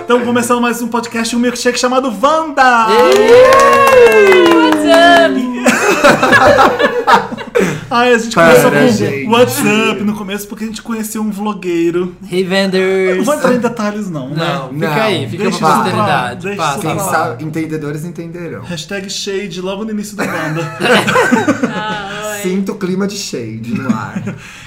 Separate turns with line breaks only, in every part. Estamos começando mais um podcast, um milkshake chamado Wanda! Ai, a gente
Para,
começou com
gente.
WhatsApp no começo porque a gente conheceu um vlogueiro.
Hey,
Eu Não
vendors!
vou entrar em detalhes, não,
Não,
né?
fica
Não,
aí, fica pra
deixa
isso
pra lá,
posteridade.
deixa isso
Quem
pra
Passa.
lá.
sabe, Assim, entendedores entenderão.
Hashtag shade logo no início da Wanda.
Sinto o clima de shade no ar.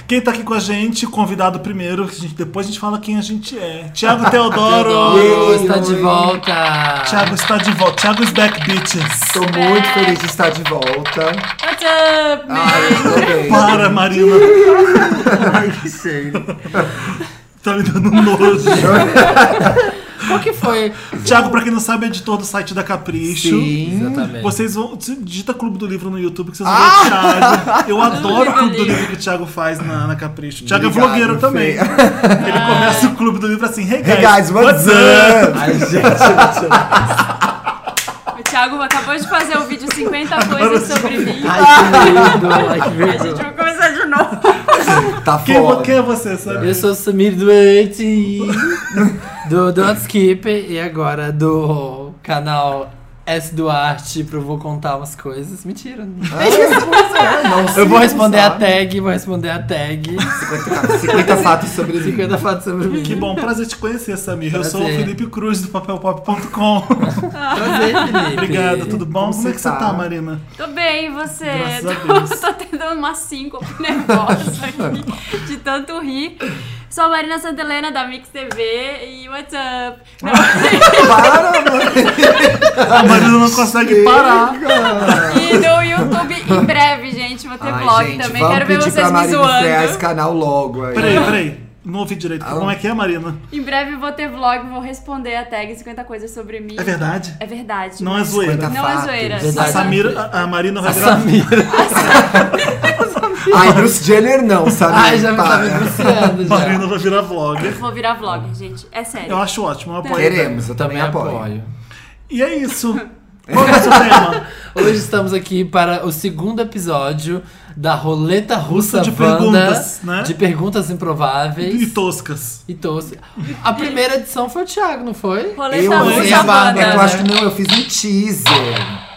Quem tá aqui com a gente, convidado primeiro, que a gente- depois a gente fala quem a gente é. Tiago Teodoro!
Teodoro.
Adoro, está
Oi,
de
oi.
volta!
Tiago está de volta. Tiago is back, bitches.
Tô muito feliz de estar de volta.
What's
Ah,
up, man?
Ai, eu tô bem.
Para, Marina.
Ai, que shade.
Tá me dando nojo.
Qual que foi?
Tiago, pra quem não sabe, é editor do site da Capricho.
Sim.
Exatamente.
Vocês vão. Digita Clube do Livro no YouTube que vocês vão
Ah!
ver o Thiago. Eu adoro o Clube do Livro que o Thiago faz na, na Capricho. O Thiago é
Obrigado,
vlogueiro
Fê.
também. Ele começa o Clube do Livro assim: Hey guys,
Hey guys, what's up?
tá
Ai, gente.
O Thiago acabou de fazer o vídeo 50 coisas sobre mim.
Ai, que
A
lindo!
gente vai começar de novo.
Tá
Quem, vo-
foda.
quem é você, sabe?
Eu sou o Samir Duarte, do Don't Skip, e agora do canal S Duarte, pra eu vou contar umas coisas. Mentira. não. Eu vou responder a tag, vou responder a tag.
50, 50 fatos sobre
50
mim.
fatos sobre mim.
Que bom, prazer te conhecer, Samir. Eu sou o
Prazer.
Felipe Cruz do papelpop.com.
Prazer, Felipe.
Obrigado, tudo bom?
Como
Como é
você
que você tá,
tá?
Marina?
Tô bem, e você?
Graças a Deus.
tô, tô tendo uma síncope nervosa aqui, de tanto rir. Sou a Marina Santelena da Mix TV e what's up? Não,
Para, mano. Tá
A Marina não consegue parar.
e no YouTube em breve, gente. Vou ter vlog
Ai, gente,
também.
vamos
Quero ver
pedir
vocês
pra
me
Marina estrear esse
zoando.
canal logo aí.
Peraí, peraí. Não ouvi direito. Como é que é, Marina?
Em breve vou ter vlog, vou responder a tag 50 coisas sobre mim.
É verdade?
É verdade.
Não é
mas-
zoeira.
Não é zoeira.
A,
Verdade.
Samira, a, a Marina vai virar
Samira.
Ai, Bruce Jenner não, sabe?
Ai, já me tá
Para.
me anunciando já.
Marina vai virar vlogger.
Vou virar vlogger, gente. É sério.
Eu acho ótimo, eu apoio.
Queremos, eu também,
Também
apoio.
apoio.
E é isso. Qual é o nosso tema?
Hoje estamos aqui para o segundo episódio da Roleta Russa
de
Wanda,
perguntas, né?
de perguntas improváveis.
E toscas.
E tosse. A primeira edição foi o Thiago, não foi?
Roleta
Eu
Russa
usei
russa,
a
Wanda.
banda. É que eu acho
né?
que não, eu fiz um teaser.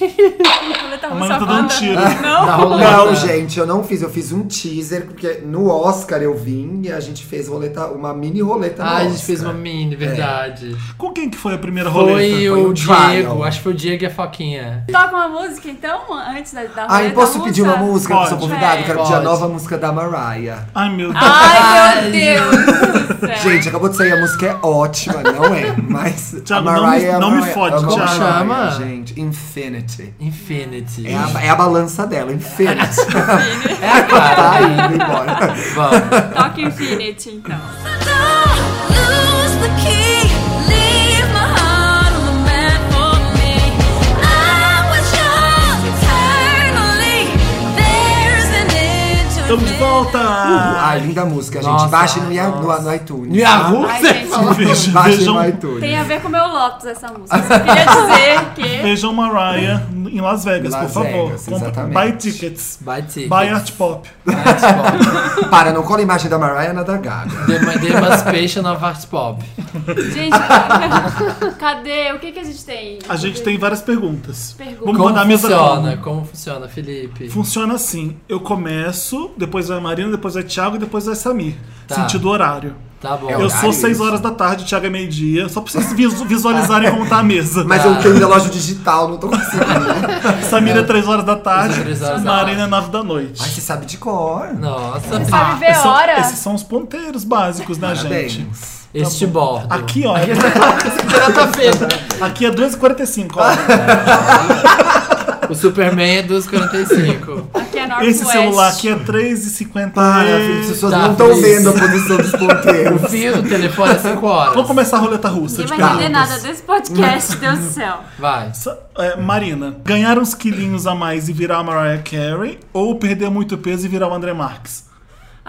Roleta
A
russa,
Marina tá dando um
Wanda.
tiro.
Da
Não.
roleta.
Não, Oh, gente, eu não fiz. Eu fiz um teaser, porque no Oscar eu vim e a gente fez roleta, uma mini roleta no
Ah, a gente
Oscar.
fez uma mini, verdade.
Com quem que foi a primeira
Foi
roleta?
foi
o
um
Diego,
trial.
acho que foi o Diego e a Foquinha.
Toca uma música, então, antes da, da roleta
Ah, eu posso pedir
russa?
uma música que eu sou
Pode.
convidado? Quero pedir a
Pode.
nova música da Mariah.
Ai, meu
Ah,
Deus.
Ai, meu Deus do céu.
Gente, acabou de sair, a música é ótima, não é? Mas
Thiago,
a
não me-
Mariah é a
não me
Mariah-
fode,
eu amo a
Thiago.
Mariah,
Chama.
Gente, Infinity.
Infinity.
É a, é a balança dela, Infinity.
É a cara.
tá indo embora.
Vamos.
Toca Infinity, então.
Estamos de volta!
Uh,
Ah, linda música, gente.
Nossa,
Baixa no, Ia-
nossa.
no iTunes. tá?
E a Russa?
Ai, gente,
Ah, Vejam,
Baixa
vejam,
no iTunes.
tem a ver com o meu Lopes essa música. Só queria dizer que...
vejam Mariah em Las Vegas,
Las
por favor.
Vegas,
Compre-
exatamente.
Buy tickets.
Vai, Tico.
Buy art pop.
Para, não cola a imagem da Mariah na da Gaga.
Demaspation of Art Pop.
Gente, cadê? O que, que a gente tem?
A gente tem várias perguntas.
Perguntas.
Vamos
Como
mandar a mesa
funciona?
como?
Como? funciona, Felipe?
Funciona assim. Eu começo, depois vai Marina, depois vai Thiago e depois vai Samir.
Tá.
Sentido horário.
Tá bom.
É
Eu
horário
sou
isso.
6 horas da tarde, o Thiago é meio-dia. Só pra vocês visu- visualizarem como tá a mesa.
Mas eu tenho um relógio digital, não tô conseguindo.
Samira é 3 horas da tarde,
Três horas da
Marina é 9 da noite.
Ai, você sabe de cor.
Nossa,
Sabe ver
Ah, Esses são-
hora?
esses são os ponteiros básicos, né,
Parabéns.
gente?
este bordo.
Aqui, ó.
tá feita.
Aqui é 2h45, ó.
O Superman é 245.
Aqui é Northwest.
Esse celular aqui é 3h50.
Para, filho, as pessoas
Tá,
não estão
Felipe.
vendo a posição dos ponteiros.
O fio do telefone é 5 horas.
Vamos começar a roleta russa de
Ninguém vai entender
perguntas.
nada desse podcast, Deus do céu.
Vai.
Sa- é, Marina, ganhar uns quilinhos a mais e virar a Mariah Carey ou perder muito peso e virar o André Marques?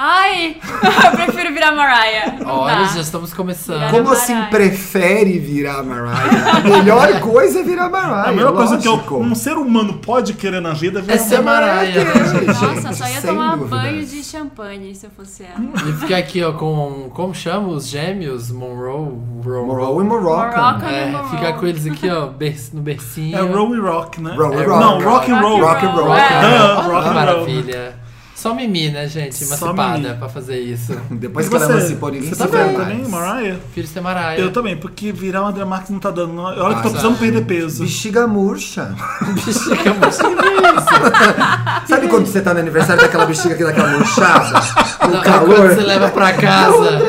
Ai, eu prefiro virar Mariah. Não
Olha,
dá.
já estamos começando.
Era
Como assim
Mariah.
prefere virar Mariah? A melhor coisa é virar Mariah.
A melhor coisa que
lógico.
eu- um ser humano pode querer na vida é ver
É ser Mariah.
Carey,
Nossa,
gente,
só ia
sem
tomar
dúvida.
banho de champanhe se eu fosse ela.
Hum,
E ficar aqui, ó, com. Como chama os gêmeos? Monroe? Monroe.
Monroe e Moroccan.
Moroccan.
É,
Monroe.
ficar com eles aqui, ó, ber- no bercinho.
É roll e rock, né?
Roll
and
É,
rock.
Não, rock and roll.
Rock and roll.
Rock and
É.
Duh,
roll.
rock
Que
and roll.
maravilha. Só mimi, né, gente?
Só
Emancipada
mimi.
pra fazer isso.
Depois
E
que ela é
você?
emancipou, ninguém
Você
se
tá
vê
vendo
mais.
também, Mariah?
Filho de Mariah.
Eu também, porque virar uma André Marques não tá dando. não. Olha que
Ah,
tô precisando
sabe.
perder peso.
Bexiga murcha.
Bexiga murcha, que isso?
Sabe quando você tá no aniversário daquela bexiga que dá aquela murchada? O
Não, é
calor.
quando você leva pra casa.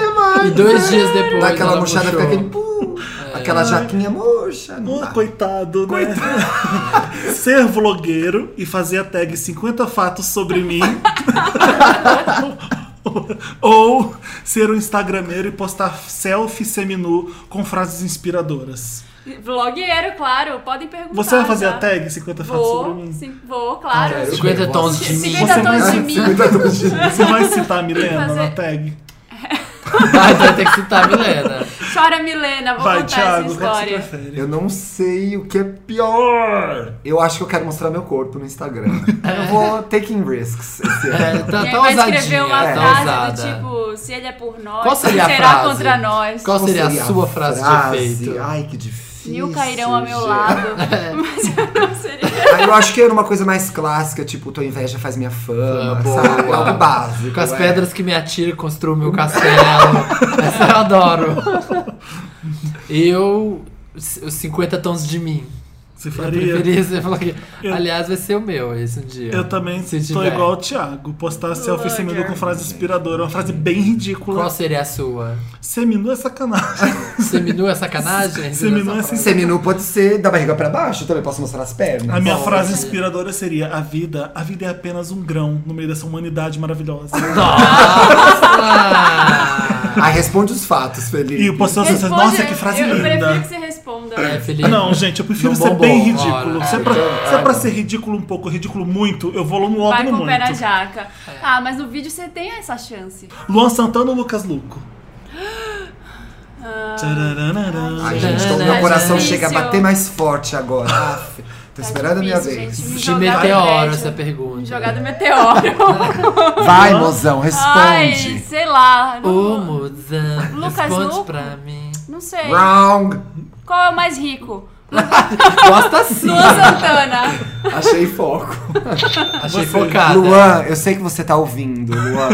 E dois dias depois.
Dá aquela
ela É.
murchada, fica
murchou.
aquele pum. Aquela jaquinha murcha. Não
Oh,
dá.
coitado, né? Ser vlogueiro e fazer a tag 50 fatos sobre mim. Ou ser um instagrameiro e postar selfie seminu com frases inspiradoras.
É. Vlogueiro, claro, podem perguntar.
Você vai fazer
tá?
a tag 50 fatos sobre
Vou,
mim?
sim, vou, claro.
Ah, eu
50 tons de mim.
50 tons tá de mim.
tá
Cuidado de mim.
Você vai citar a Milena
Fazer-
na tag?
Vai, vai ter que citar a Milena.
Chora, Milena, vou
Vai,
contar
Thiago,
essa
o que você
história.
prefere?
Eu não sei o que é pior. Eu acho que eu quero mostrar meu corpo no Instagram. Eu vou taking risks esse
É,
ano.
tá,
E aí
tá
vai
ousadinha.
escrever uma
é.
Tá
frase
ousada.
do tipo, se ele é por nós,
Qual seria a
será
frase?
contra nós.
Qual seria a sua frase de efeito?
Ai, que difícil.
Mil cairão ao meu
gente.
lado.
É.
Mas eu não seria.
Aí eu acho que era uma coisa mais clássica, tipo, tua inveja faz minha fama,
Ah, boa.
sabe? Algo básico.
Com as
é.
pedras que me atira, construo meu castelo. Essa eu adoro. Eu. Os 50 tons de mim.
Você
Eu
faria?
preferia ser vlog-
Eu-
Aliás, vai ser o meu esse um dia.
Eu também
Se
tô
tiver.
igual o Thiago. Postar selfie
Vlogger.
seminu com frase inspiradora. Uma frase bem ridícula.
Qual seria a sua?
Seminu é sacanagem.
Seminu é sacanagem?
Seminu é
sacanagem.
Assim, Seminu pode ser da barriga pra baixo, também posso mostrar as pernas.
A minha
Bom,
frase
né?
inspiradora seria: A vida, a vida é apenas um grão no meio dessa humanidade maravilhosa.
é Nossa!
Aí responde os fatos, Felipe.
e o postou assim,
Responde,
nossa, que frase
eu, eu prefiro que
linda.
você responda.
É, Felipe.
Não, gente, eu prefiro
No
ser
bom
bem
bom,
ridículo.
ora.
Se é, pra,
É,
se é pra
é.
ser ridículo um pouco, ridículo muito, eu vou logo no
Vai com o pé na
muito.
jaca.
É.
Ah, mas no vídeo você tem essa chance.
Luan Santana ou Lucas Luco?
Ah,
Tarararara.
Ai, gente, então
Ai,
meu coração
Tá difícil.
chega a bater mais forte agora. Aff, tô
tá
esperando a minha
difícil, gente, me
vez.
De
jogar do
meteoro
prédio.
essa pergunta.
Me jogar do meteoro.
Vai, mozão,
Ai,
responde.
sei lá.
Ô,
Não,
Mozan,
Lucas
responde
Luco?
pra mim.
não sei.
Wrong!
Qual é o mais rico?
Gosta sim.
Luan Santana.
Achei foco.
Achei
Você.
focada.
Luan, eu sei que você tá ouvindo, Luan.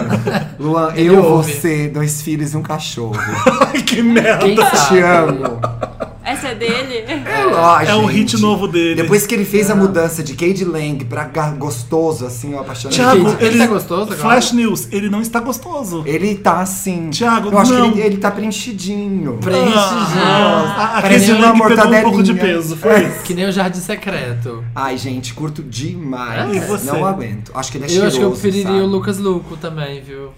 Luan,
Ele
eu,
ouve.
você, dois filhos e um cachorro.
Ai, que merda.
Quem
Tá.
sabe?
Te amo.
Essa é dele?
É lógico.
É um hit novo dele.
Depois que ele fez a mudança de Cade Lang pra ga- gostoso, assim, eu apaixonei.
Thiago,
Ele-
ele,
ele tá gostoso agora?
Flash News, ele não está gostoso.
Ele tá assim.
Thiago,
eu acho
não.
que ele, ele tá preenchidinho.
Preenchidinho.
Ah, a
Parece
Cris
uma
Lang pegou um pouco de
mortadelinha.
peso, foi isso.
Que nem o Jardim Secreto.
Ai, gente, curto demais.
E você?
Não aguento. Acho que ele é
É, eu
cheiroso,
acho que eu preferiria
sabe?
o Lucas Luco também, viu?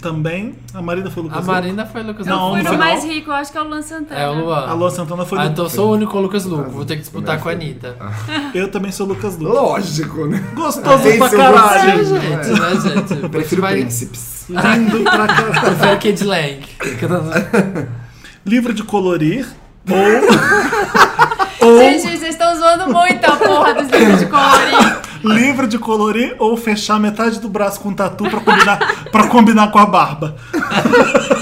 Também, a Marina foi o Lucas
A Marina foi Lucas
Não,
Fui
Luco.
não.
no mais rico, eu acho que é o Luan Santana.
É o Luan.
Luco. A Luan Santana foi
Ah,
Lucas.
então eu sou o único Lucas Luco. Vou ter que
Também
disputar com a
foi.
Anitta.
Ah,
Eu também sou Lucas Luco.
Então- Lógico, né?
Gostoso
Esse
pra
eu vou
É,
caralho.
Sim,
gente, né, gente?
Prefiro
Vai-
príncipes.
Lindo pra caralho.
Prefiro Kid Lang.
Livro de colorir
Gente, vocês estão zoando muito a porra dos livros de colorir.
Livro de colorir ou fechar metade do braço com um tatu pra combinar, pra combinar com a barba.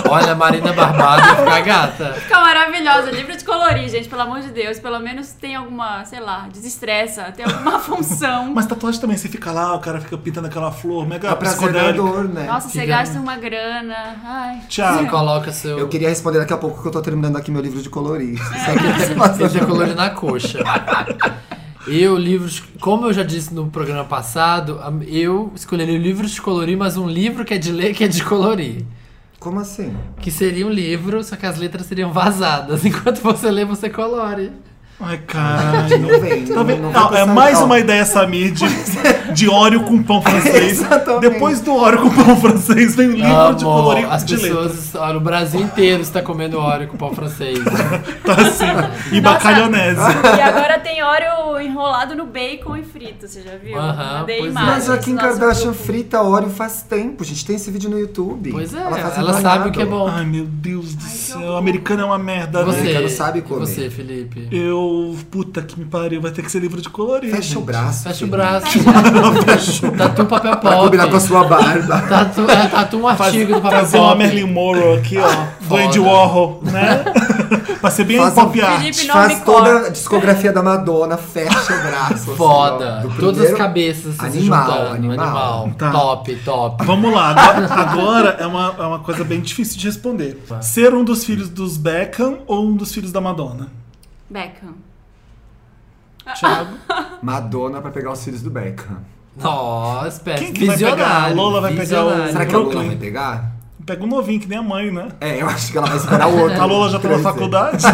Olha, a Marina Barbada ia ficar gata.
Fica maravilhosa. Livro de colorir, gente, pelo amor de Deus. Pelo menos tem alguma, sei lá, desestressa, tem alguma função.
Mas tatuagem também, você fica lá, o cara fica pintando aquela flor, mega
É
psicodélica.
prazerador, né?
Nossa, você
Fica-
gasta uma grana. Ai.
Você
Tiago,
coloca seu.
Ah. Eu queria responder daqui a pouco que eu tô terminando aqui meu livro de colorir.
É.
Ele tem colorido na coxa. Eu, livros. Como eu já disse no programa passado, a- eu escolheria livros de colorir, mas um livro que é de ler que é de colorir.
Como assim?
Que seria um livro, só que as letras seriam vazadas. Enquanto você lê, você colore.
ai caralho.
Não vem.
Talvez-
não vem
não,
com
é
essa-
mais
ó,
uma ideia Samir de de óleo com pão francês.
Exatamente.
Depois do óleo com pão francês vem livro de
Amo.
colorir
As
de letra.
pessoas, olha, o Brasil inteiro está comendo óleo com pão francês.
Tá assim. E bacalhonese.
E agora tem óleo enrolado no bacon e frito, você já viu?
Aham,
Mandei
pois é.
imagem.
Mas a Kim Kardashian frita óleo faz tempo, gente. Tem esse vídeo no YouTube.
Pois é,
faz
ela
empanado.
sabe o que é bom.
Ai, meu Deus do céu. Americano é uma merda, né?
Você,
americano sabe comer.
você, Felipe.
Eu. Puta que me pariu, vai ter que ser livro de colorir.
Fecha o
gente.
braço.
Fecha o
filho.
braço. Tatu papel
Pra
pop.
combinar com a sua barba.
Tatu, é, tatu um artigo do papel
Fazer uma
pop.
Merlin Morrow aqui, ó. Do Andy
Foda.
Warhol, né? pra ser bem
Faz um-
pop art.
Felipe
Faz
Enorme
toda a discografia da Madonna, fecha o braço. assim, ó,
Foda.
do
Todas as
primeiro-
cabeças se
Animal,
juntando.
animal.
Tá.
Top, top.
Vamos lá, agora, agora é, uma, é uma coisa bem difícil de responder. Ser um dos filhos dos Beckham ou um dos filhos da Madonna?
Beckham.
Thiago?
Madonna pra pegar os filhos do Beckham.
Nossa,
Quem
péssimo.
que vai pegar?
Visionário.
A Lola vai pegar o-
visionário.
Será que a
É Brooklyn.
Lola vai pegar?
Pega um novinho, que nem a mãe, né?
É, eu acho que ela vai esperar o outro.
A Lola já tá na
crescer.
faculdade?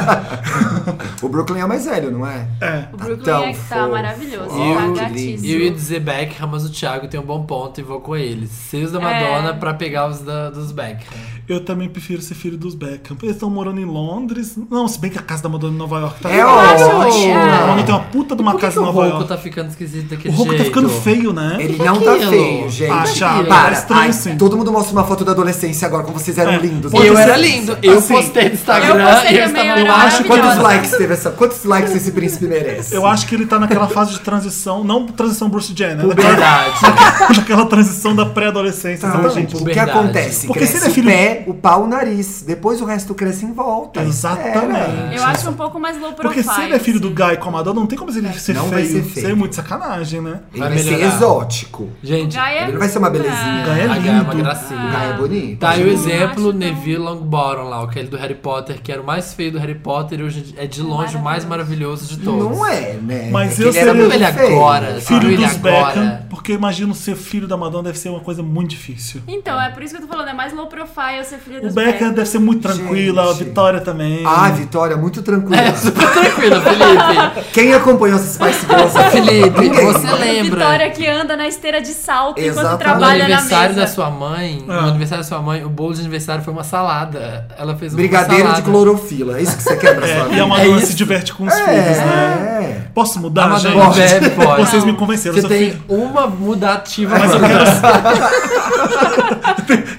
O Brooklyn é o mais velho, não é?
É.
O Brooklyn
tão
é que tá
fofo.
maravilhoso,
Ó,
que
tá
Eu ia
gatíssimo.
dizer Beckham, mas o Thiago tem um bom ponto e vou com ele. Ser os da Madonna
É.
pra pegar os da- dos Beckham.
Eu também prefiro ser filho dos Beckham. Eles estão morando em Londres. Não, se bem que a casa da Madonna em Nova York tá
É
que
ótimo!
é.
A Madonna tem uma puta de uma
Por que, que
casa
o
em Nova
Roco
York.
tá ficando esquisito daquele
O Roku tá
jeito?
ficando feio, né?
Ele
Um
não tá
aquilo?
feio, gente.
Ah, Thiago,
aquilo?
tá
Para.
estranho
Ai,
sim.
Todo mundo mostra uma foto da adolescência agora, como vocês eram
É.
lindos.
Pode
Eu
ser-
era lindo. Eu
assim,
postei no Instagram.
eu postei também,
estava
eu era
eu acho que
Quantos
maravilhosa.
likes teve essa? Quantos likes esse príncipe merece?
Eu acho que ele tá naquela fase de transição, não transição Bruce Jenner, naquela,
Verdade.
naquela transição da pré-adolescência, sabe,
Então,
gente?
o que
Verdade.
acontece?
Porque se
cresce
ele é filho-
o pé, o pau, o nariz. Depois o resto cresce em volta. É, né?
Exatamente.
Eu acho um pouco mais low
Porque
profile.
se ele é filho do
assim.
Guy com a Madonna, não tem como ele ser
É. Não vai
feio.
ser feio.
Seria muito sacanagem, né?
Ele
Vai
vai, ser
melhorar.
exótico.
Gente,
Guy é-
Ele não vai ser uma belezinha.
O Guy é
a Gaia é uma
lindo.
O
gracinha.
Guy é bonito.
Tá aí o
Eu
exemplo,
acho que
Neville Longbottom lá, aquele do Harry Potter, que era o mais feio do Harry Potter e hoje é de longe o mais maravilhoso de todos.
Não é, né?
Mas
É que
eu
ele era
seria-
muito
Ele
feio. Ah,
agora,
Filho
ele
dos Beckham,
agora.
porque eu imagino ser filho da Madonna deve ser uma coisa muito difícil.
Então, é por isso que eu tô falando, é mais low profile ser filho
O
dos
Beckham deve ser muito
Gente.
tranquila, a Vitória também.
Ah, Vitória, muito tranquila.
É, super tranquilo, Felipe.
Quem acompanhou as Spice Girls?
Felipe,
Ninguém.
é
você lembra?
Vitória que anda na esteira de salto enquanto
Exatamente.
No
trabalha na mesa.
aniversário da sua mãe,
Ah.
no aniversário da sua mãe, o bolo de aniversário foi uma salada. Ela fez uma
Brigadeiro
salada.
de clorofila. É isso que você quer pra sua
É,
vida.
e a Madonna
isso.
se diverte com os
É,
filhos, né?
é.
Posso
A
mudar, gente?
Madonna bebe, pode.
Vocês me convenceram. eu
Você
sou
tem
filho-
uma mudativa
Mas eu
agora.
quero.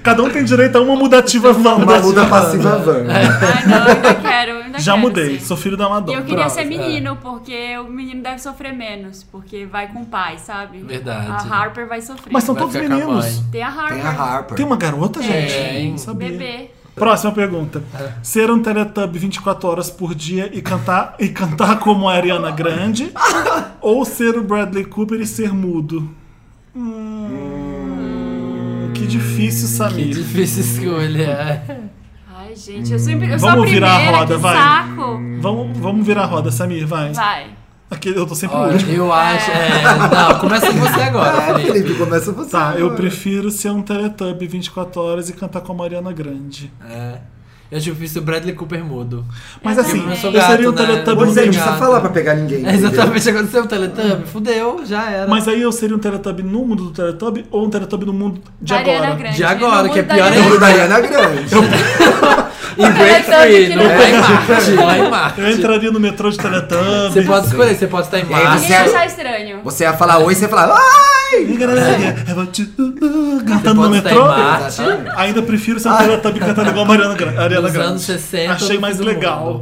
Cada um tem direito a uma É. mudativa
Uma
Wanda.
muda passiva van.
Ai, não, ainda quero, ainda
Já
quero,
mudei,
sim.
sou filho da
E
Madonna.
eu queria
Pronto,
ser
é.
menino, porque o menino deve sofrer menos, porque vai com o pai, sabe?
Verdade.
A Harper vai sofrer.
Mas são
Vai
todos
ficar com a
meninos.
mãe.
Tem a Harper.
Tem a Harper.
Tem uma garota, gente?
Tem. É.
Não sabia.
É. Bebê.
Próxima pergunta. Ser um Teletubby 24 horas por dia e cantar, e cantar como a Ariana Grande? ou ser o Bradley Cooper e ser mudo? Hum, que difícil,
Que
Samir.
difícil escolha.
Ai, gente, eu sempre. Eu sou a
Vamos
primeira,
virar a roda,
que
vai.
saco.
Vamos, vamos virar a roda, Samir, vai.
Vai.
Aqui, eu tô sempre o
Olha,
último.
eu acho. É, não, começa com você agora,
É,
Felipe.
Felipe, começa você.
Tá, eu
agora.
prefiro ser um Teletubby 24 horas e cantar como a Ariana Grande.
É. Eu tipo fiz o Bradley Cooper mudo.
Mas
Eu
assim,
também.
eu, seria um
Gato, né?
Teletubby
Pois é, não
no
precisa
Obrigado.
falar pra pegar ninguém.
É
entendeu?
exatamente aconteceu o Teletubb. Fudeu, já era.
Mas aí eu seria um Teletubby no mundo do Teletubby ou um Teletubby no mundo de
Da Ariana
agora?
Grande.
De agora,
No
que é
mundo da
pior
O
Ariana
mundo da Ariana Grande.
e Break
Teletubby
Free,
que
não
não
tá em Marte. Lá em Marte.
Eu entraria no metrô de Teletubby.
Você pode escolher, você pode estar em
aí
Marte.
Ninguém
Você- é-
achar estranho.
Você ia falar oi, você ia falar. "Ah!" Ai!
Eu vou te- uh,
Você
Cantando no
pode estar em
metrô.
Marte.
Ainda prefiro ser um Teletubby cantando igual a Mariana Grande. Ariana
Nos anos
Grande.
60.
Achei
todo
mais
mundo.
legal.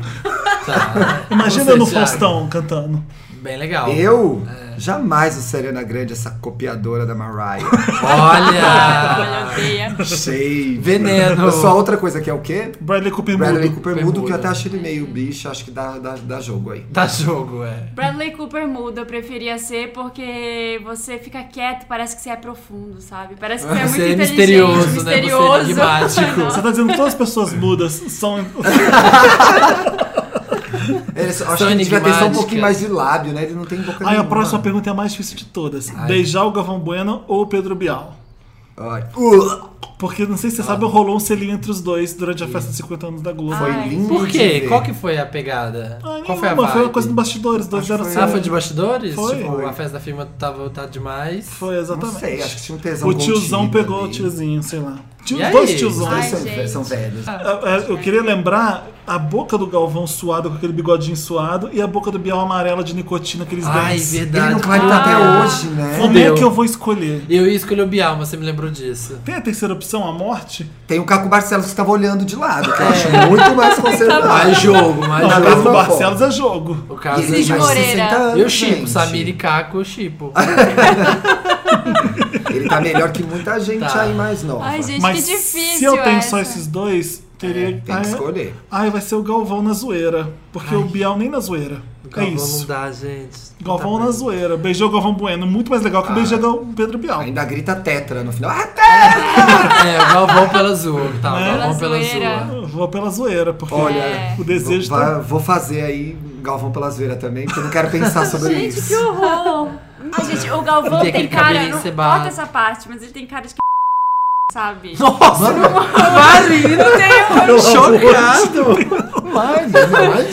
Tá.
Imagina
Você,
no
Thiago.
Faustão cantando.
Bem legal.
Eu? Jamais o Serena Grande, essa copiadora da Mariah.
Ah,
é-
Olha,
Olha!
odeia.
Sei.
Veneno.
Só outra coisa que é o quê?
Bradley Cooper
Bradley
mudo.
Cooper mudo, que
Bermuda.
eu até achei ele meio bicho, acho que dá, dá, dá jogo aí.
Dá jogo, é.
Bradley Cooper muda, eu preferia ser porque você fica quieto, parece que você é profundo, sabe? Parece que você é muito
Você é
inteligente,
misterioso, né? Você é
misterioso.
enigmático.
Você tá dizendo que todas as pessoas mudas são.
Ele só, acho
São
que ele devia ter só um
enigmáticas.
pouquinho mais de lábio, né? Ele não tem boca
Aí a
nenhuma.
próxima pergunta é a mais difícil de todas: beijar o Galvão Bueno ou o Pedro Bial?
Olha. Uh,
Porque não sei se você sabe, rolou um selinho entre os dois durante a festa de 50 anos da Globo.
Foi
Ai,
lindo.
Por
de
quê?
ver.
Qual que foi a pegada?
Ah,
Qual foi a
nenhuma,
vibe?
foi uma coisa dos bastidores, os dois
Acho que
deram
foi-
Ah,
certo.
foi de bastidores?
Foi.
Tipo, a festa da firma tava tá demais.
Foi, exatamente.
Não sei, acho que tinha um tesão
O tiozão
contido
pegou
ali.
o tiozinho, sei lá. Tio,
E aí?
dois
Os dois
tiozões.
Ai,
são,
gente.
são velhos.
Ah, ah, Eu queria lembrar a boca do Galvão suado, com aquele bigodinho suado, e a boca do Biel amarela de nicotina, aqueles
Ai,
dentes.
verdade.
Ele não vai
tá
estar
Ah.
até hoje, né?
Como é
Fudeu.
que eu vou escolher?
Eu ia escolher o Bial, mas você me lembrou disso.
Tem a terceira opção, a morte?
Tem o Caco Barcelos que tava olhando de lado, que eu acho muito mais conservado.
Mais jogo, mais
Não, o
na
jogo.
caso do
mesma
Barcelos é jogo.
O
E
caso
ele
Cid
já
é...
de
Moreira.
60 anos,
Eu chipo,
gente.
Samir e Caco, eu chipo.
Ah,
Ele tá melhor que muita gente
Tá.
aí mais nova.
Ai, gente,
Mas
que difícil.
se eu tenho
essa.
só esses dois, teria ah,
É,
é.
Tem que escolher.
Ai, vai ser o Galvão na zoeira. Porque o Bial nem na zoeira. é
Galvão
isso.
não dá, gente. Tá
Galvão
Puta
na zoeira. Beijou o Galvão Bueno. Muito mais legal que
Ah.
beijar o Pedro Bial.
Ainda grita tetra no final. Ah, tetra!
merda. É, o Galvão pela zoa. Tá, o
Né?
Galvão
Pela
pela
zoeira.
zoa.
Eu Vou pela zoeira, porque
Olha,
É.
o desejo
vou,
tá.
vou fazer aí Galvão pelas Veiras também, porque eu não quero pensar sobre
Gente,
isso.
que horror! Ai, gente, o Galvão
Tem
tem,
aquele
cara.
cabelinho
Não
cebado.
corta essa parte, mas ele tem cara de que. Sabe?
Nossa,
Ah,
Marina, eu chocado.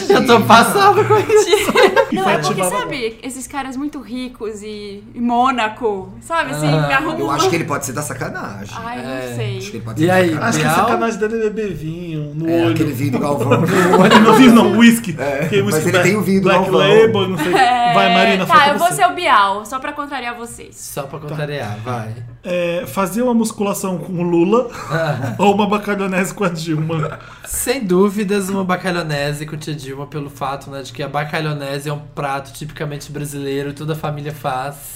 Eu tô passado tá com isso.
Não, é porque,
Fatima-
sabe, esses caras muito ricos e, e Mônaco, sabe, assim,
Ah,
me arrumam...
Eu acho que ele pode ser da sacanagem.
Ai,
É,
não
Acho que
sei.
ele pode
E
ser
aí?
da
Acho que a
Bial?
sacanagem dele é beber vinho no
sacanagem. É, aquele
olho.
vinho do Galvão.
Não vinho, não, whisky.
É,
Porque
mas
whisky tá
ele tem o vinho do
Black
Galvão.
Label, não sei.
é
Vai, Marina,
Tá,
foca
eu vou
você.
ser o Bial, só pra contrariar vocês.
Só pra contrariar, vai.
É, fazer uma musculação com o Lula ou uma bacalhonese com a Dilma.
Sem dúvidas, uma bacalhonese com tia Dilma, pelo fato né, de que a bacalhonese é um prato tipicamente brasileiro, toda a família faz.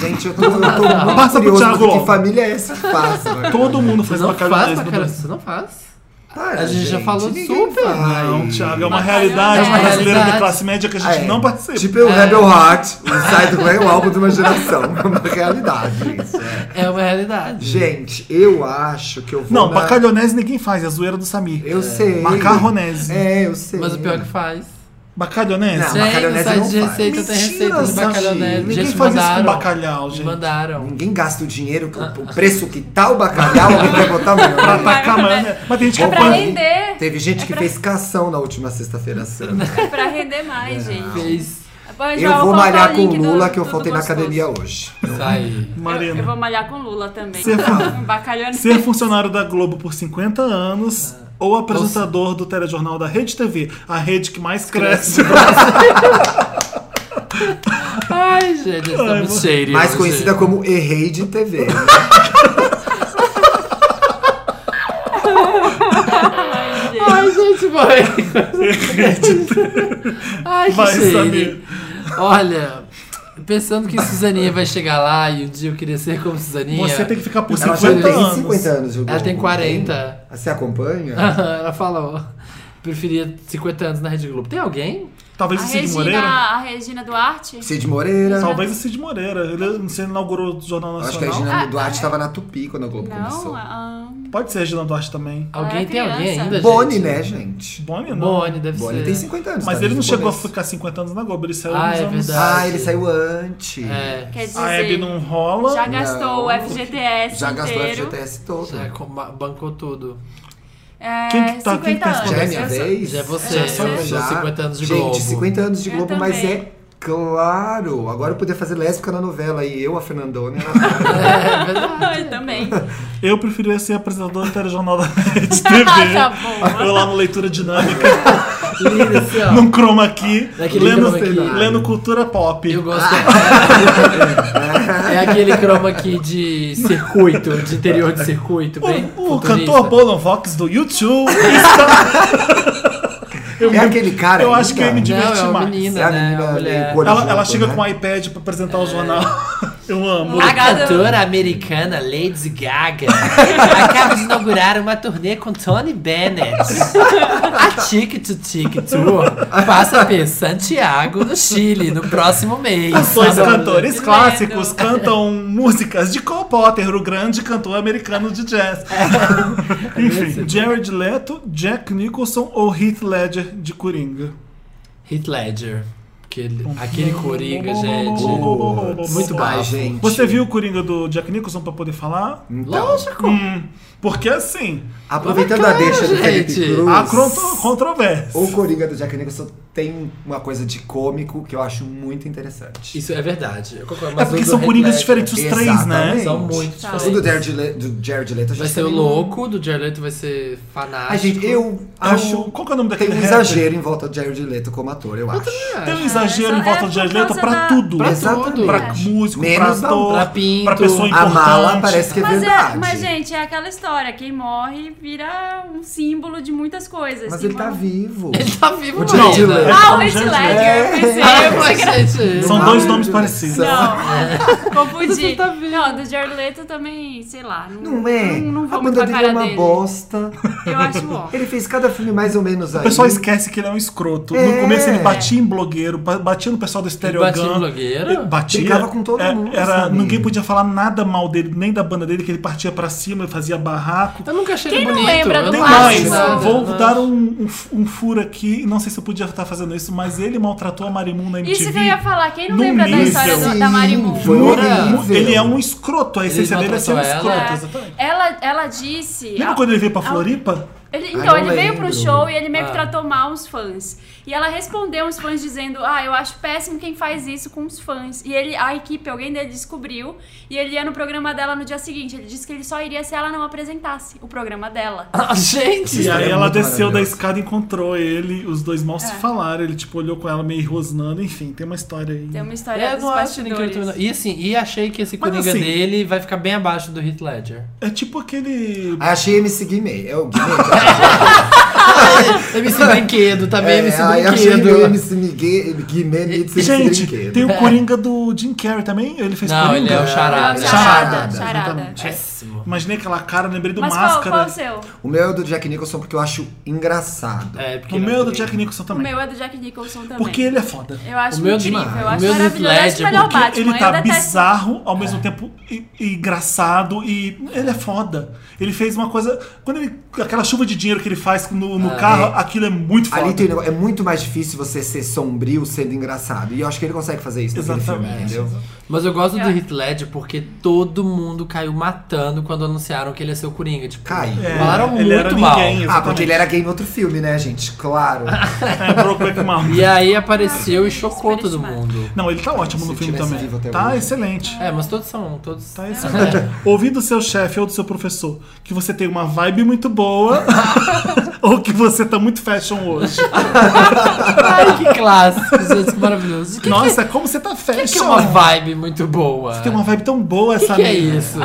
Gente, eu tô, eu tô muito
Passa pro
curioso
Thiago
do que
logo.
família é essa que faz. velho.
Todo mundo faz
Você não faz
bacalhonese no
bacalhonese?
Brasil.
Você não faz?
Para,
A gente já falou
ninguém
super.
faz.
Não, Thiago, é uma
Bacalhonese.
realidade
É uma
brasileira
realidade.
de classe média que a gente
É,
não participa.
Tipo o Rebel Heart, o site do é o álbum de uma geração. É uma realidade isso. é.
É uma realidade.
Gente, eu acho que eu vou.
Não,
na-
bacalhonese ninguém faz, é a zoeira do Samir.
né? Eu sei.
Macarronese.
É, eu sei.
Mas o pior é que faz.
Bacalhonese?
Ah, Não,
Tem, no
bacalhonese
site
não
de
faz.
receita tem receita de
Mentira,
bacalhonese.
Ninguém
gente,
faz
mandaram,
isso com bacalhau,
me
gente.
Mandaram.
Ninguém gasta o dinheiro, o preço que tá o bacalhau, alguém vai botar
Pra
meu.
atacar amanhã. Mas tem gente que
É pra É
põe-
render,
Teve gente que fez cação na última sexta-feira santa.
é pra render mais, gente.
Fez.
Pois já
Eu vou
colocar
malhar
o
com o
link do
Lula, que eu
Tudo
faltei na
Gostoso.
academia hoje.
Sai.
Eu, eu
Marina,
vou malhar com o Lula também.
Ser
Um bacalhonese.
ser funcionário da Globo por 50 anos ou apresentador do telejornal da Rede TV, a rede que mais cresce.
Ai, gente, estamos cheios.
Mais conhecida como Errei de TV.
Ai, gente.
Ai, gente, vai. Ai, que
Vai,
cheiro.
Samir.
Olha, pensando que Suzaninha vai chegar lá e um dia eu queria ser como Suzaninha.
Você tem que ficar por
Ela já
50
tem
anos.
50 anos, viu? Ah,
Ela tem Ah. 40.
Você acompanha?
Ela falou. Preferia 50 anos na Rede Globo. Tem alguém?
Talvez
A
o Cid
Regina,
Moreira.
a Regina Duarte?
Cid Moreira.
Talvez o Cid Moreira. Ele não sei, inaugurou o Jornal
Acho que é a
Nacional.
Regina Duarte estava na Tupi quando a Globo
Ah, é. Não, ah.
começou.
a...
Pode ser a Regina Duarte também.
Alguém
era
tem alguém
É, criança.
ainda?
Boni,
gente?
né, gente?
Boni, não.
Boni, deve
Boni
ser.
tem 50 anos.
Mas
tá?
ele não chegou a
japonês.
ficar 50 anos na Globo, ele saiu
Ah,
nos
é
anos...
verdade.
Ah, ele saiu antes.
É.
Quer dizer,
A Hebe não rola.
já gastou o FGTS
Já gastou o
inteiro.
FGTS todo.
Já com- bancou tudo.
É,
Quem que tá-
50
quem que tá
anos.
Já é minha
Eu sou-
vez?
Já é você.
Já
Já
sou
são
eu.
50 anos de
Gente,
Globo.
50 anos de
Eu
Globo, mas
também.
é claro. Agora eu podia fazer lésbica na novela e eu, a Fernandona, e a Natália.
É verdade.
Eu também.
Eu preferia ser apresentador do telejornal da Rede TV.
tá bom.
Eu lá no Leitura Dinâmica,
Lindo, assim, ó.
num chroma aqui,
Naquele
lendo,
chroma key.
lendo cultura pop.
Eu gosto. é aquele chroma aqui de circuito, de interior de circuito. Bem
O, o
futurista.
cantor Bono Vox do YouTube está... Eu,
É aquele cara.
eu acho que eu
ainda?
me diverti
Não, é uma
mais.
menina,
É a
né?
menina
Uma mulher.
meio
Ela, ela
Junto,
chega
né?
com um iPad pra apresentar o jornal.
É.
Eu amo.
A
Ah,
cantora americana Lady Gaga acaba de inaugurar uma turnê com Tony Bennett. A Tic to Tic Tour passa por Santiago, no Chile, no próximo mês.
Os dois cantores
Que
clássicos
medo.
cantam músicas de Cole Potter, o grande cantor americano de jazz.
É.
Enfim, Jared Leto, Jack Nicholson ou Heath Ledger de Coringa?
Heath Ledger. Aquele, aquele Coringa, gente.
Putz,
Muito
Ah,
baixo.
gente.
Você viu o Coringa do Jack Nicholson pra poder falar?
Lógico.
Hum, porque assim,
Aproveitando
é
Mas
a deixa do
claro,
Felipe
gente.
Cruz.
há contro- controvérsia.
O Coringa do Jack Nicholson tem uma coisa de cômico que eu acho muito interessante.
Isso é verdade. Eu concordo,
É
mas o
porque
do
são
Heath
coringas
Ledger
diferentes os três, né?
Exatamente.
São muito
Tá.
O do
diferentes.
Jared, Le do Jared Leto, a gente
Vai ser o
um
também
louco, do Jared Leto vai ser
não-
fanático.
Ai, gente, eu acho...
Qual que é o nome
Tem
daquele
um
rapper?
exagero em volta do Jared Leto como ator, eu acho.
Tem
acho.
um exagero
É,
em volta
é
do Jared
por
Leto
causa
pra
da-
tudo.
Pra
Exatamente.
tudo.
Pra músico, pra
Menos
ator,
pra pinto.
pra pessoa
A
importante.
mala parece que é
Mas, é,
verdade.
mas, gente, é aquela história. Quem morre vira um símbolo de muitas coisas.
Mas
Tem
ele tá
uma-
vivo.
Ele tá vivo,
O
ainda.
Jared
Não,
Leto.
Ah, o
Gente,
Heath
é.
Ledger. eu pensei.
Ah, mas, gente.
São
um
Não,
dois
não,
nomes
tá não.
parecidos.
Não, é. confundi.
Tá vendo?
não, do Jared Leto também, sei lá. Não,
Não é?
Não, não vou
a banda
muito pra
dele é
cara
uma
dele.
bosta.
Eu acho ó.
Ele fez cada filme mais ou menos aí.
O pessoal esquece que ele é um escroto. No
É.
começo ele batia em blogueiro, ba- batia no pessoal do Stereo
batia em
Gun.
blogueiro?
Ele Batia.
Brigava com todo
É,
mundo,
Era,
sabe?
ninguém podia falar nada mal dele, nem da banda dele, que ele partia pra cima, ele fazia barraco.
Eu nunca achei
Quem
ele
não
bonito.
lembra
eu
do
Tem
acho
mais,
nada,
vou
não.
dar um, um, um furo aqui, não sei se eu podia estar fazendo isso, mas ele maltratou a Marimun na MTV.
Isso que eu ia falar. Quem não
No
lembra da
nível.
história do, da
Sim,
Marimun?
Foi
Jura?
horrível.
Ele é um escroto, a essência dele é ser um
maltratou
escroto.
ela?
Exatamente.
Ela, ela disse.
Lembra
ah,
quando ele veio pra
ah,
Floripa?
ele-
Ah,
então,
eu
ele veio pro
lembro.
show e ele meio que
Ah.
tratou mal os fãs. E ela respondeu os fãs dizendo: Ah, eu acho péssimo quem faz isso com os fãs. E ele, a equipe, alguém dele descobriu. E ele ia no programa dela no dia seguinte. Ele disse que ele só iria se ela não apresentasse o programa dela.
Ah, gente.
E
Isso
aí
é
ela
muito
desceu da
maravilhoso.
escada, encontrou ele, os dois mal se falaram, ele tipo olhou com ela meio rosnando, enfim, tem uma história aí.
Tem uma história
É, eu
dos
não acho ninguém
bastidores.
muito bonito. E assim, e achei que esse
Mas,
Coringa
assim,
dele vai ficar bem abaixo do Heath Ledger.
É tipo aquele.
Achei MC Guimê. É o Guimê?
MC Brinquedo, tá bem
é,
MC
ai, achei
Brinquedo.
meio MC Miguel- Guimê meets MC
Gente,
Brinquedo.
tem um o Coringa do Jim Carrey também? Ele fez
Não,
Coringa?
ele é o Charada. É
Não, charada,
Charada,
charada.
exatamente.
Péssimo.
Imaginei aquela cara, lembrei do
Mas qual,
Máscara.
qual o seu?
O meu é o do Jack Nicholson porque eu acho engraçado.
É, porque
o
ele
meu é do
bonito.
Jack Nicholson
O
também.
meu é do Jack Nicholson também.
Porque ele é foda.
Eu acho
O meu
incrível,
demais.
eu
O
acho
meu do
maravilhoso. Eu acho
Ledger,
melhor o
porque
Batman.
ele
eu
tá
detesto-
bizarro, ao
É.
mesmo tempo e- e engraçado, e ele é foda. Ele fez uma coisa. Quando ele. Aquela chuva de dinheiro que ele faz no,
Ah.
no carro, aquilo é muito foda.
Ali tem, um negócio- é muito mais difícil você ser sombrio sendo engraçado. E eu acho que ele consegue fazer isso naquele filme,
Exatamente.
entendeu?
Mas eu gosto do
É.
Heath Ledger porque todo mundo caiu matando quando anunciaram que ele ia ser o Coringa. Tipo,
Cai.
É,
falaram muito
ele era
mal.
ninguém,
Ah,
exatamente.
porque ele era gay no outro filme, né, gente? Claro.
É, Brokeback Mountain.
E é- aí apareceu e chocou
Super
todo mundo.
Não, ele tá ótimo
Se
no filme
tivesse
também.
vivo até
Tá
hoje.
excelente.
É, mas todos são, todos...
Tá excelente. Ouvir do seu chefe ou do seu professor que você tem uma vibe muito boa ou que você tá muito fashion hoje.
Ai, que clássico, gente, que maravilhoso. Que, é
Nossa, como você tá fashion.
que é uma vibe muito boa.
Tem uma Ah, vibe tão boa
que,
essa
que é
amiga.
isso?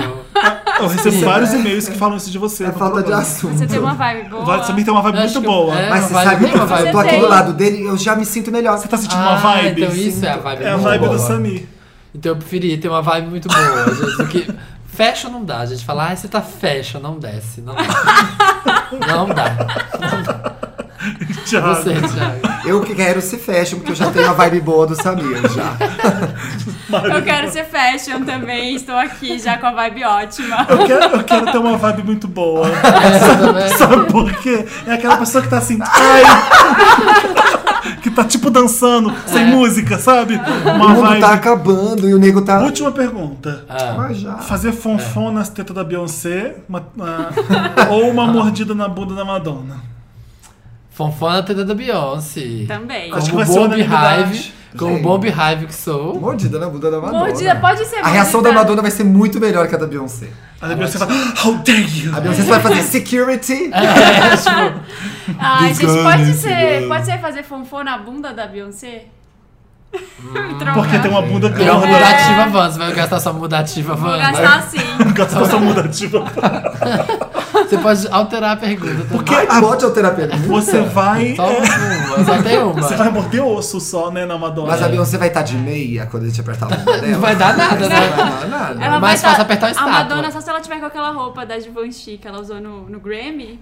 Eu recebo vários e-mails que falam isso de você.
É
não
falta de
problema.
assunto.
Você tem uma vibe boa.
Vai, Samir tem uma vibe
Eu acho
muito
que-
boa.
é.
Mas você
Vai,
sabe
vai,
que eu
vai.
tô aqui do
Tem.
lado dele, eu já me sinto melhor.
Você tá sentindo
Ah,
uma vibe?
então isso é a vibe
É a
muito
vibe
boa.
do Samir.
Então eu preferi ter uma vibe muito boa, gente, do que... Fashion não dá, gente. Falar, ah, você tá fashion, não desce, não dá. Não dá.
Thiago.
Você, Thiago.
Ah.
Eu que quero se fashion, porque eu já tenho a vibe boa do Samir, já.
Eu quero ser fashion também, estou aqui já com a vibe ótima.
Eu quero, eu quero ter uma vibe muito boa.
Essa também.
Sabe por quê? É aquela pessoa que tá assim. Ai! que tá tipo dançando,
É.
sem música, sabe?
O
Uma
mundo
vibe.
tá acabando e o nego tá.
Última pergunta.
Ah.
Mas já.
Fazer fonfon nas tetas da Beyoncé uma- ah, ou uma mordida na bunda da Madonna?
Fonfona na teta é da Beyounce.
Também.
Acho que é
Como
um vai ser
Bomb
unanimidade.
Hive, como
Sim.
Bomb Hive que sou.
Mordida
né?
na bunda da Madonna.
Mordida, pode ser
A reação da
mordida.
Madonna vai ser muito melhor que a da Beyoncé.
Aí a Beyoncé fala, How dare you!
A Beyoncé vai fazer security.
É, tipo,
Ai, gente, pode
Desane,
ser,
desane.
pode ser fazer fonfô na bunda da Beyoncé? Trocar.
Porque
Ah,
tem uma bunda né?
tem uma
grande.
mudativa van, você vai gastar sua mudativa
É. Vou
van.
gastar assim.
Gastação mudativa.
Você pode alterar a pergunta também.
tipo, Porque a-
Ai, pode alterar a pergunta.
você vai.
Só
é,
uma, só tem
você
uma.
vai morder osso só, né, na Madonna.
Mas a Beyoncé vai estar de meia quando a gente apertar a bunda dela.
Não vai dar nada,
Não
né?
vai dar nada.
Ela
Mais
vai
fácil
tá-
apertar o
A
estátua.
Madonna, só se ela tiver com aquela roupa da Givenchy que ela usou no, no Grammy.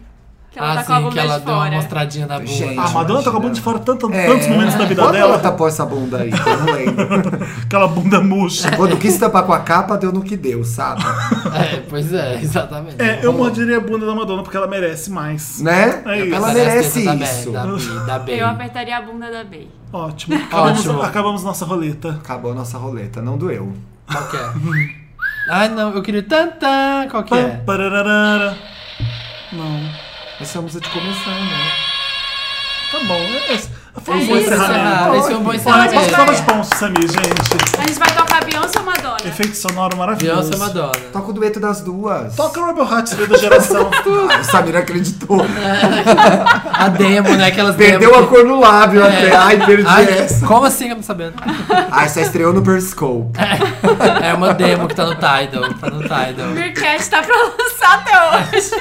Que ela
ah,
tá
sim,
com a bunda
que ela
de
deu uma
fora.
mostradinha na bunda.
Gente,
A Madonna tá com a bunda de fora tanto, tantos momentos da vida
É. Quando
dela.
ela tá- tapou essa bunda aí? Eu não lembro.
Aquela bunda murcha.
Quando quis tampar com a capa, deu no que deu, sabe?
É, pois é, exatamente.
É, eu morderia a bunda da Madonna porque ela merece mais.
Né?
É isso.
Ela
Parece tá
merece
a teta
isso.
Da, Bey, da, Bey,
Eu
da Bey.
apertaria a bunda da Bey.
Ótimo. Acabamos,
Ótimo.
acabamos nossa roleta.
Acabou a nossa roleta, não doeu.
Qual que é? Ai, não, eu queria tantã. Qual que é?
Pam, pararara. Não.
Essa é a música de começar, né?
Tá bom. é- esse- Foi um
É
bom
isso,
encerramento.
Ah, esse é um bom
Palmas, palmas,
encerramento.
palmas, palmas, Samir, gente.
A gente vai tocar Beyoncé ou Madonna?
Efeito sonoro maravilhoso.
Beyoncé é Madonna.
Toca o dueto das duas.
Toca Rebel Heart, seria da geração.
Ah, o Samir acreditou.
A demo, né? Aquelas
Perdeu
demo
a cor no lábio até. Ai, perdi
É. Ai,
essa.
como assim? Eu não sabendo.
Ah, essa estreou no Periscope.
É uma demo que tá no Tidal. Tá no Tidal.
Meerkat tá pra lançar até hoje.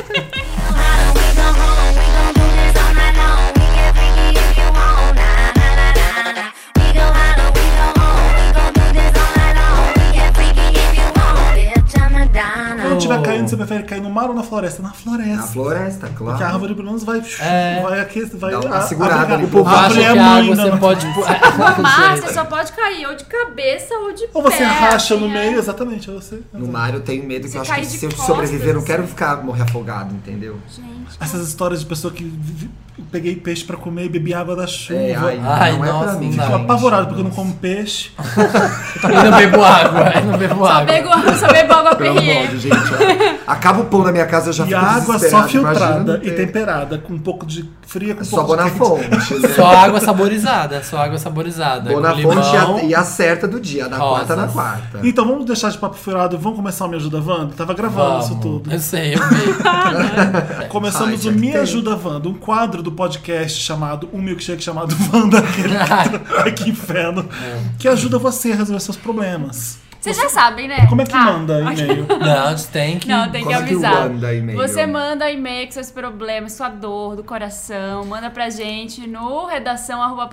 Quando estiver caindo, você prefere cair no mar ou na floresta? Na floresta.
Na floresta, claro.
Que a árvore pelo menos vai.
É.
Vai aqui, vai.
Dá uma
a-
segurada
abrigar.
ali.
O povo
Eu
Acho que
abre a né?
a água
mão
você
ainda.
pode...
Mas
Mas
você só pode cair ou de cabeça ou de pé.
Ou você racha no
assim, é.
meio, exatamente. ou Você...
No mar eu tenho medo que
Se
eu acho que
cair de
se eu
costas,
sobreviver, eu não quero
assim.
ficar morrer afogado, entendeu?
Gente,
Essas histórias de pessoa que vi- vi- peguei peixe pra comer e bebi água da chuva.
É, ai,
Ai,
não é
nossa,
pra mim.
não dá.
Fico
gente.
apavorado porque eu não como peixe.
Eu não bebo água. Eu não bebo
só
água.
bebo, só bebo água
Pelo amor
Perrier.
de gente. ó. Acaba o pão na minha casa, eu já
E
fico
a água só
Tá desesperado, imagina
filtrada
não
e
ter. É
temperada, com um pouco de fria, com um
Só
pouco
vou na
de quente.
fonte. né?
Só água saborizada. Só água saborizada.
Vou na
com
fonte e
limão.
a- e a certa do dia. Da quarta na
rosas.
quarta.
Então vamos deixar de papo furado e vamos começar o Me Ajuda Wanda? Tava gravando
Vamos.
isso tudo.
Eu sei, eu vi.
Ai,
Começamos
já
o
que
Me
tem.
Ajuda Wanda, um quadro do podcast chamado Um Milkshake chamado Wanda. aquele- Ai, que inferno.
É.
Que ajuda você a resolver seus problemas.
Vocês já sabem, né?
Como é que
Ah,
manda e-mail?
Não, tem que.
Não, tem que
Como é que
avisar.
manda e-mail?
Você manda e-mail com seus problemas, sua dor do coração, manda pra gente no redação arroba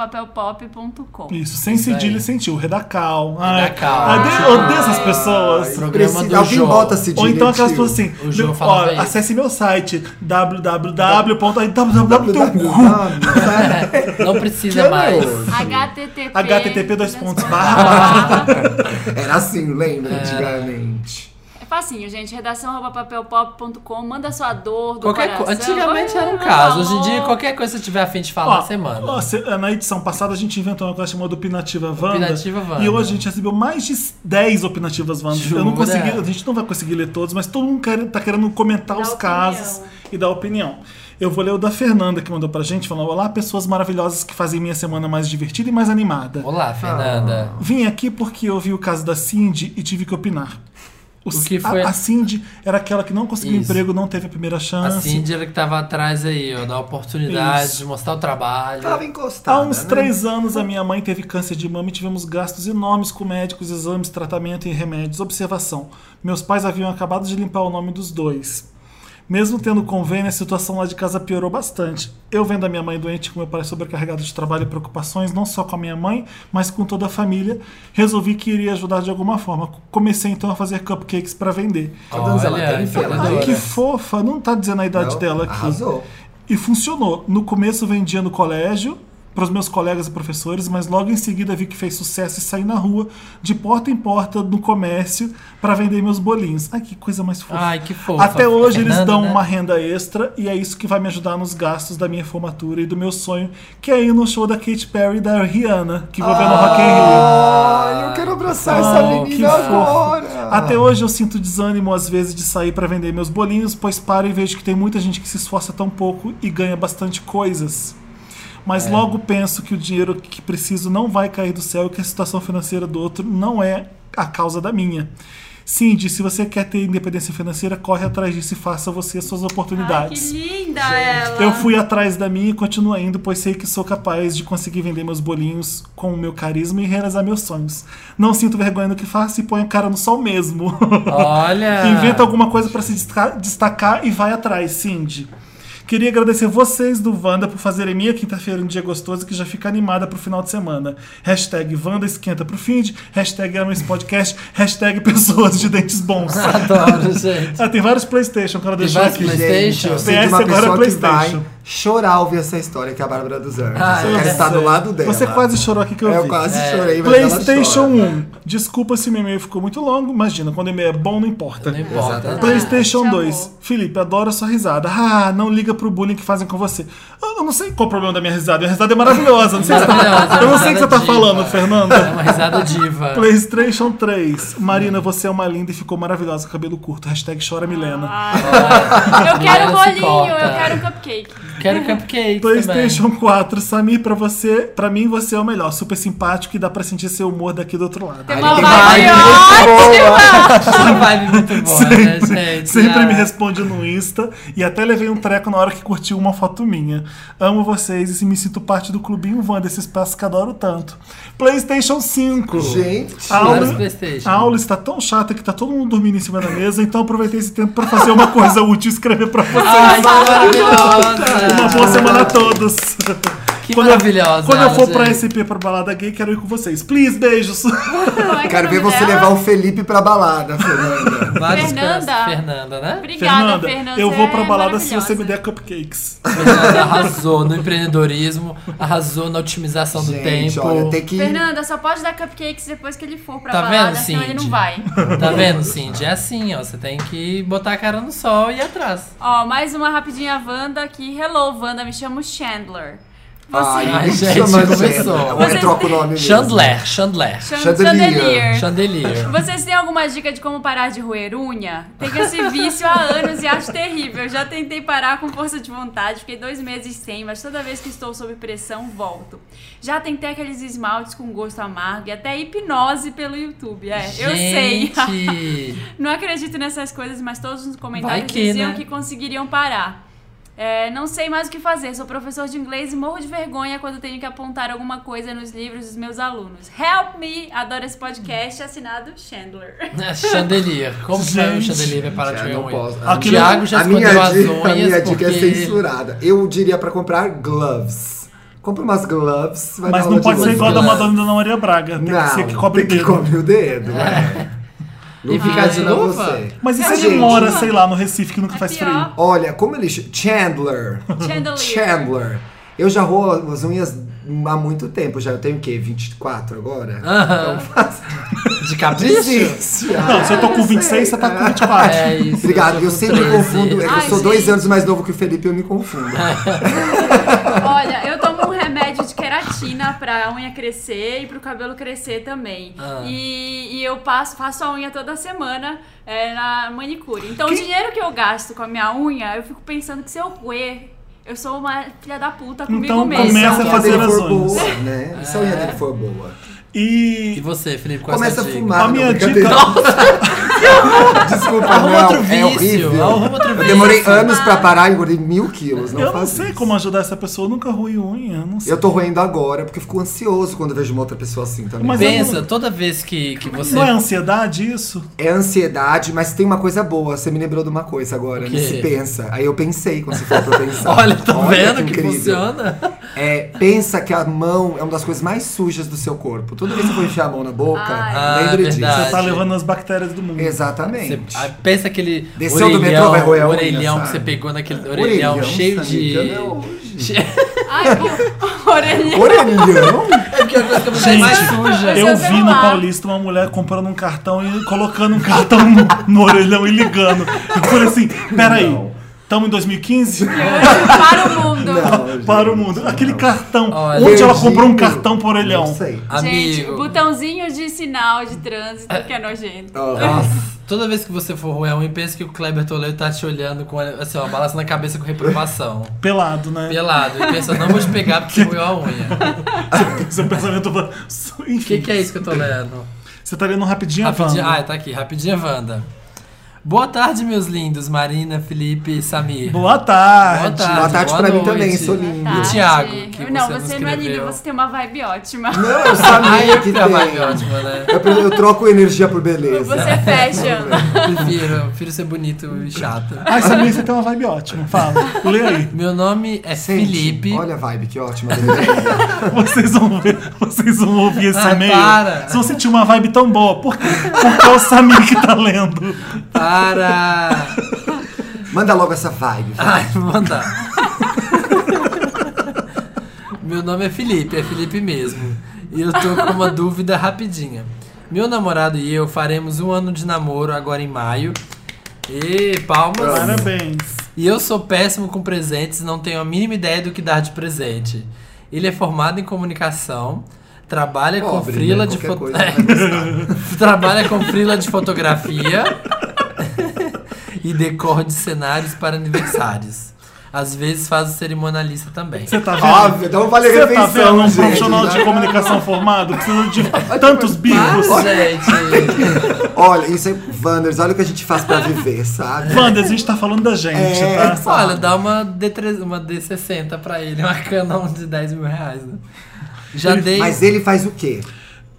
papelpop.com.
Isso, sem
aí.
cedilha e sentiu. Redacal. Ai,
Redacal.
ai, de- eu odeio essas
Ai,
pessoas.
programa
precisa-
do
Alguém
Jô.
bota se
Ou então aquelas pessoas assim,
O João
meu-
falava
olha,
isso.
acesse meu site www. Aí, www teu
Ah,
cu.
www.
Não precisa mais.
HTTP.
HTTP dois
né?
pontos,
barra.
Era assim, lembra?
É.
Antigamente.
É facinho, gente. Redação arroba papelpop.com. Manda sua dor do
Qualquer co-
coração. Ah,
Antigamente era um
Manda
caso. Hoje em
amor.
dia, qualquer coisa que você tiver afim de falar,
Ó,
você manda.
ó, cê- na edição passada a gente inventou uma coisa chamada Opinativa Wanda.
Opinativa Wanda.
E hoje a gente recebeu mais de 10 Opinativas Wanda. Eu não
Jura?
consegui, a gente não vai conseguir ler todos, mas todo mundo quer, tá querendo comentar
Dar
os
opinião.
casos e dar opinião. Eu vou ler o da Fernanda que mandou pra gente, falando: Olá, pessoas maravilhosas que fazem minha semana mais divertida e mais animada.
Olá, Fernanda.
Ah.
Vim aqui porque eu vi o caso da Cindy e tive que opinar. O,
que foi-
a, a Cindy era aquela que não conseguiu
Isso.
emprego, não teve a primeira
A
chance.
Cindy, ela que tava atrás aí, ó, da oportunidade
Ah, Isso.
de mostrar o trabalho.
Tava
Há
encostada.
uns
né?
três anos, a minha mãe teve câncer de mama e tivemos gastos enormes com médicos, exames, tratamento e remédios. Observação: meus pais haviam acabado de limpar o nome dos dois. Mesmo tendo convênio, a situação lá de casa piorou bastante. Eu vendo a minha mãe doente com meu pai sobrecarregado de trabalho e preocupações, não só com a minha mãe, mas com toda a família, resolvi que iria ajudar de alguma forma. Comecei então a fazer cupcakes para vender.
Quantos anos ela
Olha, é
tem, Fernanda?
empreendedora.
Ai, que fofa! Não tá dizendo a idade
Não,
dela aqui.
né? arrasou.
E funcionou. No começo eu vendia no colégio para os meus colegas e professores, mas logo em seguida vi que fez sucesso e saí na rua, de porta em porta, no comércio, para vender meus bolinhos. Ai, que coisa mais fofa.
Ai, que fofa.
Até hoje eles
Fernanda,
dão
né?
uma renda extra e é isso que vai me ajudar nos gastos da minha formatura e do meu sonho, que é ir no show da Katy Perry e da Rihanna, que vou ver no Rock
Ah!
in Rio.
Ai, eu quero abraçar essa
Oh, que
menina
fofo.
agora.
Até hoje eu sinto desânimo às vezes de sair pra vender meus bolinhos, pois paro e vejo que tem muita gente que se esforça tão pouco e ganha bastante coisas. Mas logo penso que o dinheiro que preciso não vai cair do céu e que a situação financeira do outro não é a causa da minha. Cindy, se você quer ter independência financeira, corre atrás disso e faça você as suas
Ai, que
oportunidades.
linda ela.
Eu fui atrás da minha e continuo indo, pois sei que sou capaz de conseguir vender meus bolinhos com o meu carisma e realizar meus sonhos. Não sinto vergonha do que faço e ponho a cara no sol mesmo.
Olha. Ah.
Inventa alguma coisa pra se desca- destacar e vai atrás, Cindy. Queria agradecer vocês do Wanda por fazerem minha quinta-feira um dia gostoso que já fica animada pro final de semana. Hashtag Wanda esquenta pro feed, hashtag ama esse podcast, hashtag pessoas de dentes bons.
Adoro, gente.
Ah, tem vários Playstation, cara, deixar
vários
aqui.
Play- PlayStation?
Gente, eu sei de
PS
uma
agora é
pessoa que vai
PlayStation.
chorar ouvir essa história que é a Bárbara dos Anjos.
Ah, É.
eu
eu
quero estar
sei.
tá do lado dela. É,
Você quase chorou aqui que eu,
Eu
vi.
quase chorei, mas ela
PlayStation
chora.
1. Desculpa se meu e-mail ficou muito longo. Imagina, quando o e-mail é bom, não importa.
Não importa.
Exatamente.
PlayStation
Ah, te
2.
amou.
Felipe, adoro a sua risada. Ah, não liga pro bullying que fazem com você. Eu não sei qual o problema da minha risada. Minha risada é maravilhosa. Não sei o que você tá,
Maravilhosa,
eu não sei o que você tá
risada diva.
falando,
É
Fernanda.
uma risada diva.
PlayStation 3. Marina, você é uma linda e ficou maravilhosa. Cabelo curto. Hashtag chora Milena.
Ah, eu quero
Agora se
bolinho, eu
corta.
quero um cupcake.
Quero cupcake
PlayStation 4. Samir, pra você, pra mim você é o melhor. Super simpático e dá pra sentir seu humor daqui do outro lado.
Tem
Ai,
uma
que
vibe
vibe
ótima.
também. Uma vibe muito boa, né, gente?
Sempre
Ah,
me responde no Insta e até levei um treco na hora que curtiu uma foto minha. Amo vocês e se me sinto parte do clubinho Van desse espaço que adoro tanto. PlayStation 5.
Gente.
A
Vários
aula,
Playstation.
a aula está tão chata que tá todo mundo dormindo em cima da mesa, então aproveitei esse tempo para fazer uma coisa útil e escrever para vocês.
Ai, que maravilhosa.
Uma boa semana a todos.
Que
eu-
maravilhosa,
quando eu for pra
gente.
SP pra balada gay, quero ir com vocês. Please, beijos.
Como é que é
Quero
o
ver
nome
você
dela?
levar o Felipe pra balada, Fernanda.
Vários
Fernanda.
Fernanda. Fernanda, né?
Obrigada, Fernanda.
eu
você
vou pra
é
balada se você
maravilhosa.
me der cupcakes.
Fernanda arrasou no empreendedorismo, arrasou na otimização do
Gente,
tempo.
olha, tem que.
Fernanda, só pode dar cupcakes depois que ele for pra
Tá
balada,
vendo,
senão ele não
Cindy?
vai.
Tá vendo, Cindy? É assim, ó. Você tem que botar a cara no sol e ir atrás.
Ó, mais uma rapidinha Wanda aqui. Hello, Wanda, me chamo Chandler. Você...
Ai,
Ai,
gente,
chama
começou.
Chandler.
Vocês
Agora troca o nome mesmo.
Chandler, Chandler.
Chan-
Chandelier.
Chandelier.
Vocês têm alguma dica de como parar de roer unha? Tenho esse vício há anos e acho terrível. Eu Já tentei parar com força de vontade, fiquei dois meses sem, mas toda vez que estou sob pressão, volto. Já tentei aqueles esmaltes com gosto amargo e até hipnose pelo YouTube. É, eu sei.
sei.
Não acredito nessas coisas, mas todos nos comentários
Vai que,
diziam
né?
que conseguiriam parar. É, não sei mais o que fazer, sou professor de inglês e morro de vergonha quando tenho que apontar alguma coisa nos livros dos meus alunos. Help me! Adoro esse podcast, assinado Chandler.
Chandelier. Como que vai o
Gente,
chandelier vai parar de
Já
ver
É,
um
não
unha?
posso.
O Thiago já
a minha
escondeu as
dica,
unhas
A minha dica é
porque-
censurada. Eu diria pra comprar gloves. Compra umas gloves, vai
Mas
dar
não
aula de
pode ser
gloves.
igual a da
né?
Madonna da Maria Braga. Tem que
Não,
ser que cobre
tem
dedo.
que cobre o dedo. é.
E
Não
fica
fica
de
de novo
luva?
você.
Mas e se
É,
ele
gente.
mora, assim? sei lá, no Recife que nunca
É
faz
pior.
frio?
Olha, como ele chama? Chandler.
Chandelier.
Chandler. Eu já roo as unhas há muito tempo. Já eu tenho o quê? 24 agora? Então
Aham. De capricho?
Desisto. Ah,
Não, se eu tô com 26, você tá com 24.
É isso.
Obrigado, eu
tô com
sempre me
13.
confundo. é que Eu
Ai,
sou dois
gente.
anos mais novo que o Felipe, eu me confundo.
Olha, eu tomo um remédio de queratina pra unha crescer e pro cabelo crescer também.
Ah.
E, e eu passo, faço a unha toda semana é, na manicure. Então o dinheiro que eu gasto com a minha unha, eu fico pensando que se eu roer, eu sou uma filha da puta comigo
Então
mesma.
começa a
Se a unha
fazer
dele
as
for
unhas.
boa, né? Se a unha dele for boa.
E
E
você, Felipe, qual é a
Começa a
sua dica?
fumar.
A minha
não, brincadeira. Desculpa,
Arruma
não,
outro
é
vício.
horrível.
Arruma outro
Eu
vício.
demorei anos
ah.
pra parar, engordei mil quilos. Não
eu não
faz
sei
isso.
como ajudar essa pessoa. Eu nunca ruim unha. eu Não sei.
Eu tô roendo agora, porque eu fico ansioso quando eu vejo uma outra pessoa assim também.
Mas eu
Pensa,
não-
toda vez que, que você.
um
Não é ansiedade isso?
É ansiedade, mas tem uma coisa boa. Você me lembrou de uma coisa agora,
O
né?
quê?
Se pensa. Aí eu pensei quando você falou pra pensar.
Olha, tá vendo que,
incrível.
funciona?
É, pensa que a mão é uma das coisas mais sujas do seu corpo. Toda vez que você for enfiar a mão na boca,
Ai.
lembre
Ah,
disso.
verdade.
Você tá levando as bactérias do mundo.
Exatamente.
Você, ah, pensa aquele
Desceu do
orelhão,
metrô, vai roer a unha,
orelhão que
sabe? É.
você pegou naquele orelhão, cheio de.
amiga, não.
Ai, que orelha.
Orelhão?
É porque é a coisa que eu pensei mais suja.
Eu
Seu
vi
celular.
na Paulista uma mulher comprando um cartão e colocando um cartão no, no orelhão e ligando. Eu falei assim: peraí, estamos em 2015?
Para o mundo.
Não, gente.
Para o mundo. Aquele cartão.
Olha,
Onde ela
Beijinho.
comprou um cartão por orelhão?
Não sei.
Gente,
um Amigo.
botãozinho de sinal de trânsito que é nojento.
Ah,
Nossa, toda vez que você for roer a unha, pensa que o Kleber Toledo tá te olhando com assim, ó, balançando a cabeça com reprovação.
Pelado, né?
Pelado. E pensa, não vou te pegar porque você roeu a unha.
Seu pensamento.
O
Enfim.
que, que é Ah, isso que eu tô lendo?
Você tá lendo um rapidinho,
Rapidinha.
Wanda?
Ah, tá aqui. Rapidinha Wanda. Boa tarde, meus lindos, Marina, Felipe e Samir.
Boa tarde.
Boa tarde.
Boa tarde pra mim
noite.
também, sou lindo.
E o Thiago, que
Tá, não,
você
você
nos
não é lindo,
escreveu.
você tem uma vibe ótima.
Não, eu
Ai, eu
sabia que
é que
tem.
trabalho ótimo, né?
Eu, pre- eu troco energia por beleza.
Você é fecha.
Eu prefiro, eu prefiro ser bonito e chata.
Ai, Samir, você tem uma vibe ótima. Fala. Lê aí.
Meu nome é
Gente,
Felipe.
Olha a vibe, que ótima. beleza.
Vocês vão ver, vocês vão ouvir esse
Ai,
e-mail.
Ah, para.
Vocês vão sentir uma vibe tão boa. Por quê? Porque é o Samir que tá lendo.
Para!
Manda logo essa vibe. vai.
Ai, vou mandar. Meu nome é Felipe, é Felipe mesmo. E eu tô com uma dúvida rapidinha. Meu namorado e eu faremos um ano de namoro agora em maio. E palmas.
Parabéns.
E eu sou péssimo com presentes, não tenho a mínima ideia do que dar de presente. Ele é formado em comunicação, trabalha
Pobre,
com frila
né?
de
Qualquer
foto-
coisa vai gostar.
trabalha com frila de fotografia e decor de cenários para aniversários. Às vezes faz o cerimonialista também.
Você tá vendo?
Óbvio, então vale a
Você tá
refeição,
vendo um
gente. né?
profissional de comunicação formado? Precisa de tantos bicos.
Para, gente!
Olha, isso é... Wanders, olha o que a gente faz pra viver, sabe?
Wanda, a gente tá falando da gente,
É.
tá?
Olha, dá uma, D3, uma D60 pra ele, uma canão de 10 mil reais. Né? Já dei.
Mas ele faz o quê?
Não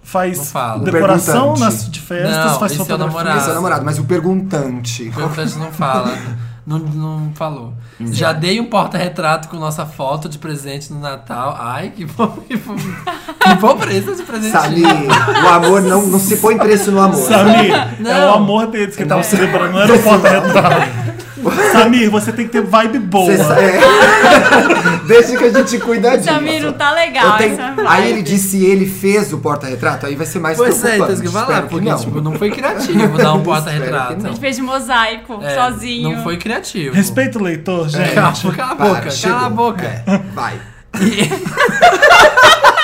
Faz
fala.
decoração
Perguntante.
nas, de festas,
Não,
faz
esse é o
fotografia.
namorado.
Esse é o namorado, mas o perguntante.
Importante não fala. Não, não falou.
Hum.
Já dei um porta-retrato com nossa foto de presente no Natal. Ai, que bom. Que bom, que bom preço de presente.
Sabe, o amor não, não se põe preço no amor.
Samir,
Não.
é o amor deles que tava
É.
celebrando, não era o porta-retrato. Samir, você tem que ter vibe boa.
Cê sa- é. Desde que a gente cuida disso.
Samir, não tá
Eu
legal
tenho-
essa
Aí
vibe.
ele disse ele fez o porta-retrato, aí vai ser mais
Pois é,
preocupante.
então isso que eu ia falar,
Espero que
porque
não.
tipo, não foi criativo dar um porta-retrato.
A gente fez de mosaico,
É,
sozinho.
Não foi criativo. É,
Respeita o leitor, gente.
Cala, cala a
Para,
boca,
chegou. É.
cala a boca.
Vai.
E-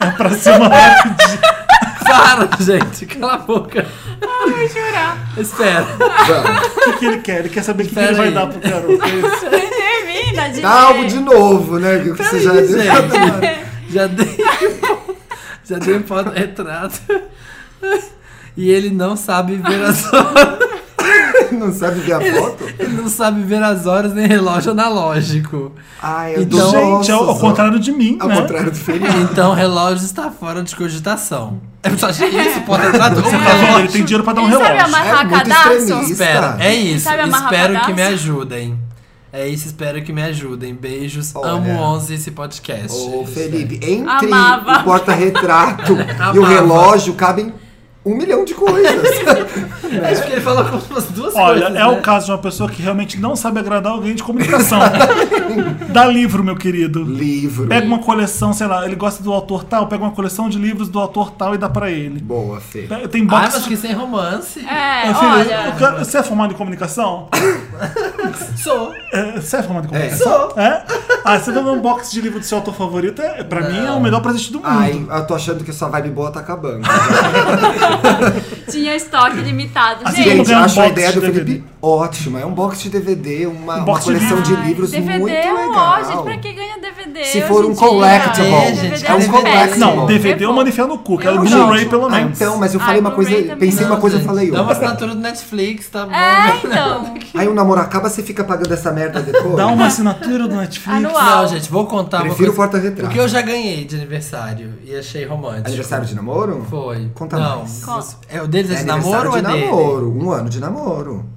É pra cima rapidinho.
para, gente, cala a boca.
Ah, vou chorar.
Espera.
Vamos.
O que, que ele quer? Ele quer saber o que, que ele
Pera
vai
aí.
dar pro garoto.
Nem termina de
Dá Tá algo
ler.
de novo, né? Que você já
Ih,
deu.
gente, já dei. um, Já dei porta-retrato. E ele não sabe ver as horas.
Não sabe ver a foto?
Ele não sabe ver as horas nem relógio analógico.
Ai, eu
Então-
dou-
gente, é ao,
Nossa,
ao contrário de mim,
Ao
né?
contrário do Felipe.
Então o relógio está fora de cogitação. Eu só achei isso, porta-retrato.
Você tá vendo? Ele tem dinheiro pra dar um
Ele sabe
relógio.
amarrar
É muito
cadarço?
extremista.
Espera, é isso.
Sabe amarrar
Espero que
cadarço?
me ajudem. É isso, espero que me ajudem. Beijos,
Olha.
amo 11 esse podcast.
Ô, Felipe, entre
Amava.
o porta-retrato e o
Amava.
relógio cabem um milhão de coisas.
Acho que ele falou com umas duas
Olha,
coisas. né?
é o caso de uma pessoa que realmente não sabe agradar alguém de comunicação. Dá livro, meu querido.
Livro.
Pega uma coleção, sei lá, ele gosta do autor tal, pega uma coleção de livros do autor tal e dá pra ele.
Boa, Fê.
Pe- Tem
Ah, mas
box.
que sem romance.
É,
Meu filho, o
olha.
cara- você é formado em comunicação?
Sou.
É, você é formado em comunicação?
Sou.
É? Ah, você dando um box de livro do seu autor favorito, é, pra mim é o melhor presente do mundo.
Ai, eu tô achando que sua vibe boa tá acabando.
Tinha estoque limitado.
Assim,
gente,
como
Gente,
ganhar um
acho a
box
ideia
de
do Felipe
DVD.
ótima. É um box de DVD, uma, uma
Um box de
coleção de,
ai,
livros
DVD
muito
é um
legal.
ó, gente, pra que ganha DVD?
Se
hoje
for
em
um
dia?
collectible,
É, gente, é um
DVD
collectible.
Não,
péssimo.
DVD
É
eu
bom.
mando enfiar no cu, quero
Eu
Blu-ray
Gente,
pelo
ah,
menos.
então, mas eu
Ah,
falei uma coisa,
Blu-ray também. é
pensei é uma
Não,
coisa e
gente,
falei
Dá uma
outra.
assinatura do Netflix, tá bom.
É, então.
Aí o namoro acaba, você fica pagando essa merda depois.
Dá uma assinatura do Netflix.
Anual.
Não, gente, vou contar
Prefiro
uma coisa.
porta-retrato.
O que eu já ganhei de aniversário e achei romântico.
Aniversário de namoro?
Foi.
Conta
Não.
mais.
Conta.
É o deles é, de namoro
aniversário
ou é
de
dele?
namoro, um ano de namoro.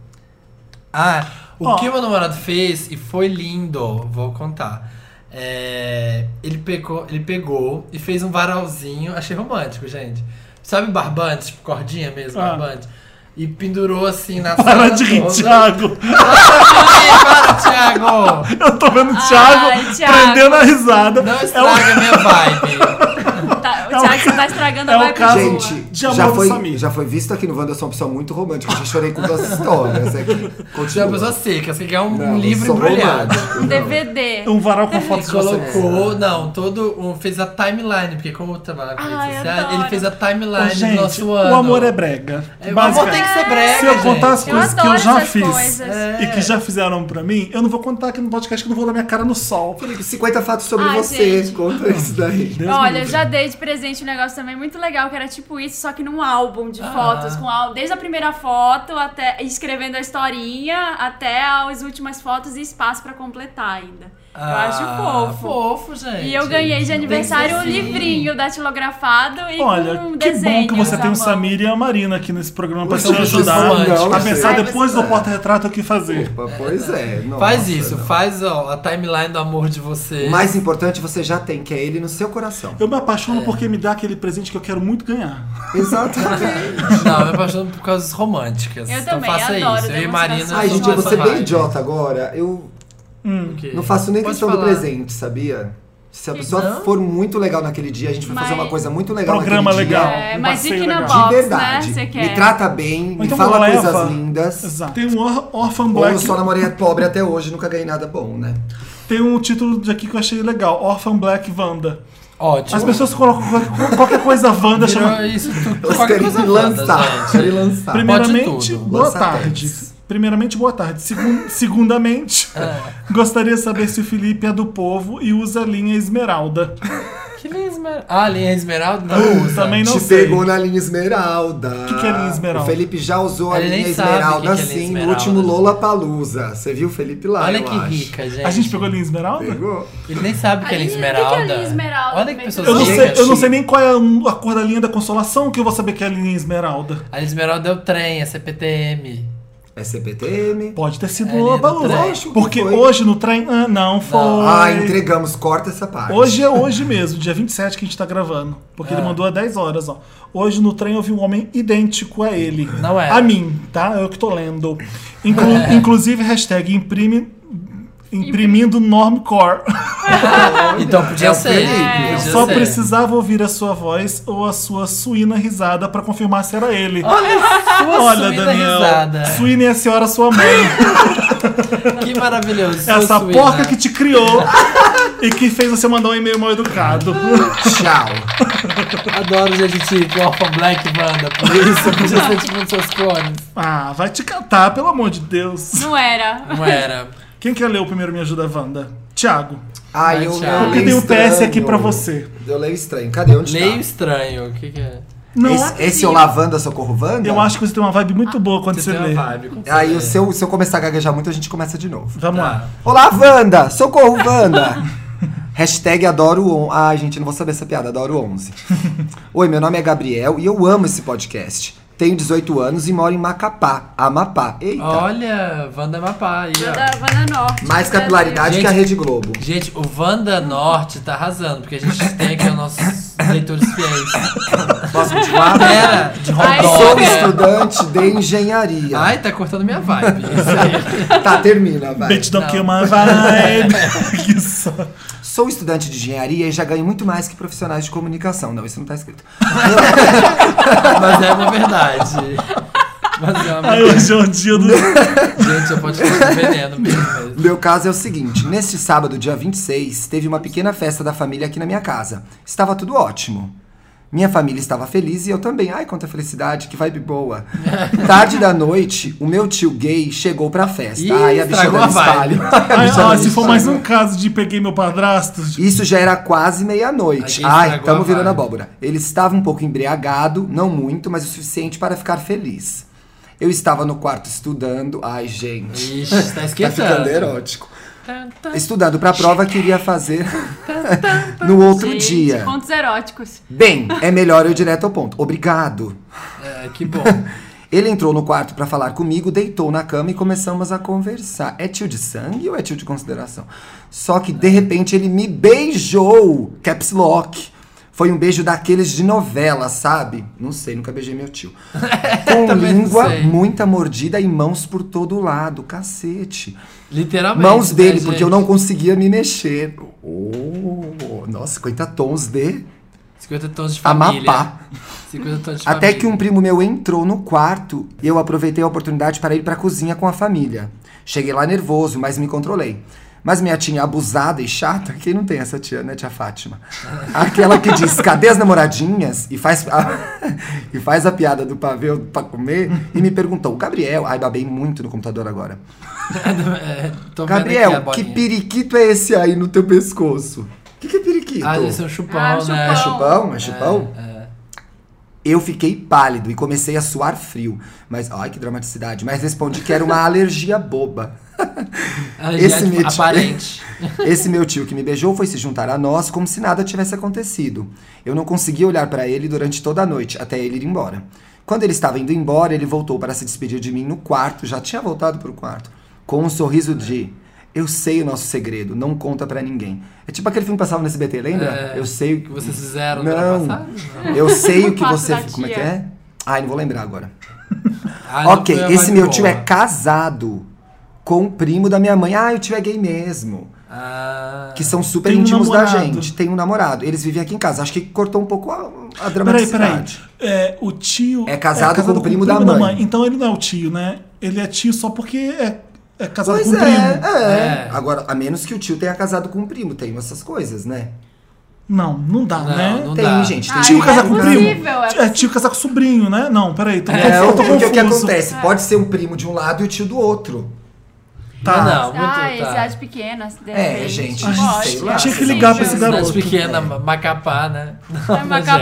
Ah, o
Ó.
que o meu namorado fez e foi lindo, vou contar. É, ele, pegou, ele pegou e fez um varalzinho, achei romântico, gente. Sabe barbante, tipo cordinha mesmo,
Ah.
barbante? E pendurou assim na
Para
sala
de rir,
toda.
Thiago.
Ai, para, Thiago!
Eu tô vendo o Thiago,
Ai, Thiago.
prendendo a risada.
Não
é o
estraga a minha vibe.
Tá, o Thiago você tá estragando
um é
a
o
vibe
caso-
boa.
Gente,
de amor
já
do
foi,
Samir.
já foi visto aqui no Wanderson uma pessoa muito romântica. Eu já chorei com duas histórias aqui.
Você é uma
Continua.
pessoa seca, você quer um,
Não,
um livro
sou
embrulhado.
romântico,
Um
não.
DVD.
um varal com
Ele
fotos de vocês.
colocou, não, todo. um- fez a timeline, porque como eu trabalho com
Ai,
redes sociais,
adoro.
ele fez a timeline
Ô,
do
Gente,
nosso
o
ano.
amor é brega.
É, o amor
Basicamente.
tem que ser brega.
Se eu contar as
gente.
Eu
coisas que eu
adoro
já
essas
fiz
coisas.
É.
e que já fizeram pra mim, eu não vou contar aqui no podcast que eu não vou dar minha cara no sol.
50 fatos sobre
Ai,
você.
gente.
Conta isso daí.
Deus me
Olha, eu
livre.
já dei de presente um negócio também muito legal, que era tipo isso, só que num álbum de
Ah.
fotos, com al- desde a primeira foto até escrevendo a historinha até as últimas fotos e espaço pra completar ainda.
Ah,
eu acho fofo.
Fofo, gente.
Ah. E eu ganhei de
Tem que
aniversário
ser
um
assim.
livrinho datilografado e
Olha,
com um
que
desenho.
bom que você
à
tem o
mão.
Samir e a Marina aqui nesse programa pra
Os
te ajudar
românticos,
a
sim.
pensar
Ai,
depois
você-
do porta-retrato o que fazer.
Opa, pois é. nossa,
Faz isso,
não.
faz ó, a timeline do amor de vocês.
O mais importante você já tem, que é ele no seu coração.
Eu me apaixono porque me dá aquele presente que eu quero muito ganhar.
Exatamente.
Não, eu me apaixono por causas românticas.
Eu
então
também,
faça
adoro
isso. Eu e
demonstrações.
Marina.
Ai, gente, eu vou
somos
ser
essa
bem
vibe.
idiota agora. Eu
Hum.
Ok.
não faço nem
Pode
questão do
falar. Então?
presente, sabia? Se a pessoa
não?
for muito legal naquele dia, a gente vai fazer
Mas-
uma coisa muito legal
Programa
naquele dia.
legal.
É,
Um
mas
passeio
e que na
legal.
box,
De
né?
verdade.
Você quer.
me trata bem, me
Então
fala
leva.
coisas lindas.
Exato. Tem um Or- Orphan
Ou eu
Black.
só namorei pobre até hoje, nunca ganhei nada bom, né?
Tem um título daqui que eu achei legal: Orphan Black Wanda.
Ótimo.
As pessoas colocam qual- qualquer coisa
Virou
Wanda chama.
isso tudo.
Elas
Qualquer
querem
coisa
lançar.
lançada,
Querem
gente.
lançar.
Primeiro-
Primeiramente,
pode tudo.
boa
Lança
tarde.
tanques.
Primeiramente, boa tarde. Segun- segundamente,
É.
gostaria de saber se o Felipe é do povo e usa a linha esmeralda.
Que linha esmeralda. Ah, linha esmeralda? Não usa.
Também não
Te
sei.
pegou na linha esmeralda.
Que que é linha esmeralda?
O Felipe já usou a
Ele nem
linha
sabe
esmeralda,
que que é linha
sim, no
esmeralda.
último Lola Palusa. Você viu o Felipe lá,
Olha
eu
que
acho.
rica, gente.
A gente pegou a linha esmeralda?
Pegou?
Ele nem sabe o que é linha
A linha- o que que é
esmeralda.
linha esmeralda?
Olha que pessoas
Eu não, sei,
ricas.
eu não sei nem qual é a- a cor da linha da consolação que eu vou saber que é a linha esmeralda.
A linha esmeralda é o trem, é CPTM.
É CPTM.
Pode ter sido
É,
Lula
do trem.
Palusa.
Lógico que
Porque
foi.
hoje no trem. Ah, não foi.
Ah, entregamos. Corta essa parte.
Hoje é hoje mesmo, dia 27 que a gente tá gravando. Porque ele
Ah.
mandou há 10 horas, ó. Hoje no trem eu vi um homem idêntico a ele.
Não é.
A mim, tá? Eu que tô lendo. Inclu- Inclusive, hashtag imprime. Imprimindo normcore.
Então podia
É o
ser.
Felipe.
podia
Eu só
ser.
precisava ouvir a sua voz ou a sua suína risada pra confirmar se era
Ah,
ele.
Sua
Olha,
suína
Daniel.
risada.
Suína é a senhora sua mãe.
Que maravilhoso. sua
Essa
suína.
porca que te criou e que fez você mandar um e-mail mal educado.
Tchau.
Adoro gente tipo Orphan Black Banda. Por isso podia ser tipo um dos seus clones.
Ah, vai te catar, pelo amor de Deus.
Não era.
Não era.
Quem quer ler o primeiro Me Ajuda Wanda? Tiago.
Ai,
Vai,
eu,
tchau.
eu
Eu dei
leio
um PS aqui
estranho.
pra você.
Eu leio estranho. Cadê? Onde
Meio
tá?
estranho. O que, que é?
Não, um-
Esse, esse é o Lavanda Socorro Vanda?
eu acho que você tem uma vibe muito boa quando você,
Você tem uma
lê.
vibe. quando você
Aí,
lê.
o seu, se eu começar a gaguejar muito, a gente começa de novo.
Vamos
Tá.
lá.
Olá, Wanda! Socorro, Wanda! Hashtag adoro on... Ai, gente, não vou saber essa piada. Adoro 11. Oi, meu nome é Gabriel e eu amo esse podcast. Tenho 18 anos e moro em Macapá, Amapá. Eita!
Olha, Wanda Mapá aí, ó.
Vanda, Vanda Norte.
Mais
Brasil.
capilaridade
Gente-
que a Rede Globo.
Gente, o Wanda Norte tá arrasando, porque a gente tem aqui os nossos leitores fiéis.
Posso continuar?
Era de
Ai,
Sou
Rondônia.
estudante de engenharia.
Ai, tá cortando minha vibe. Isso aí.
Tá, termina, vai.
Bet don't kill my é vibe. Isso.
Sou estudante de engenharia e já ganho muito mais que profissionais de comunicação. Não, isso não tá escrito.
Mas é uma verdade. Mas é uma
Ai,
verdade.
hoje é um dia do.
Gente, eu posso ficar veneno mesmo.
Meu caso é o seguinte: neste sábado, dia 26, teve uma pequena festa da família aqui na minha casa. Estava tudo ótimo. Minha família estava feliz e eu também. Ai, quanta felicidade, que vibe boa. Tarde da noite, o meu tio gay chegou pra festa.
Ih,
Ai, a bicha
estragou
dando
a vibe.
espalho. A
Ai,
bicha
ó,
dando
se for
espalho.
mais um caso de peguei meu padrasto.
Isso já era quase meia-noite.
Aqui
Ai,
estragou a
tamo virando
vibe.
abóbora. Ele estava um pouco embriagado, não muito, mas o suficiente para ficar feliz. Eu estava no quarto estudando. Ai, gente.
Ixi, tá
Tá ficando
esquentando.
erótico.
Tá,
Estudando pra prova que iria fazer
tá,
no outro
Gente,
dia.
Contos eróticos.
Bem, é melhor eu ir direto ao ponto. Obrigado.
É, que bom.
Ele entrou no quarto pra falar comigo, deitou na cama e começamos a conversar. É tio de sangue ou é tio de consideração? Só que de repente ele me beijou. Caps lock. Foi um beijo daqueles de novela, sabe? Não sei, nunca beijei meu tio. Com
Também não
língua,
sei.
muita mordida e mãos por todo lado. Cacete.
Literalmente.
Mãos
né,
dele,
gente?
porque eu não conseguia me mexer. Oh, nossa, 50 tons de
50 tons de família.
Amapá.
50 tons de
Até
família.
que um primo meu entrou no quarto e eu aproveitei a oportunidade para ir para a cozinha com a família. Cheguei lá nervoso, mas me controlei. Mas minha tia abusada e chata, quem não tem essa tia, né, tia Fátima? Aquela que diz, cadê as namoradinhas? E faz, a, e faz a piada do pavê pra comer. E me perguntou, Gabriel, ai, babei muito no computador agora.
É, tô vendo aqui a
Gabriel, que
bolinha.
periquito é esse aí no teu pescoço? O que, que é periquito?
Ah, deve ser um chupão,
Ah,
né?
chupão.
É chupão? É chupão? Eu fiquei pálido e comecei a suar frio. Mas, ai, que dramaticidade. Mas respondi que era uma alergia boba.
Esse
meu tio-
Ah,
é
aparente.
Esse meu tio que me beijou foi se juntar a nós como se nada tivesse acontecido. Eu não consegui olhar pra ele durante toda a noite, até ele ir embora. Quando ele estava indo embora, ele voltou para se despedir de mim no quarto, já tinha voltado pro quarto, com um sorriso de eu sei o nosso segredo, não conta pra ninguém. É tipo aquele filme que passava no SBT, lembra?
É,
eu sei
O que vocês fizeram no ano
Não.
passado? Não.
Eu sei o que
Passo
você
da
como é que
tia.
é? Ai, não vou lembrar agora.
Ah, não
ok,
foi a
esse
vibe
meu
boa.
tio é casado com o primo da minha mãe. Ah, o tio é gay mesmo.
Ah,
Que são super
Tem um
íntimos da
namorado.
gente. Tem um namorado. Eles vivem aqui em casa. Acho que cortou um pouco a, a
Peraí, peraí.
dramaticidade.
É, o tio.
É casado com o primo da mãe.
Então ele não é o tio, né? Ele é tio só porque é, é casado
Pois
com o
é,
primo.
é.
É.
Agora, a menos que o tio tenha casado com o primo. Tem essas coisas, né?
Não, não dá,
Não,
né?
não
tem,
dá.
gente. Tem um
Ah,
Tio
é
casar com o primo.
possível, é
É tio casar com o sobrinho, né? Não, peraí. Tô,
É,
tô, tô
porque o que
confuso.
acontece? Pode ser um primo de um lado e o tio do outro.
Tá.
Não, não, muito,
Ah,
tá.
cidade pequena. assim, de
É,
repente.
gente,
Pode,
sei lá,
acho
tinha que
sim,
ligar pra
justo.
esse garoto.
Cidade pequena,
É.
Macapá, né?
É Macapá.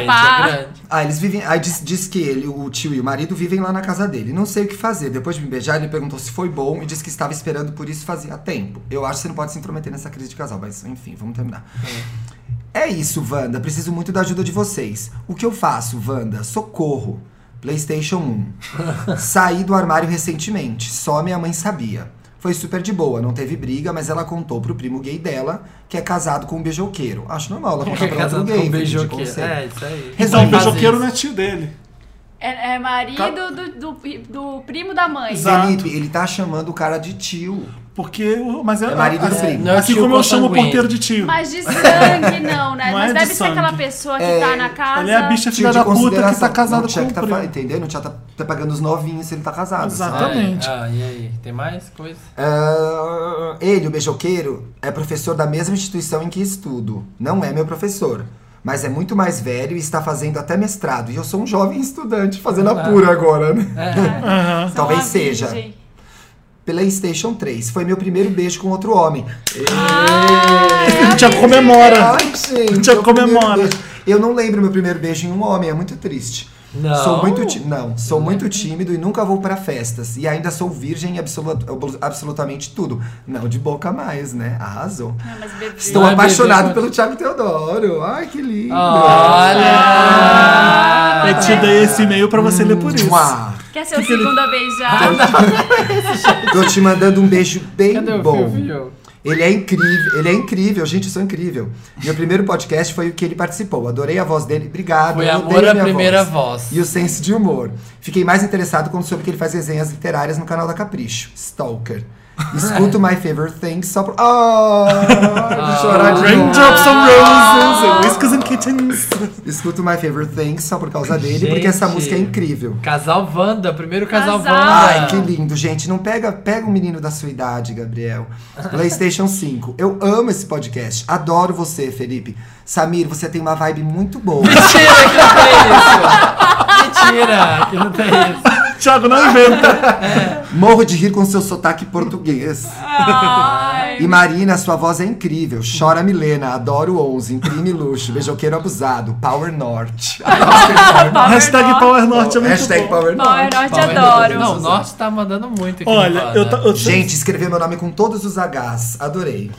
Gente, é grande.
Ah, eles vivem. Aí diz, diz que ele, o tio e o marido vivem lá na casa dele. Não sei o que fazer. Depois de me beijar, ele perguntou se foi bom e disse que estava esperando por isso fazia tempo. Eu acho que você não pode se intrometer nessa crise de casal, mas enfim, vamos terminar. É isso, Wanda. Preciso muito da ajuda de vocês. O que eu faço, Wanda? Socorro. PlayStation 1. Saí do armário recentemente, só minha mãe sabia. Foi super de boa, não teve briga, mas ela contou pro primo gay dela, que é casado com um beijoqueiro. Acho normal ela
Que
contar
é
tá pra outro
casado
gay.
com um
pedir
beijoqueiro.
conselho.
É, isso aí.
Então, o
Resolve
Faz
beijoqueiro
isso.
não é tio dele.
É, é marido do, do, do primo da mãe.
Exato.
Felipe, ele tá chamando o cara de tio.
Porque. o- Mas é,
É marido do primo.
assim,
Não é
assim
tio
como eu chamo o
consanguíneo.
porteiro de tio.
Mas de sangue não, né?
Não
Mas
é de
deve ser
sangue.
aquela pessoa que tá na casa.
Ela é a bicha
Tio
filha
de
da puta que
consideração.
tá casada
Não, tia
com
que
o
tá fa-
primo.
Entendeu? Não, tia tá, tá pagando os novinhos se ele tá casado.
Exato.
sabe?
Exatamente.
Ah, e aí? Tem mais coisa?
Ah, ele, o beijoqueiro, é professor da mesma instituição em que estudo. Não é meu professor. Mas é muito mais velho e está fazendo até mestrado. E eu sou um jovem estudante fazendo a
É.
Ah.
pura agora, né?
É.
Aham.
Só
Talvez
uma
seja.
virgem.
PlayStation 3. Foi meu primeiro beijo com outro homem.
É,
O Thiago comemora.
Ai, gente.
Já
meu primeiro
comemora.
beijo. Eu não lembro meu primeiro beijo em um homem, é muito triste.
Não.
Sou muito ti- não, sou muito tímido e nunca vou pra festas. E ainda sou virgem em absolu- absolutamente tudo. Não de boca mais, né? Arrasou.
Não, mas bebê.
Estou
Não é
apaixonado
bebê,
pelo Thiago Teodoro. Ai, que lindo.
Olha!
Eu te dei É esse e-mail pra você ler por
Hum,
isso.
Mua.
Quer ser o segundo a
Tá
beijar?
Tô te mandando um beijo bem
Cadê o
bom.
fio-fio?
Ele é incrível, ele é incrível, gente, eu sou incrível. Meu primeiro podcast foi o que ele participou. Adorei a voz dele, obrigado.
Foi
eu
amor
odeio
à
minha
primeira voz.
E o senso de humor. Fiquei mais interessado quando soube que ele faz resenhas literárias no canal da Capricho, Stalker. Escuto My Favorite Things só por. Ah, vou chorar de novo.
Raindrops on roses, and whiskers and kittens.
Escuto My Favorite Things só por causa dele,
Gente.
porque essa música é incrível.
Casal Wanda, primeiro casal,
Casal.
Wanda.
Ah.
Ai, que lindo, gente. Não pega, pega um menino da sua idade, Gabriel. PlayStation 5. Eu amo esse podcast. Adoro você, Felipe. Samir, você tem uma vibe muito boa.
Mentira, que não tem isso! Mentira, que não tem isso.
Thiago, não inventa.
Morro de rir com seu sotaque português.
Ai.
E Marina, sua voz é incrível. Chora Milena, adoro 11, imprime luxo, beijoqueiro abusado, Power Norte.
Power
Hashtag
Norte.
Power Norte é Ah, muito
Hashtag
bom.
Power
Power
Norte.
Norte,
Paulo,
adoro.
Não, o Norte tá mandando muito aqui.
Olha,
no
eu,
Wanda.
ta- eu ta-
Gente, escreveu meu nome com todos os Hs, adorei.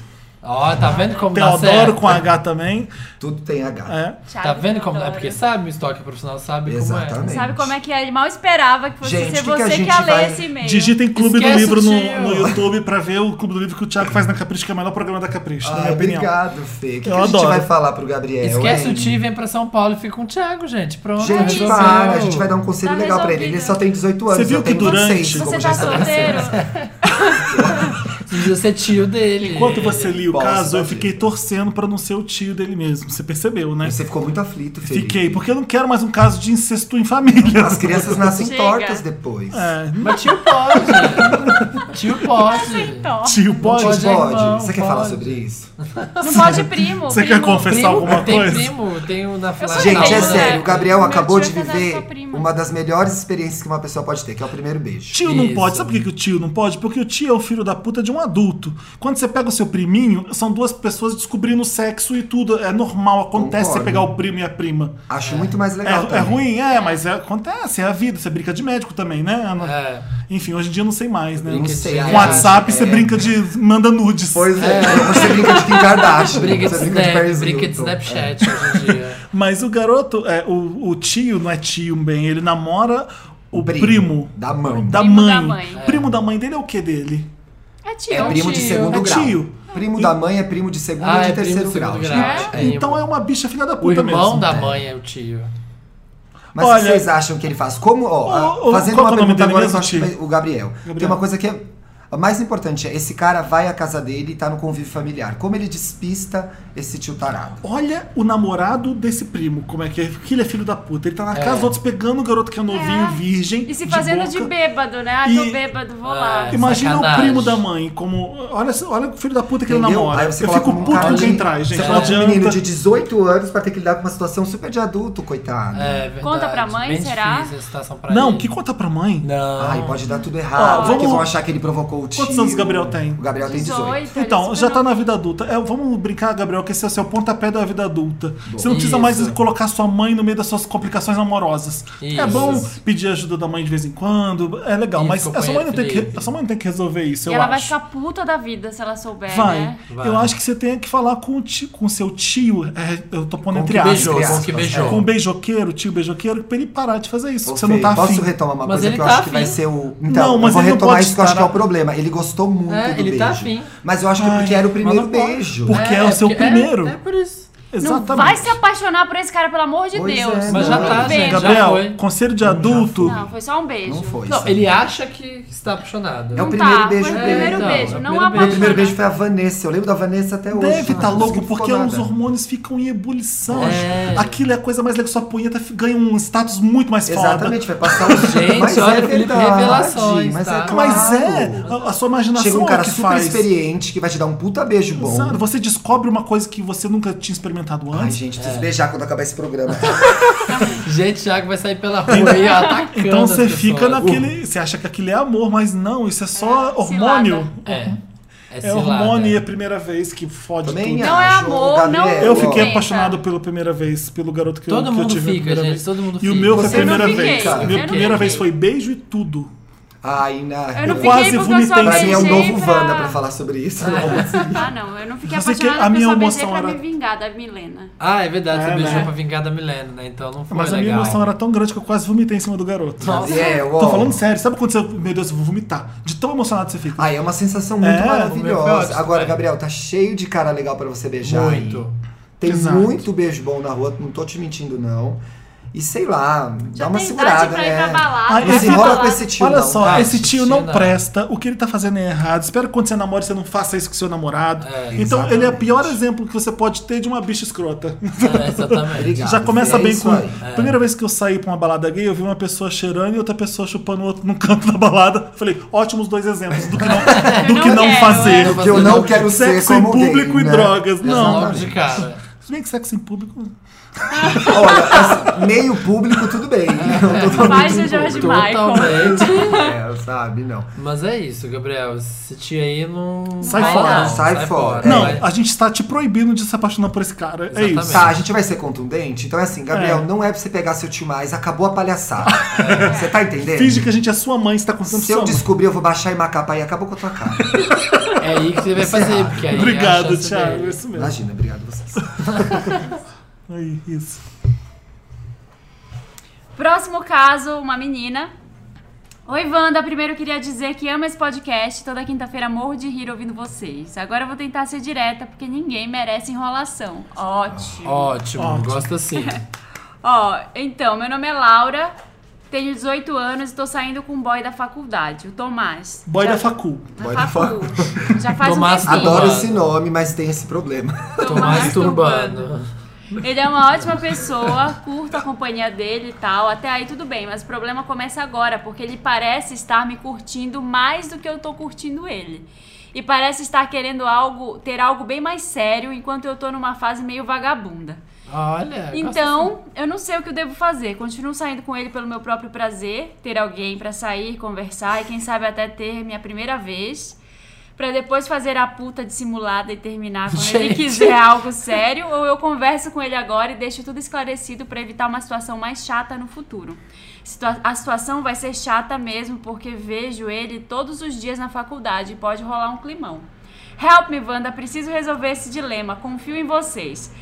Ó, tá vendo como dá
Teodoro
certo?
com H também.
Tudo tem H.
É.
Tá vendo como... É porque sabe, o estoque profissional sabe como
Exatamente.
Sabe como é que é? Ele mal esperava que fosse
Gente, que
ser
que a
você que,
gente
ia ler
vai-
esse e-mail.
Digitem Clube do
Esquece
Livro
o
no,
tio.
no YouTube pra ver o Clube do Livro que o Thiago faz na Capricho, que é o melhor programa da Capricho, na
Ai,
minha opinião.
obrigado, Fê. O que,
Eu
que a gente
adoro.
vai falar pro Gabriel?
é. Esquece
hein?
o tio e vem pra São Paulo e fica com o Thiago, gente. Pronto.
Gente,
resolveu.
para, a gente vai dar um conselho
Tá
legal pra ele. Ele
resolvido.
só tem 18 anos,
Você viu
eu
que
tenho 16,
durante-
como
Você
já
tá
está
solteiro?
um-
Precisa ser tio dele.
Enquanto você lia o
Posso
caso, eu
fazer.
fiquei torcendo pra não ser o tio dele mesmo. Você percebeu, né?
Você ficou muito aflito, Fê.
Fiquei, porque eu não quero mais um caso de incesto em família.
As crianças nascem
Chega.
tortas depois.
É,
Mas tio pode. Tio pode.
Então,
Tio, pode?
pode.
Tio,
Pode?
irmão,
Você quer falar
pode.
sobre isso?
não pode primo.
Você
primo.
quer confessar alguma
tem
coisa?
primo, tem o da
sou
Flávia.
Gente, é
Não,
sério.
né?
O Gabriel
Meu
acabou de
tio é casado
viver
com a prima.
uma das melhores experiências que uma pessoa pode ter, que é o primeiro beijo.
Tio não
Isso.
pode. Sabe por que que o tio não pode? Porque o tio é o filho da puta de um adulto. Quando você pega o seu priminho, são duas pessoas descobrindo o sexo e tudo. É normal, acontece
Concordo.
você pegar o primo e a prima.
Acho muito mais
É,
legal.
é
também.
ruim, é, mas é- acontece, é a vida. Você brinca de médico também, né, Ana?
É.
Enfim, hoje em dia eu não sei mais, né?
Brinca
Não-
sei,
Com
acho,
WhatsApp
é.
você brinca de. manda nudes.
Pois é. Você brinca de Kim Kardashian.
Briga de,
você
snap,
Paris
briga de
Hilton. É.
Snapchat hoje em dia.
Mas o garoto, é, o, o tio não é tio bem, ele namora o, primo,
Da mãe.
da
Primo
mãe.
da mãe.
Primo da mãe dele é o que dele?
É tio.
É primo de
Então, tio.
segundo
É
grau.
tio.
Primo
E-
da mãe é primo de segundo
Ah,
e
é
de
primo de
terceiro grau.
segundo grau.
gente.
É?
É, então é uma bicha filha da
O
puta
irmão
mesmo.
da mãe é o tio.
Mas o
Olha-
que vocês acham que ele faz? Como, ó, a-
Ô, ô,
fazendo
qual
uma
que é o nome
pergunta
dele
agora,
mesmo,
eu acho que
Ti?
o Gabriel. Tem
Gabriel.
uma coisa que é a mais importante é esse cara vai à casa dele e tá no convívio familiar. Como ele despista esse tio tarado?
Olha o namorado desse primo, como é que é? Que ele é filho da puta. Ele tá na casa dos outros pegando o garoto que é novinho,
É.
virgem.
E se fazendo de,
boca.
bêbado, né? Ah, tô
E- Ah,
bêbado, vou
É.
lá.
Imagina
Sacanagem.
o primo da mãe, como. Olha, olha o filho da puta que ele
Entendeu?
namora.
Aí você
Eu
coloca
fico
um
puto
cara
com
de-
quem traz, gente.
Você
Não
coloca um
adianta.
menino de 18 anos pra ter que lidar com uma situação super de adulto, coitado.
É verdade.
Conta pra mãe,
Bem
será?
Difícil a situação pra
Não,
ele.
que conta pra mãe?
Não.
Ai, pode dar tudo
Ó,
errado. porque
vamos-
vão achar que ele provocou o tio.
Quantos anos o Gabriel tem?
O Gabriel tem 18.
ele
Então,
super
já tá
novo.
na vida adulta. É, vamos brincar, Gabriel, que esse é o seu pontapé da vida adulta. Você não precisa
Isso.
mais colocar sua mãe no meio das suas complicações amorosas. É
Isso.
bom pedir ajuda da mãe de vez em quando, é legal,
Isso,
mas a sua, mãe não tem
companheiro
que,
Felipe.
a sua mãe não tem que resolver isso,
E
eu
ela vai
acho.
ficar puta da vida se ela souber,
Vai.
né?
Vai.
Eu acho que você tem que falar com o tio, com o seu tio, é, eu tô pondo
Com
entre
que beijou,
aspas.
com que beijou.
Com o beijoqueiro, o tio beijoqueiro, pra ele parar de fazer isso.
Ô,
que você não
Fê,
tá
Posso
afim.
retomar uma
Mas
coisa
ele
que eu
tá
acho que vai
afim.
ser o. Então,
mas
eu vou
ele não
retomar
pode
isso que eu acho que é o
estar-
problema. Ele gostou muito
É,
do
ele
beijo.
tá afim.
Mas eu acho que é porque era o primeiro
mas não pode.
beijo.
Porque é, o seu
porque-
primeiro.
É, é por isso.
Não
Exatamente.
vai se apaixonar por esse cara, pelo amor de
Pois
Deus.
é,
Mas já
Não,
tá,
Vem.
gente. já foi.
Gabriel, conselho de adulto.
Não, foi só um beijo.
Não foi.
Não,
é
sabe?
ele acha que está apaixonado.
É o
Não
primeiro
tá,
beijo
foi o
dele.
primeiro
Então, é
beijo,
o
não
primeiro beijo.
Meu primeiro beijo
apaixonar.
foi a Vanessa. Eu lembro da Vanessa até hoje.
Deve estar tá
Ah,
louco
não
porque
ficou
os
nada.
hormônios ficam em ebulição.
É.
Aquilo é a coisa mais legal. Sua punheta f- ganha um status muito mais foda.
Exatamente, vai passar os
Gente,
mas
olha,
é
Felipe,
verdade,
revelações,
Mas é
tá?
claro.
Mas é, a- a sua imaginação
Chega um
é
cara
o que
super
faz.
experiente que vai te dar um puta beijo bom.
Exato, Você descobre uma coisa que você nunca tinha experimentado
Ai,
antes.
gente,
É.
preciso beijar quando acabar esse programa.
Gente, Thiago vai sair pela rua aí, ó, atacando.
então
as
você
pessoas. Uh.
fica naquele. Você acha que aquilo é amor, mas não, isso é só hormônio.
cilada.
É. É,
É
cilada.
hormônio e é a primeira vez que fode
Também
tudo.
Não é
acho,
amor,
Gabriel.
não- tá.
Eu fiquei
Tenta.
apaixonado pela primeira vez, pelo garoto que, eu-
Todo
que eu,
mundo
tive a
fica,
primeira
gente.
vez.
Todo mundo
E
fica.
o meu foi a
Você não
primeira
fiquei,
vez.
eu não
Minha primeira
fiquei.
vez foi beijo e tudo.
Ai, na...
Eu não
Eu
fiquei
quase
porque eu só
vomitei.
Pra mim é um
beijei
novo
pra-
Wanda pra falar sobre isso.
Ah, não, eu não fiquei
Eu sei que a
apaixonada porque
minha
eu só beijei
emoção
pra
era-
me vingar da Milena.
Ah, é verdade, você
É,
beijou
né?
pra vingar da Milena, né? Então não foi
Mas a
legal.
minha emoção era tão grande que eu quase vomitei em cima do garoto.
Nossa.
É, ó.
Tô falando sério, sabe quando você. Meu Deus, eu vou vomitar. De tão emocionado que você fica.
Ai, é uma sensação muito
o
É,
meu foi
maravilhosa.
ótimo
Agora,
também.
Gabriel, tá cheio de cara legal pra você beijar.
Muito.
aí. Tem
Exato.
muito beijo bom na rua, não tô te mentindo, não. E sei lá, dá uma
tem
segurada,
idade pra ir
né?
pra balada,
Ai,
não
esse
se enrola
balada.
com esse tio,
Olha
não,
só,
tá?
esse tio não
Tio não.
presta, o que ele tá fazendo é errado. Espero que quando você namore, você não faça isso com seu namorado.
É,
então,
exatamente.
ele é o pior exemplo que você pode ter de uma bicha escrota.
É, exatamente.
Obrigado.
Já começa
é
bem
isso
com.
aí.
Primeira vez que eu saí pra uma balada gay, eu vi uma pessoa cheirando e outra pessoa chupando o outro no canto da balada. Falei, ótimos dois exemplos do que não, do
Eu
que
não
não
quero,
fazer.
eu
Que eu não quero ser
Sexo em
como gay,
público e
né?
drogas. Não.
Logo de cara.
Se bem que sexo em público.
Olha, assim, meio público, tudo
É.
bem. Não tô falando
Mas
de
o Jorge
público.
Michael.
Totalmente.
É, sabe, não.
Mas é isso, Gabriel. Esse tio aí não.
Sai
vai
fora.
não,
Sai fora. É.
Não,
Vai-
a gente está te proibindo de se apaixonar por esse cara. É
Exatamente.
isso.
Tá, a gente vai ser contundente. Então é assim, Gabriel,
É.
não é pra você pegar seu tio mais, acabou a palhaçada.
É.
Você tá entendendo?
Finge que a gente é sua mãe, você tá contando
Se
sua
eu
mãe.
descobrir, eu vou baixar e macapá e acabou com a tua cara.
É aí que você vai fazer. Porque aí é a
Obrigado,
chance
Thiago.
dele.
Isso mesmo.
Imagina, obrigado a vocês.
Aí, isso.
Próximo caso, uma menina. Oi, Wanda. Primeiro queria dizer que amo esse podcast. Toda quinta-feira morro de rir ouvindo vocês. Agora eu vou tentar ser direta, porque ninguém merece enrolação. Ótimo.
Ótimo,
Ótimo.
gosto assim.
Ó, então, meu nome é Laura, tenho 18 anos e tô saindo com um boy da faculdade, o Tomás.
Boy
Já-
da facul.
Boy
da
da
facu. Já faz
Tomás
um tempinho.
Adoro
Adoro.
esse nome, mas tem esse problema.
Tomás Turbano.
Ele é uma ótima pessoa, curto a companhia dele e tal. Até aí tudo bem, mas o problema começa agora, porque ele parece estar me curtindo mais do que eu tô curtindo ele. E parece estar querendo algo, ter algo bem mais sério, enquanto eu tô numa fase meio vagabunda.
Olha. assim.
Então, eu não sei o que eu devo fazer. Continuo saindo com ele pelo meu próprio prazer, ter alguém pra sair, conversar e quem sabe até ter minha primeira vez. Pra depois fazer a puta dissimulada e terminar quando ele
Gente.
quiser é algo sério, ou eu converso com ele agora e deixo tudo esclarecido pra evitar uma situação mais chata no futuro. Situa- a situação vai ser chata mesmo, porque vejo ele todos os dias na faculdade e pode rolar um climão. Help me, Wanda, preciso resolver esse dilema. Confio em vocês.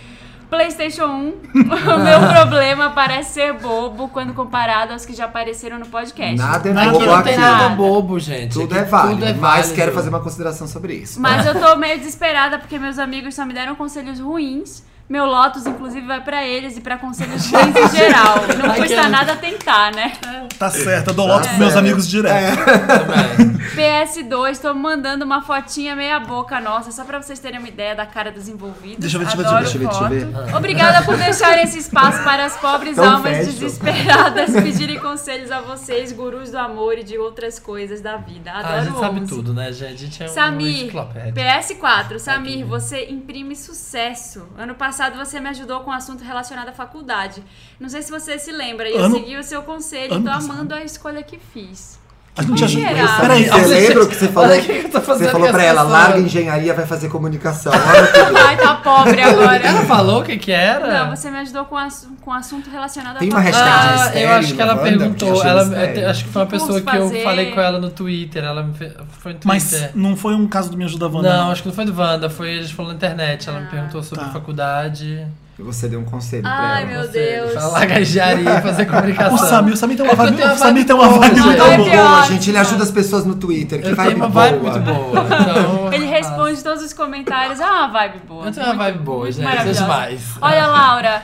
PlayStation 1, o meu problema parece ser bobo quando comparado aos que já apareceram no podcast.
Nada é
Nada,
bobo
Aqui não tem
aqui.
nada bobo, gente.
Tudo
Aqui
é válido,
Tudo é válido.
mas quero fazer uma consideração sobre isso.
Mas eu tô meio desesperada porque meus amigos só me deram conselhos ruins. Meu Lotus, inclusive, vai pra eles e pra conselhos ruins em geral. Não custa
Aquele-
nada tentar, né?
Tá certo, eu dou lote pros meus
certo.
amigos direto.
também.
PS2, tô mandando uma fotinha meia boca nossa, só pra vocês terem uma ideia da cara dos envolvidos.
Deixa eu ver, deixa eu ver,
Adoro
deixa eu ver,
foto.
deixa eu ver,
Obrigada por deixar esse espaço para as pobres
Tão
almas
fértil.
desesperadas pedirem conselhos a vocês, gurus do amor e de outras coisas da vida. Adoro
Ah, a gente sabe
onze.
tudo, né, gente? A gente é um
Samir,
enciclopédia.
PS4, Samir, você imprime sucesso. Ano passado você me ajudou com um assunto relacionado à faculdade. Não sei se você se lembra, e eu
Ano-
segui o seu conselho e
ano
tô
passado.
amando a escolha que fiz.
A gente ajuda.
será?
Peraí,
Você
a-
lembra o que você falou?
Olha o que eu tô fazendo
você falou
com
pra
as
ela,
pessoas.
larga engenharia, vai fazer comunicação. Olha tudo.
Ai, tá pobre agora.
Ela falou o que que era?
Não, você me ajudou com, um assu- com assunto relacionado
Tem
à
uma
faculdade.
hashtag
Ah,
mistério
eu acho que ela
na banda, porque
perguntou.
achei
Ela,
mistério.
eu te- acho que foi uma
Que
pessoa
curso
que eu
fazer?
falei com ela no Twitter. Ela me fez, foi no Twitter.
Mas não foi um caso do Me Ajuda Wanda.
é. Não, acho que não foi do Wanda, foi a gente falou na internet.
Ah.
Ela me perguntou sobre
Tá.
faculdade.
E você deu um conselho pra
Ai,
ela.
meu
Você-
Deus.
Ela larga a engenharia e fazer
O
comunicação.
Samir, o Samir tem uma
É que eu
vibe,
tenho uma
o Samir
vibe
tem uma
boa,
vibe muito
gente.
Tão
Ai,
boa.
que
boa,
ótimo.
gente. Ele ajuda as pessoas no Twitter. Que
Eu
vibe
tenho uma
boa.
vibe muito boa.
é
Então,
Ele responde todos os comentários. Ah, vibe boa.
Eu tenho é uma vibe boa,
muito
gente. Vocês
maravilhosa.
demais.
Olha, Laura,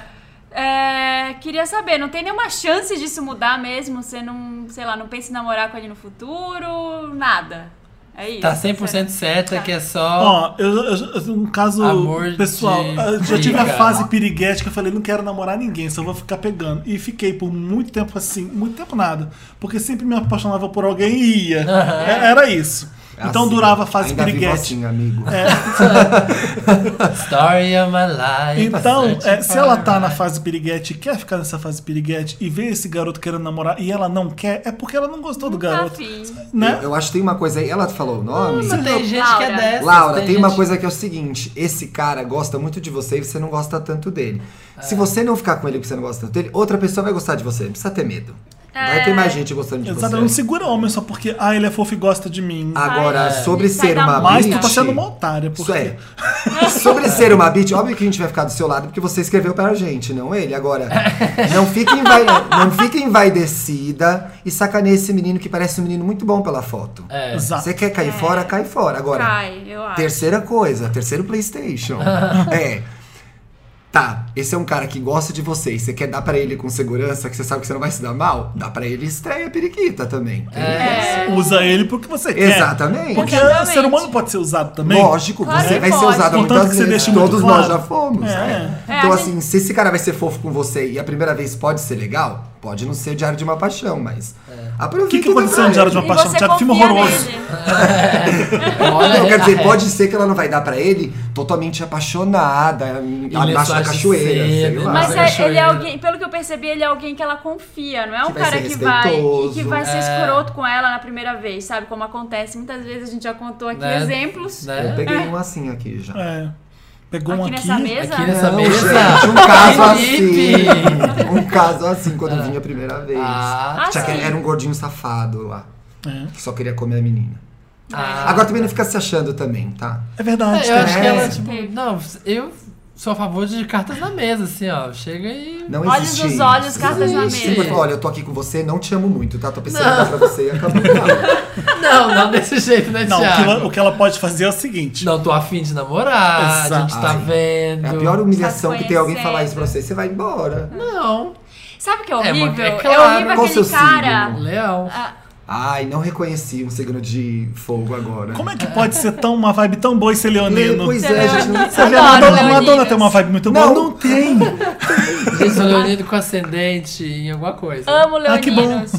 é, queria saber, não tem nenhuma chance disso mudar mesmo? Você não, sei lá, não pensa em namorar com ele no futuro, nada. É isso.
Tá 100% certa
Tá.
que é só.
Ó, eu, eu- eu- um caso
Amor
pessoal.
de
Ah, Eu já tive a
briga.
fase piriguete que eu falei, não quero namorar ninguém, só vou ficar pegando. E fiquei por muito tempo assim, muito tempo nada. Porque sempre me apaixonava por alguém e ia. É- Era isso. Então
Assim,
durava a fase
ainda assim.
piriguete. É.
vivotinho, amigo.
Story of my life.
Então,
Searching
é, se ela
for
tá na
my-
fase piriguete, e quer ficar nessa fase piriguete e vê esse garoto querendo namorar e ela não quer, é porque ela não gostou do
Tá
garoto.
afim.
Né?
Eu, eu acho que tem uma coisa aí. Ela falou o nome?
Mas tem gente que é
Laura.
dessa.
Laura, tem, uma
gente-
coisa que é o seguinte: esse cara gosta muito de você e você não gosta tanto dele. Se você não ficar com ele porque você não gosta tanto dele, outra pessoa vai gostar de você. Não precisa ter medo. Vai ter mais gente gostando de
Exato, não
você.
segura homem só porque, ah, ele é fofo e gosta de mim.
Agora,
Ai,
sobre
sai
ser
da
uma
mão.
Mas tu
bitch-
tá sendo uma otária,
Isso
porque.
é. Sobre ser uma bitch, óbvio que a gente vai ficar do seu lado porque você escreveu pra gente, não ele. Agora, não fique, envai... não fique envaidecida e sacaneie esse menino que parece um menino muito bom pela foto.
É.
Exato.
Você quer cair fora, cai fora. Agora,
Cai, eu acho.
Terceira coisa, terceiro PlayStation. é. Tá, esse é um cara que gosta de você e você quer dar pra ele com segurança, que você sabe que você não vai se dar mal, dá pra ele estreia a periquita também.
É.
É. Usa ele porque você quer.
Exatamente.
Porque o
Exatamente.
ser humano pode ser usado também.
Lógico,
Claro
você
que
vai ser
pode.
usado
Contanto
muitas
que você
vezes.
deixe muito
Todos
claro.
nós já fomos.
É.
né?
É,
então,
a
assim, se esse cara vai ser fofo com você e a primeira vez pode ser legal, pode não ser Diário de uma Paixão, mas.
O
Aproveita.
É. que, que aconteceu no
também.
Diário de uma
E
Paixão?
você
Tiago, filme
confia
horroroso.
nele.
Olha,
Não, quer dizer,
é.
pode ser que ela não vai dar pra ele totalmente apaixonada, abaixo da
acha
cachoeira, sei
cedo,
lá.
Mas
Ah,
é,
cachorro.
ele é alguém, pelo que eu percebi, ele é alguém que ela confia, não é um
Que vai
cara
ser
que vai e que
respeitoso.
vai ser
É.
escroto com ela na primeira vez, sabe? Como acontece muitas vezes, a gente já contou aqui
Né?
exemplos.
Eu
Né?
peguei um assim aqui já.
É. Pegou
Aqui
um aqui.
nessa mesa.
Aqui nessa
Não,
mesa. tá
gente, um caso
Felipe!
assim. Um caso assim, quando eu vim a primeira vez.
Ah,
Ah,
Tinha que-
sim.
Era um gordinho safado lá,
É.
que só queria comer a menina.
ah.
Agora também não fica se achando também, tá?
É verdade.
Eu
tem-
acho que ela, tipo,
Teve.
não, eu sou a favor de cartas na mesa, assim, ó. Chega e.
Não
Olhos
existe
nos
isso.
olhos, cartas na
Existe.
mesa.
Tipo, Olha, eu tô aqui com você, não te amo muito, tá? Tô pensando
Não.
em dar pra você e acabou. Não.
Não, não desse jeito, né,
Não, o que, ela,
Thiago?
o que ela pode fazer é o seguinte.
Não, tô afim de namorar, a gente
Exato.
tá
Ai,
vendo.
É a pior humilhação que tem alguém falar isso pra
conhecendo.
você. Você vai embora.
Não,
Sabe o que é
É,
horrível?
mas é
É,
claro.
horrível
Qual
aquele
seu
cara.
signo?
leão.
Ah,
Ai, não reconheci um signo de fogo agora.
Como é que pode ser tão uma vibe tão boa esse leonino?
Pois é, gente, não
Você vê, a
Adoro
Madonna, a Madonna
leoninas.
tem uma vibe muito boa.
Não, não tem.
Gente, sou leonido com ascendente em alguma coisa.
Amo
Ah, que bom.
leoninos.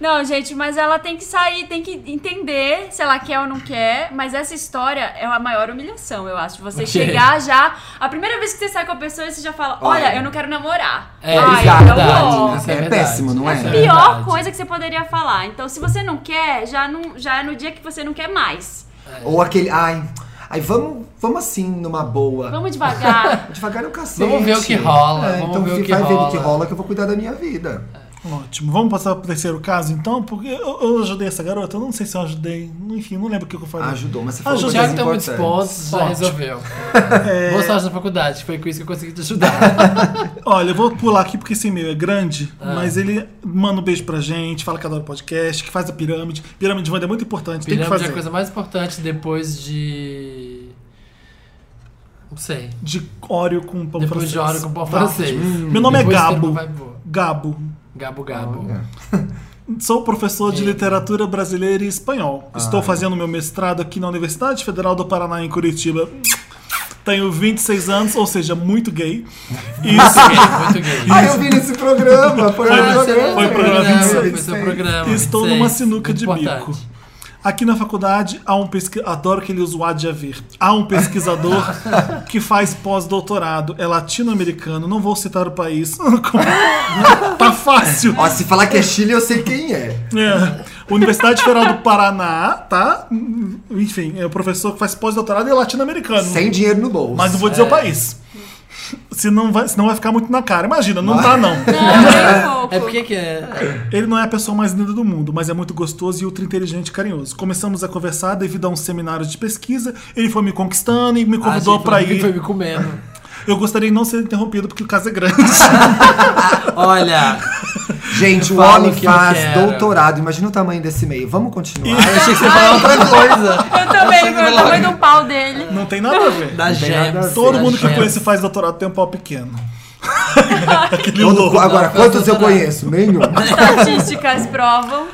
Não, gente, mas ela tem que sair, tem que entender se ela quer ou não quer. Mas essa história é a maior humilhação, eu acho. Você
Gente.
chegar já. A primeira vez que você sai com a pessoa, você já fala: Olha,
Olha.
eu não quero namorar.
É,
Ai,
isso é
então
verdade,
vou.
né? Isso
É
verdade.
péssimo, não é?
Isso
Pior
verdade.
coisa que você poderia falar. Então, se você não quer, já, não, já é no dia que você não quer mais.
Ou aquele. Ai, ai vamos, vamos assim, numa boa.
Vamos devagar.
Devagar no cacete.
Vamos ver o que rola, vamos
então
ver o
fi-
que
vai ver o
rola.
que rola que eu vou cuidar da minha vida.
Ótimo. Vamos passar pro terceiro caso, então? Porque eu, eu ajudei essa garota, eu não sei se eu ajudei. Enfim, não lembro o que eu falei.
Ajudou, mas você falou
Ajudou.
O Thiago
coisas
Ah, tem muitos pontos,
importantes.
já
Ótimo.
resolveu.
É,
Boa sorte na faculdade, foi com isso que eu consegui te ajudar.
Olha, eu vou pular aqui porque esse e-mail é grande,
Ah.
mas ele manda um beijo pra gente, fala que adora o podcast, que faz a pirâmide. Pirâmide Wanda é muito importante, tem que
Pirâmide é
fazer.
a coisa mais importante depois de. Não sei.
De óleo com pão
Depois
francês.
de hora com pão
Tá.
francês.
Meu nome é
Depois de
Gabo.
tempo vai boa.
Gabo.
Gabo Gabo.
É.
Sou professor
É.
de literatura brasileira e
Ah,
espanhol. Estou fazendo meu mestrado aqui na Universidade Federal do Paraná, em Curitiba. Tenho 26 anos, ou seja, muito gay. Isso.
Muito gay.
Ai, Ah, eu vi nesse programa. Foi
Foi-
um programa.
foi o programa
Foi
26.
seu programa.
Estou
26.
numa sinuca
Muito
de
importante.
bico. Aqui na faculdade há um pesquisador. Adoro que ele usa o há de haver. Há um pesquisador que faz pós-doutorado. É latino-americano. Não vou citar o país. Como- tá fácil.
Ó, se falar que é Chile, eu sei quem é.
É. Universidade Federal do Paraná, tá? Enfim, é o professor que faz pós-doutorado e é latino-americano.
Sem dinheiro no bolso.
Mas não vou dizer o país. Senão vai, senão vai ficar muito na cara. Imagina, não tá não.
Não, nem
É
um pouco.
porque que é.
Ele não é a pessoa mais linda do mundo, mas é muito gostoso e ultra inteligente e carinhoso. Começamos a conversar devido a um seminário de pesquisa. Ele foi me conquistando e me
Achei
convidou
que
pra
foi- Ah, Foi
ir.
me comendo.
Eu gostaria de não ser interrompido porque o caso é grande.
Ah. Olha,
Gente,
Eu
o
falo
homem
que eu
faz
quero.
doutorado. Imagina o tamanho desse meio. Vamos continuar.
eu achei que você ia falar outra coisa.
Eu também, meu tamanho do pau dele.
Não tem nada a ver.
Da
tem nada a
Gems.
ver.
Todo
da
mundo que
Gems.
conhece faz doutorado tem um pau pequeno. Aquele
Eu não-
louco.
agora,
Não, faz
quantos eu
doutorado.
conheço? Nenhum.
Estatísticas provam.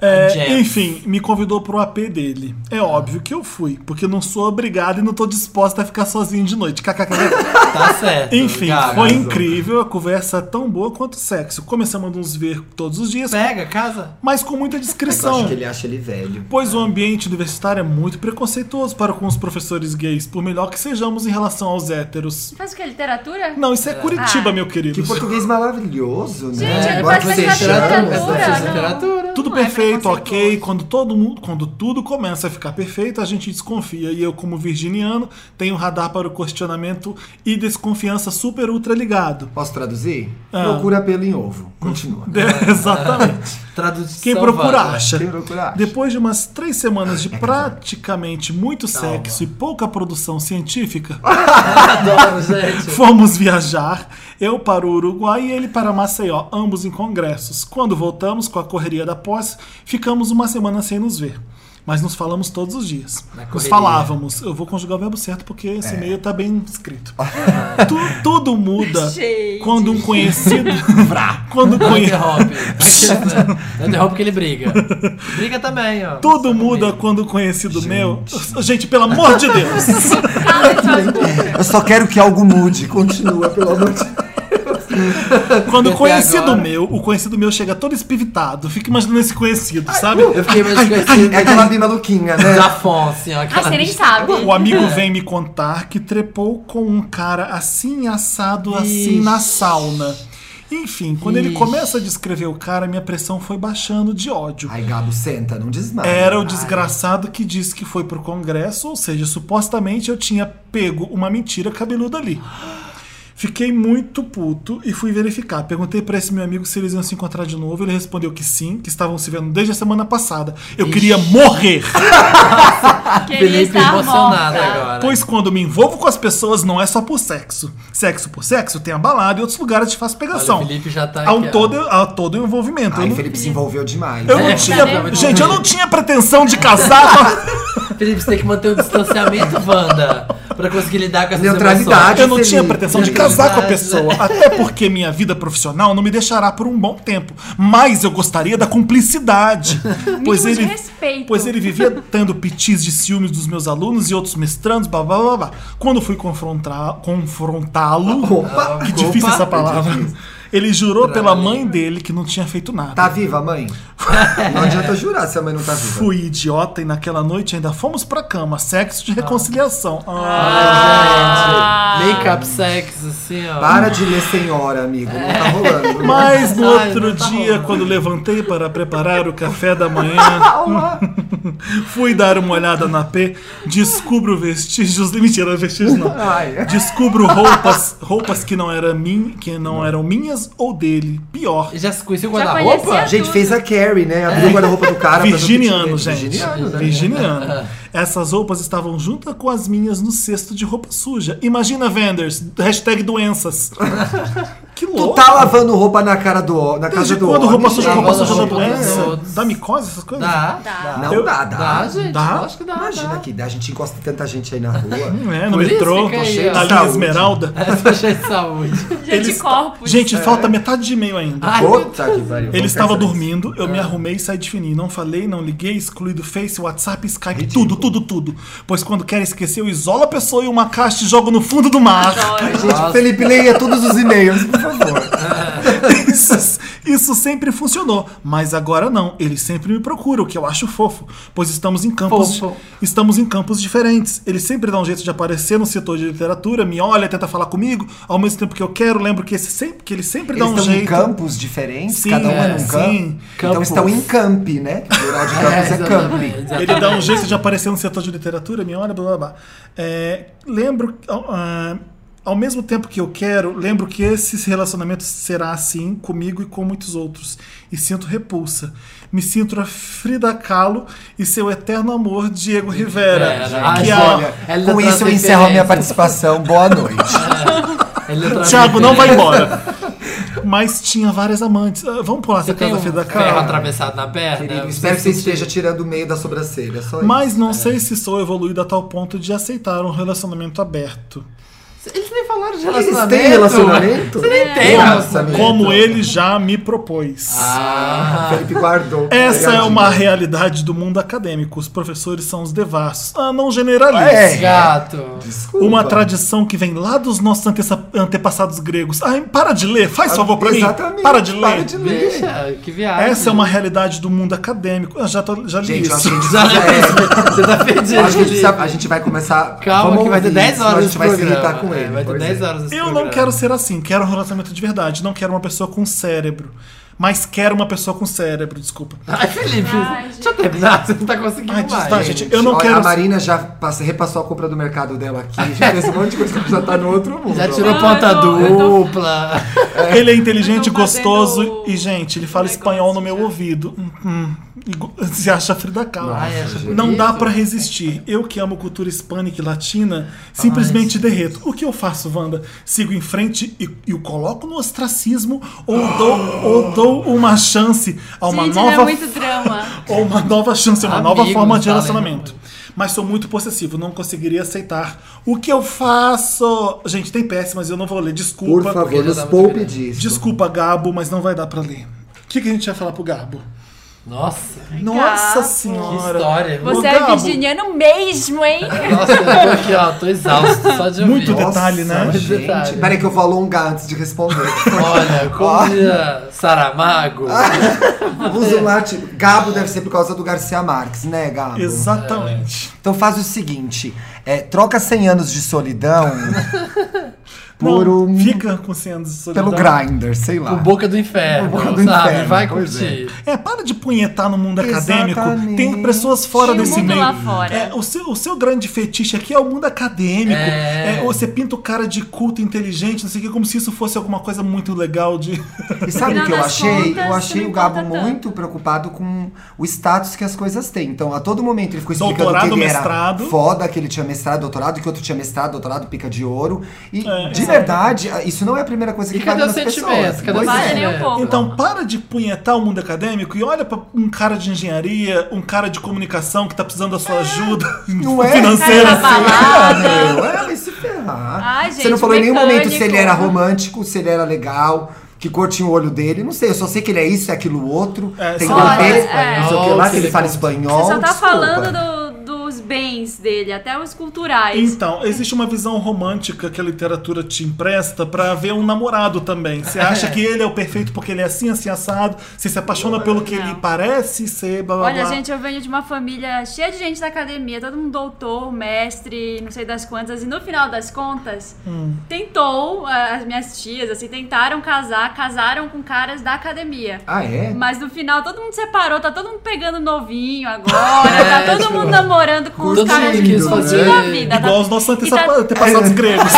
É,
Jams.
enfim, me convidou pro AP dele. É óbvio que eu fui, porque eu não sou obrigado e não tô disposta a ficar sozinho de noite. KKK.
Tá
É,
certo.
Enfim,
Gaga.
foi incrível. A conversa é tão boa quanto o sexo. Começamos a nos ver todos os
É.
dias,
Pega, casa.
mas com muita
Eu acho
discrição.
que ele acha ele velho.
Pois o ambiente universitário é muito preconceituoso para com os professores gays, por melhor que sejamos em relação aos héteros.
Faz o que? Literatura?
Não, isso é Curitiba,
Ah.
meu querido.
Que português
É,
maravilhoso, né?
Gente, ele tá
Agora
faz
que você
festa de
chama.
literatura,
essa-
não.
literatura.
Tudo
Não é
perfeito,
preconceituoso.
ok. Quando todo mundo, quando tudo começa a ficar perfeito, a gente desconfia. E eu, como virginiano, tenho um radar para o questionamento e desconfiança super ultra ligado.
Posso traduzir?
Ah.
Procura pelo em ovo. Continua.
De- Exatamente.
Tradução.
Quem procura
vaga.
acha.
né? Quem procura, acha.
Depois de umas três semanas
É
de praticamente muito sexo e pouca produção científica,
Adoro, gente.
Fomos viajar, eu para o Uruguai e ele para Maceió, ambos em congressos. Quando voltamos com a correria da posse, ficamos uma semana sem nos ver. Mas nos falamos todos os dias.
Na
Nos
correria. É.
falávamos. Eu vou conjugar o verbo certo porque esse e-mail tá bem escrito. Tu- tudo muda
Gente.
quando um conhecido. quando um
Não
conhecido.
interrompe. Aqueles, né? Não interrompe que ele briga. Briga também, ó.
Tudo
Só
muda
comigo.
quando um conhecido meu. Gente, pelo amor de Deus!
Eu só quero que algo mude. Continua, pelo amor de Deus.
Quando um
Até
conhecido
agora.
meu, o conhecido meu chega todo espivitado. Fica imaginando esse conhecido, sabe?
Eu fiquei mais esquecido.
É aquela mina louquinha, né?
Da Fon, assim, ó.
Ah,
aquela
você nem
bicha.
sabe.
O amigo vem me contar que trepou com um cara assim assado, assim
Ixi.
na sauna. Enfim, quando ele
Ixi.
começa a descrever o cara, minha pressão foi baixando de ódio.
Ai, Gabo, senta, não desmaia.
Era o
Ai.
desgraçado que disse que foi pro congresso, ou seja, supostamente eu tinha pego uma mentira cabeluda ali. Fiquei muito puto e fui verificar. Perguntei pra esse meu amigo se eles iam se encontrar de novo. Ele respondeu que sim, que estavam se vendo desde a semana passada. Eu queria morrer!
Queria
Felipe
estar
é emocionado
morta.
agora.
Pois quando me envolvo com as pessoas, não é só por sexo. Sexo por sexo tem a balada e outros lugares te faz pegação.
Olha, o Felipe já tá
Há um
aqui, ó.
todo, há todo o envolvimento. eu
Ai,
não,
Felipe se envolveu demais. né?
eu não
É,
tinha.
Felipe.
gente, eu não tinha pretensão de casar.
Felipe, você tem que manter o distanciamento, Wanda. Pra conseguir lidar com essas
Neutralidade.
emoções.
Eu não tinha
Felipe.
pretensão de casar com a pessoa, até porque minha vida profissional não me deixará por um bom tempo. Mas eu gostaria da cumplicidade. pois
Mínimo de
ele,
respeito.
pois ele vivia dando pitis de ciúmes dos meus alunos e outros mestrandos, blá blá blá. blá. Quando fui confrontar- confrontá-lo,
Opa!
que difícil
Opa,
essa palavra. Ele jurou
Pra
pela
mim.
mãe dele que não tinha feito nada.
Tá viva, mãe? Não adianta jurar se a mãe não tá viva.
Fui idiota e naquela noite ainda fomos pra cama. Sexo de reconciliação. Ah.
Ah,
Make-up sex, assim, ó.
Para de ler senhora, amigo. Não tá rolando.
Mas no
Ai,
outro
não tá
dia,
rolando.
quando levantei para preparar o café da manhã, fui dar uma olhada na P, descubro vestígios. Mentira, vestígios não.
Ai.
Descubro roupas, roupas que não eram mim, que não eram minhas ou dele. Pior.
Já se conheceu com
Já
a
conhecia
roupa?
Gente, fez a Carrie, né? Abriu o guarda-roupa do cara. pra ver o que
Virginiano,
tinha
gente.
dentro. Virginiano, né?
Virginiano. Essas roupas estavam juntas com as minhas no cesto de roupa suja. Imagina, Vendors. Hashtag doenças. Que
Tu
louco.
tá lavando roupa na cara do ó- na casa
Desde
do
quando
homem, né?
roupa suja,
gente?
roupa
Lavando
suja da
roupa dos
doença?
outros.
Dá micose, essas coisas?
Dá.
Dá.
Não,
Eu-
dá, dá.
Dá, gente.
Dá?
Lógico que dá.
Imagina
dá.
que dá, a gente encosta tanta gente aí na rua.
É, no
Por isso
metrô,
fica aí, ó.
na linha
Saúde.
esmeralda.
Essa cheia de saúde.
gente, corpos.
Gente, falta metade de e-mail ainda.
Ai, meu
Puta que pariu.
Ele
vamos
estava
cancelar isso.
dormindo, eu me arrumei e saí de fininho. Não falei, não liguei, excluí do Face, WhatsApp, Skype,
Ridículo.
tudo, tudo, tudo. Pois quando quer esquecer, eu isolo a pessoa em uma caixa e jogo no fundo do mar.
Adoro.
Gente,
Nossa.
Felipe, leia todos os e-mails, por favor.
Isso, isso sempre funcionou, mas agora não. Ele sempre me procura, o que eu acho fofo, pois estamos em campos,
Fofo.
estamos em campos diferentes. Ele sempre dá um jeito de aparecer no setor de literatura, me olha, tenta falar comigo, ao mesmo tempo que eu quero, lembro que, esse sempre, que ele sempre
Eles
dá um
estão
jeito.
em campos diferentes,
Sim,
cada um é,
é,
num
sim.
campo. Então
Campos.
estão em camp, né? O plural de campos é
exatamente.
camp.
Ele dá um jeito de aparecer no setor de literatura, me olha, blá blá blá. É, lembro. ah, ao mesmo tempo que eu quero, lembro que esse relacionamento será assim comigo e com muitos outros. E sinto repulsa. Me sinto a Frida Kahlo e seu eterno amor, Diego Rivera.
Rivera. Ai,
Que a-
Olha,
Ela
com
traz
isso eu encerro a minha
referência.
participação. Boa noite.
Ele é
Thiago, não vai
atravessado.
embora. Mas tinha várias amantes. Ah, Vamos pular essa
Você tem
casa
tá
da
um
Frida
ferro
Kahlo.
atravessado na perna?
Querido,
Eu
É, espero que você
sei
esteja tirando o meio da sobrancelha. Só
Mas não sei se sou evoluído a tal ponto de aceitar um relacionamento aberto.
se- Eles nem falaram de
isso. Eles
relacionamento.
têm relacionamento?
Você nem tem
Nossa,
relacionamento.
Como ele já me propôs.
Ah,
Felipe guardou.
Essa é
Pegadinha.
uma realidade do mundo acadêmico. Os professores são os devassos. Ah, não generalize.
É.
gato.
Desculpa.
Uma tradição que vem lá dos nossos antessa- antepassados gregos. Ai, para de ler, faz favor pra mim.
Ah, Exatamente,
Para de ler.
Para de ler.
Deixa, que viagem.
Essa é uma realidade do mundo acadêmico. Ah, já, tô- já li
Gente, eu acho
isso.
que a
Já
gente já é.
tá Você tá perdido.
A gente,
Felipe.
sabe- a gente vai começar.
Calma,
vamos
que vai ter
ouvir,
10
senão
horas
A gente vai
desse
se
programa.
irritar com
É,
ele.
Vai ter
pois
10
é.
horas desse
Eu não
programa.
quero ser assim. Quero um relacionamento de verdade. Não quero uma pessoa com cérebro. Mas quero uma pessoa com cérebro, desculpa.
Ai, Felipe,
Ai,
deixa eu terminar. Você não tá conseguindo
Ai,
mais.
tá, gente, eu não
Olha,
quero.
A Marina já passa- repassou a compra do mercado dela aqui, já fez um monte de coisa que já tá no outro mundo.
Já tirou
Não,
ponta
eu tô- eu tô-
dupla.
Ele é inteligente,
Eu tô
gostoso
fazendo
e, gente, ele fala
tá negócio
espanhol no meu
já.
ouvido. Hum, hum. Igu- Se acha Frida Kahlo.
Ai, acho
Não
bonito.
dá pra resistir. Eu que amo cultura hispânica e latina, simplesmente derreto. O que eu faço, Wanda? Sigo em frente e, e o coloco no ostracismo ou dou, ou dou uma chance a uma
gente, não é
nova
muito drama.
ou uma nova chance, uma nova
Amigos,
forma de
tá
relacionamento.
lembrando.
Mas sou muito possessivo, não conseguiria aceitar. O que eu faço? Gente, tem péssimas, eu não vou ler.
Por
Desculpa.
favor,
já
nos
tá muito
poupe
grande.
disso.
Desculpa, Gabo, mas não vai dar pra ler. O que, que a gente ia falar pro Gabo?
Nossa,
Nossa
Gabo.
senhora!
Que história.
Ô,
Você é
Gabo,
virginiano mesmo, hein?
nossa, eu tô aqui, ó, tô exausto só de
Muito
ouvir.
detalhe. né?
Gente,
Detalhe.
peraí que eu vou alongar antes de responder.
Olha,
Ó.
como diria Saramago.
Ah.
É.
Vamos lá, tipo, Gabo deve ser por causa do Garcia Marques, né, Gabo?
Exatamente.
Então faz o seguinte, é, troca 100 anos de solidão por
Não,
um...
Fica com 100 anos de solidão.
Pelo Grindr, sei lá.
O Boca do Inferno,
O Boca do
sabe?
Inferno,
Vai
pois
curtir.
É, para de punhetar no mundo
Exatamente.
acadêmico. Tem pessoas fora
Tinha um
desse
mundo
meio.
lá fora.
É, o, seu, o seu grande fetiche aqui é o mundo acadêmico.
É.
É, você pinta o cara de culto, inteligente, não sei o que, como se isso fosse alguma coisa muito legal de.
E sabe o
Afinal
que eu
das
achei?
contas,
eu
você
achei
não
o Gabo
importa tanto.
muito preocupado com o status que as coisas têm. Então, a todo momento ele ficou explicando
Doutorado,
que ele
mestrado.
era foda, que ele tinha mestrado, doutorado, que outro tinha mestrado, doutorado, pica de ouro. E
É,
de verdade, isso não é a primeira coisa que
E cadê
cabe
o
nas
sentimento?
pessoas.
Cadê o
Pois
Não vale
é.
nem um pouco.
Então, para de punhetar o mundo acadêmico e olha pra um cara de engenharia, um cara de comunicação que tá precisando da
É.
sua ajuda
Não é?
financeira.
Cara,
assim.
Ah, meu, é, vai se ferrar.
Ai,
Você
gente,
não falou em nenhum
mecânico.
momento se ele era romântico, se ele era legal, que cor tinha o olho dele. Não sei, eu só sei que ele é isso, é aquilo, outro.
É,
tem
só-
dele,
Olha,
não sei o que
é.
lá, que ele fala
Você
espanhol.
só tá
desculpa.
falando do- dos bens dele, até os culturais.
Então, existe uma visão romântica que a literatura te empresta pra ver um namorado também. Você acha que ele é o perfeito porque ele é assim, assim, assado. Você se apaixona pelo que ele
Não.
parece ser, blá, blá,
Olha,
blá.
gente, eu venho de uma família cheia de gente da academia, todo mundo doutor, mestre, não sei das quantas, e no final das contas, tentou, ah, as minhas tias, assim, tentaram casar, casaram com caras da academia.
Ah, é?
Mas no final todo mundo separou, tá todo mundo pegando novinho agora,
É,
tá todo
tipo,
mundo namorando com os
Todo
caras
mundo
que
quis
né?
fazer.
curtindo a vida. tá-
Igual os nossos
e tá-
antepassados gregos.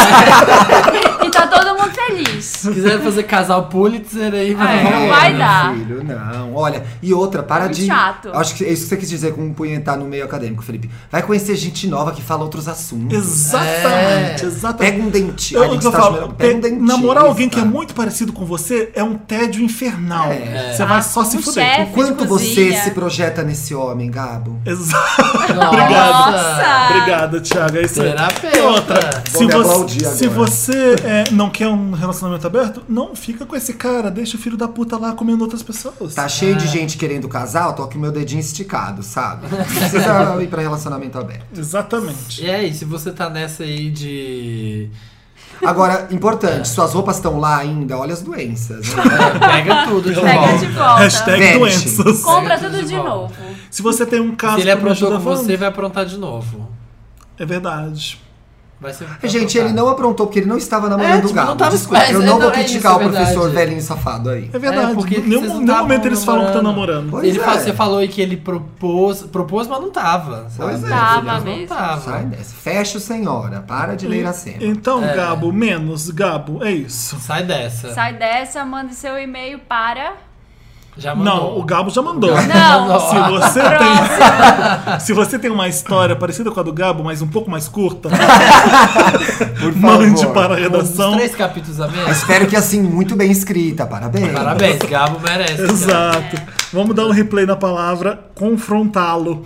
E tá todo mundo feliz.
Se quiser fazer casal Pulitzer aí, vai.
É.
rolar.
Não vai
meu
dar.
Filho, não. Olha, e outra, para
Muito
de.
chato.
Acho que é isso que você quis dizer com punhetar no meio acadêmico, Felipe. Vai conhecer gente nova que fala outros assuntos.
exatamente, exatamente.
Pega um dentista.
Eu, eu falo,
pega um
pe-
dentista.
namorar alguém que é muito parecido com você é um tédio infernal.
É.
Você vai só se
um
fuder.
chefe.
O quanto
de
você
cozinha.
se projeta nesse homem, Gabo?
Exato.
Nossa.
Ah.
Obrigado, Thiago. É isso aí.
Terapeuta.
E outra,
Vou
se
me
você,
aplaudir
se
agora.
você é, não quer um relacionamento aberto, não fica com esse cara. Deixa o filho da puta lá comendo outras pessoas.
Tá cheio
Ah.
de gente querendo casar, eu tô com o meu dedinho esticado, sabe? Não Precisa ir pra relacionamento aberto.
Exatamente.
E aí, se você tá nessa aí de.
Agora, importante, suas roupas estão lá ainda, olha as doenças. né?
É, pega tudo de
Pega
volta.
de volta.
Hashtag
Vete.
doenças.
Compra
Pega
tudo de novo.
volta.
Se você tem um caso
Se ele
pra me
Tá
aprontou
ajudar
com você,
falando,
vai aprontar de novo.
É verdade.
Vai ser.
Gente,
aprontar.
ele não aprontou porque ele não estava namorando
Tá. É, tipo,
o Gabo.
não tava-
Desculpa,
mas
eu
é,
não vou
não, é
criticar
isso, é
o professor
verdade.
velhinho safado aí.
É verdade.
porque
Em nenhum
vocês não
nenhum
estavam
momento eles falam que tá namorando.
Pois
Ele
é.
fala- você falou aí que ele propôs, propôs, mas não tava. Sabe?
Pois é.
Tava
Ele
mesmo.
Não tava.
Sai dessa. Fecha o senhora, para de ler a cena.
Então,
É.
Gabo, menos Gabo, é isso.
Sai
É.
dessa.
Sai dessa, manda seu e-mail para.
Já mandou.
Não, o Gabo já mandou.
Não!
Se você, tem, se você tem uma história parecida com a do Gabo, mas um pouco mais curta, mande
favor.
para a
Um dos
redação.
três capítulos a menos.
Espero que assim, muito bem escrita, parabéns.
Parabéns, Gabo merece.
Exato. Vamos dar um replay na palavra confrontá-lo.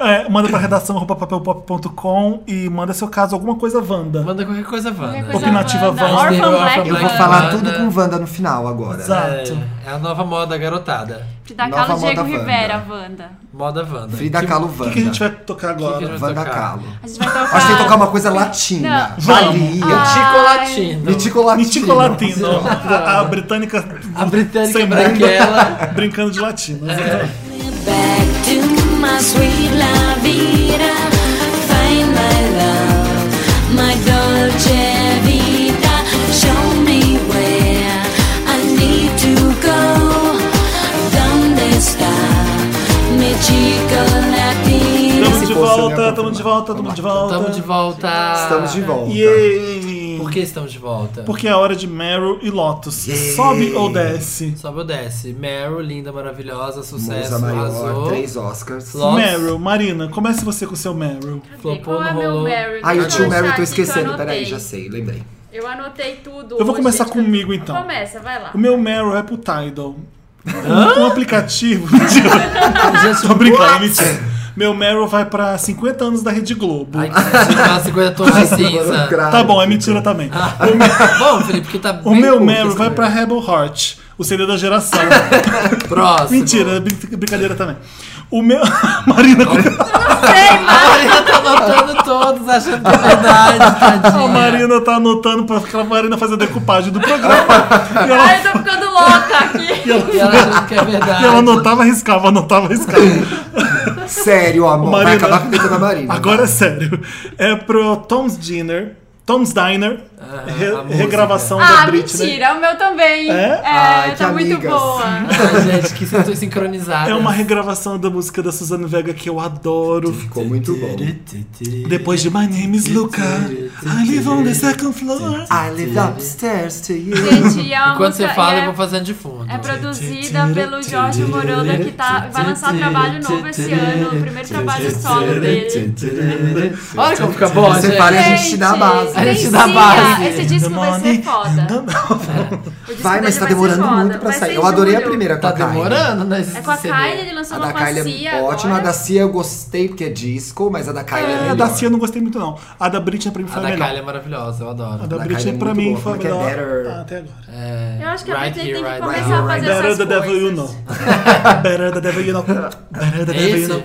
É, manda para redação arroba papelpop.com e manda seu caso alguma coisa Wanda.
Manda qualquer coisa, Wanda.
Qualquer coisa
Opinativa
Wanda,
Wanda.
Orphan Black
Eu
Eu vou
Wanda.
falar
Wanda.
tudo com Wanda no final agora. né?
Exato.
É, é a nova moda garotada.
Frida
Nova
Kahlo,
moda
Diego
Wanda.
Rivera, Wanda.
Moda Wanda. Tipo,
Frida Kahlo
O
Wanda.
que, que a gente vai tocar
O que é que a
agora?
gente
Wanda
tocar?
Kahlo.
A gente vai tocar.
Acho que tem que tocar uma coisa latina.
Não.
Valia.
Ticolatino.
Miticolatino.
Mitico Latino. A, a britânica
A britânica
sem branca,
branquela. É.
brincando de né? latino.
back to my sweet La Vida. Find my love, my Dolce Vita. Show me where I need to go. Donde está mi chico latino?
Estamos
Se
de
fosse, né, eu me
volta,
acompanho.
estamos de volta, estamos de volta.
Estamos de volta.
Estamos de volta.
Yay!
Por que estamos de volta?
Porque é hora de Meryl e Lotus.
Yay!
Sobe ou desce?
Sobe ou desce. Meryl, linda, maravilhosa,
Musa
sucesso,
maior,
arrasou.
três Oscars.
Lotus.
Meryl, Marina, comece você com o seu Meryl.
Flopou,
Qual é
não
meu
rolou.
Meryl?
Ai, o
Deixa
tio
eu
Mary
achar
eu tô
aqui que eu
esquecendo.
então anotei.
Peraí, já sei, lembrei.
Eu anotei tudo.
Eu vou
hoje,
começar
gente.
comigo, então.
Começa, vai lá.
O meu Meryl é pro Tidal. Um, um aplicativo. Mentira,
Gente,
tô brincando, é mentira. Meu Meryl vai pra 50 anos da Rede Globo.
Ai, que ridículo, 50 tons de cinza.
tá bom, é mentira também.
Bom, Felipe, que tá bem
O
Ah.
meu
curto
Meryl
esse
vai
Meryl.
pra Rebel Heart, o CD da geração.
Próximo.
mentira, brin- brincadeira também. O meu. Marina,
A Marina tá anotando todos, achando que é verdade,
a
tadinha.
Marina tá anotando pra ficar a Marina fazer a decupagem do programa. E ela
Ai, eu tô ficando louca aqui.
E ela,
E ela achando que é verdade.
e ela tá anotava, arriscava, anotava, arriscava.
Sério, amor. Vai
Marina.
acabar com a vida da Marina.
Agora é sério. É pro Tom's Dinner. Tom's Diner. Re-
Ah, a música.
regravação
Ah,
é da Britney. né?
mentira, o meu também.
É?
Ai, que
tá muito
amigas.
boa.
Ai, gente, que sinto sincronizada.
É uma regravação da música da Suzane Vega que eu adoro.
Ficou muito bom.
Depois de My Name is Luca, I live on the second floor.
I live upstairs to you.
Gente, e é uma
Enquanto
música-
você fala,
e
eu
é,
vou fazendo de fundo.
é produzida pelo Jorge Moroda, que tá, vai lançar trabalho novo esse ano, o primeiro trabalho solo dele.
Olha como fica bom,
Você
gente.
para- A gente dá a base.
A gente
sim,
dá a base.
Esse disco vai ser foda. O disco
Vai, mas tá
dele ser
demorando
foda.
muito pra
Vai ser
sair.
em
Eu adorei a
julho.
primeira com
Tá
a Kylie.
demorando, né? esse
É com a
CD.
Kylie, ele lançou
A
uma
da
com a
Kylie
Cia
é ótima. A da
agora.
Cia eu gostei porque é disco, mas a da Kylie é,
É,
melhor.
da Cia eu não gostei muito, não. A da Britney pra mim
A
foi a
da
melhor.
Kylie é maravilhosa, eu
A
adoro.
da
Da
Britney
Kylie é
pra
muito
mim
boa.
foi a
Como é que é?
melhor.
Better-
Ah, até agora.
É,
Eu acho que a
right
Britney
here,
tem que
right
começar
now.
a fazer
Better
essas
the
coisas.
devil you know. Better the devil you know. Better
É
the devil you
esse?
know.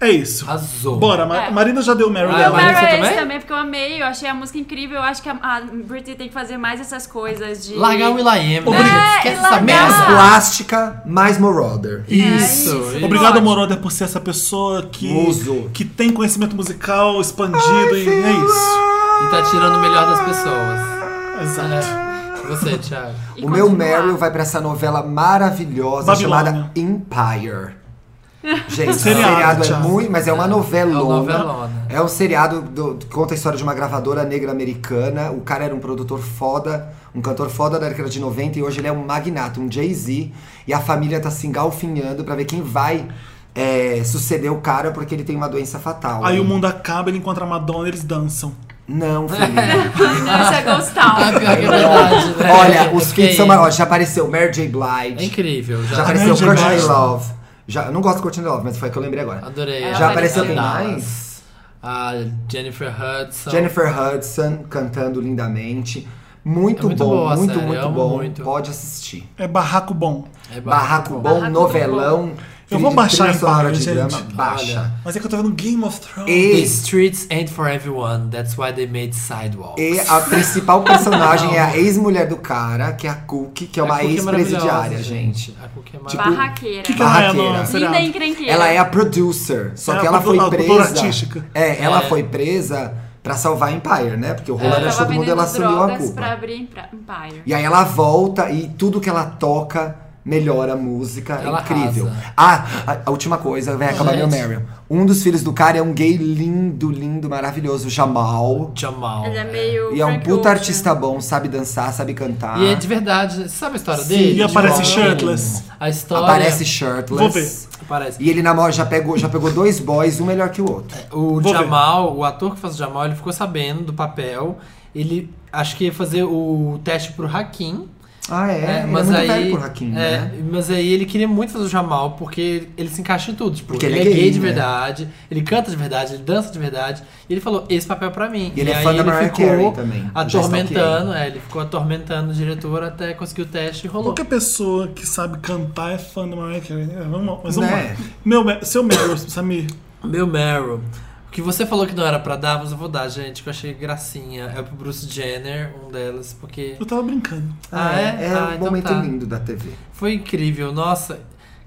É isso.
Arrasou.
Bora, Ma-
É.
Marina já deu Mary
Ah,
dela.
Eu
Marina,
quero
você
esse
também?
também? porque eu amei, eu achei a música incrível. Eu acho que a, a Britney tem que fazer mais essas coisas de.
Largar o Will.i.am, né?
É,
Esquece
e
essa
largar.
Menos
merda.
plástica, mais Moroder.
isso.
Isso. isso.
Obrigado,
Ótimo.
Moroder, por ser essa pessoa que,
Muso.
que tem conhecimento musical expandido e é isso.
E tá tirando o melhor das pessoas.
Exato.
É. Você, Thiago.
e
O meu
continuar.
Meryl vai pra essa novela maravilhosa
Babilônia.
chamada Empire. Gente,
né? Um Seriado,
seriado, seriado é
Thiago.
muito, mas é uma
É o
novelona.
novelona.
É um seriado do- conta a história de uma gravadora negra americana. O cara era um produtor foda, um cantor foda da década de 90 e hoje ele é um magnata, um Jay-Z. E a família tá se engalfinhando pra ver quem vai é, suceder o cara porque ele tem uma doença fatal.
Aí o mundo acaba, ele encontra a Madonna, eles dançam.
Não, filho.
Não, isso é
Ah,
gostar.
pior que é verdade, né?
Olha, os
Que
filhos são
isso.
maravilhosos. Já apareceu Mary J.
É
Blige.
incrível.
Já
Já,
apareceu
Mary J.
Courtney
Blige.
Love. Já, eu não gosto de Courtney Love, mas foi a que eu lembrei agora.
adorei.
Já
adorei
É, apareceu
essa
quem
dança.
mais?
A Ah, Jennifer Hudson.
Jennifer Hudson cantando lindamente. Muito,
É muito
bom,
boa a
muito,
série, eu
muito
amo
bom.
muito.
Pode assistir.
É barraco bom.
É
Barraco Bom,
Barraco
novelão.
Eu
trilha-
vou baixar
trilha
em
sonora
Paris,
de
gente.
drama, baixa.
Mas é que eu tô vendo Game of Thrones.
The
E,
streets ain't for everyone. That's why they made sidewalks.
e a principal personagem é a ex-mulher do cara, que é a Cookie, que é uma ex-presidiária, gente.
A Cookie é maravilhosa.
Barraqueira.
que ela é no
Barraqueira.
seriado?
Linda e encrenqueira.
Ela é a producer, só
É
que
a
ela
produ-
foi
a
presa.
produtora artística.
É, ela
É.
foi presa pra salvar Empire, né? Porque o
Ela
Roland
tava
achou do mundo
vendendo
ela assumiu a
drogas
culpa.
pra abrir empra- Empire.
E aí ela volta e tudo que ela toca melhora a música. É
Ela
incrível.
arrasa.
Ah, a, a última coisa, vai acabar meu Meryl. Um dos filhos do cara é um gay lindo, lindo, maravilhoso, Jamal.
Jamal.
Ele é meio.
E é um
Frank
puta
Ocean.
artista bom, sabe dançar, sabe cantar.
E é de verdade. Você sabe a história
Sim,
dele?
e aparece
Tipo,
shirtless.
A história.
Aparece
Vou
shirtless.
ver.
Aparece.
E ele namora, já pegou, já pegou dois boys, um melhor que o outro.
É, O
Vou
Jamal, o ator que faz o Jamal, ele ficou sabendo do papel. Ele acho que ia fazer o teste pro Hakim.
Ah, é?
né?
Ele
mas
é muito
aí,
velho pro Hakim,
é,
né?
Mas aí ele queria muito fazer o Jamal, porque ele se encaixa em tudo. Tipo,
Porque
ele,
ele é
é gay
gay,
de
né?
verdade, ele canta de verdade, ele dança de verdade. E ele falou, esse papel é pra mim.
E ele é
aí
fã da
ele
Mariah
ficou
Carey também. Já
Atormentando, é, ele ficou atormentando o diretor até conseguir o teste e rolou.
Qualquer pessoa que sabe cantar é fã do Mariah Carey. né? Vamos, mas vamos
Né?
lá. Meu, Mer- seu Meryl, Samir.
Meu Meryl. O que você falou que não era pra dar, mas eu vou dar, gente, que eu achei gracinha. É pro Bruce Jenner, um delas, porque.
Eu tava brincando.
Ah, é?
É
Ah,
um
então
momento
tá.
lindo da TV.
Foi incrível, nossa.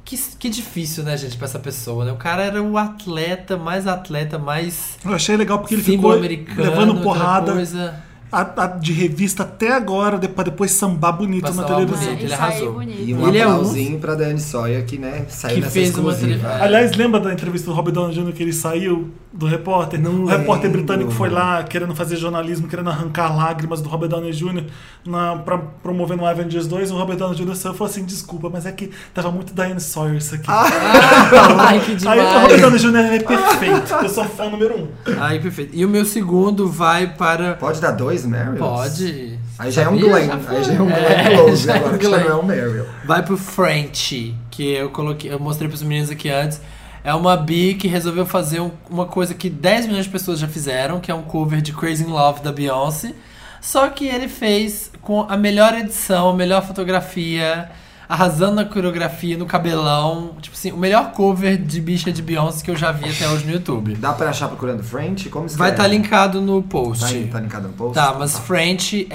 Que, que difícil, né, gente, pra essa pessoa, né? O cara era o atleta, mais atleta, mais
Eu achei legal porque ele ficou
símbolo americano.
levando
outra
porrada
Coisa.
a- a- de revista até agora, de- pra depois sambar bonito
Pra
na
sambar
É,
televisão.
bonito. Ele
isso aí,
arrasou.
bonito.
E um
Ele é um-
aplausinho pra Dani Sawyer, que, né, saiu
Que
nessa
fez uma
exclusiva.
entrevista.
É. Aliás, lembra da entrevista do Robert Downey Jr. que ele saiu do repórter?
Não
o repórter
lembro.
britânico foi lá querendo fazer jornalismo, querendo arrancar lágrimas do Robert Downey Jr. Na, pra, promovendo o Avengers 2. O Robert Downey Jr. saiu e falou assim: desculpa, mas é que tava muito Diane Sawyer isso aqui.
Ah, Ai, que
Aí o Robert
demais.
Downey Jr. é perfeito. Eu sou fã número um.
Ai, perfeito. E o meu segundo vai para.
Pode dar dois Meryl?
Pode.
Aí já é um
Sabia?
Glenn.
Já
aí já é um Glenn
É,
Close,
já é um
agora que já
Glenn.
não é um Meryl.
Vai pro French, que eu coloquei, eu mostrei pros meninos aqui antes. É uma bi que resolveu fazer um- uma coisa que 10 milhões de pessoas já fizeram, que é um cover de Crazy in Love da Beyoncé. Só que ele fez com a melhor edição, a melhor fotografia, arrasando na coreografia, no cabelão. Tipo assim, o melhor cover de bicha de Beyoncé que eu já vi até hoje no YouTube.
Dá pra achar procurando French? Como escreve?
Vai estar linkado no post.
Tá, tá linkado no post?
Tá, mas French,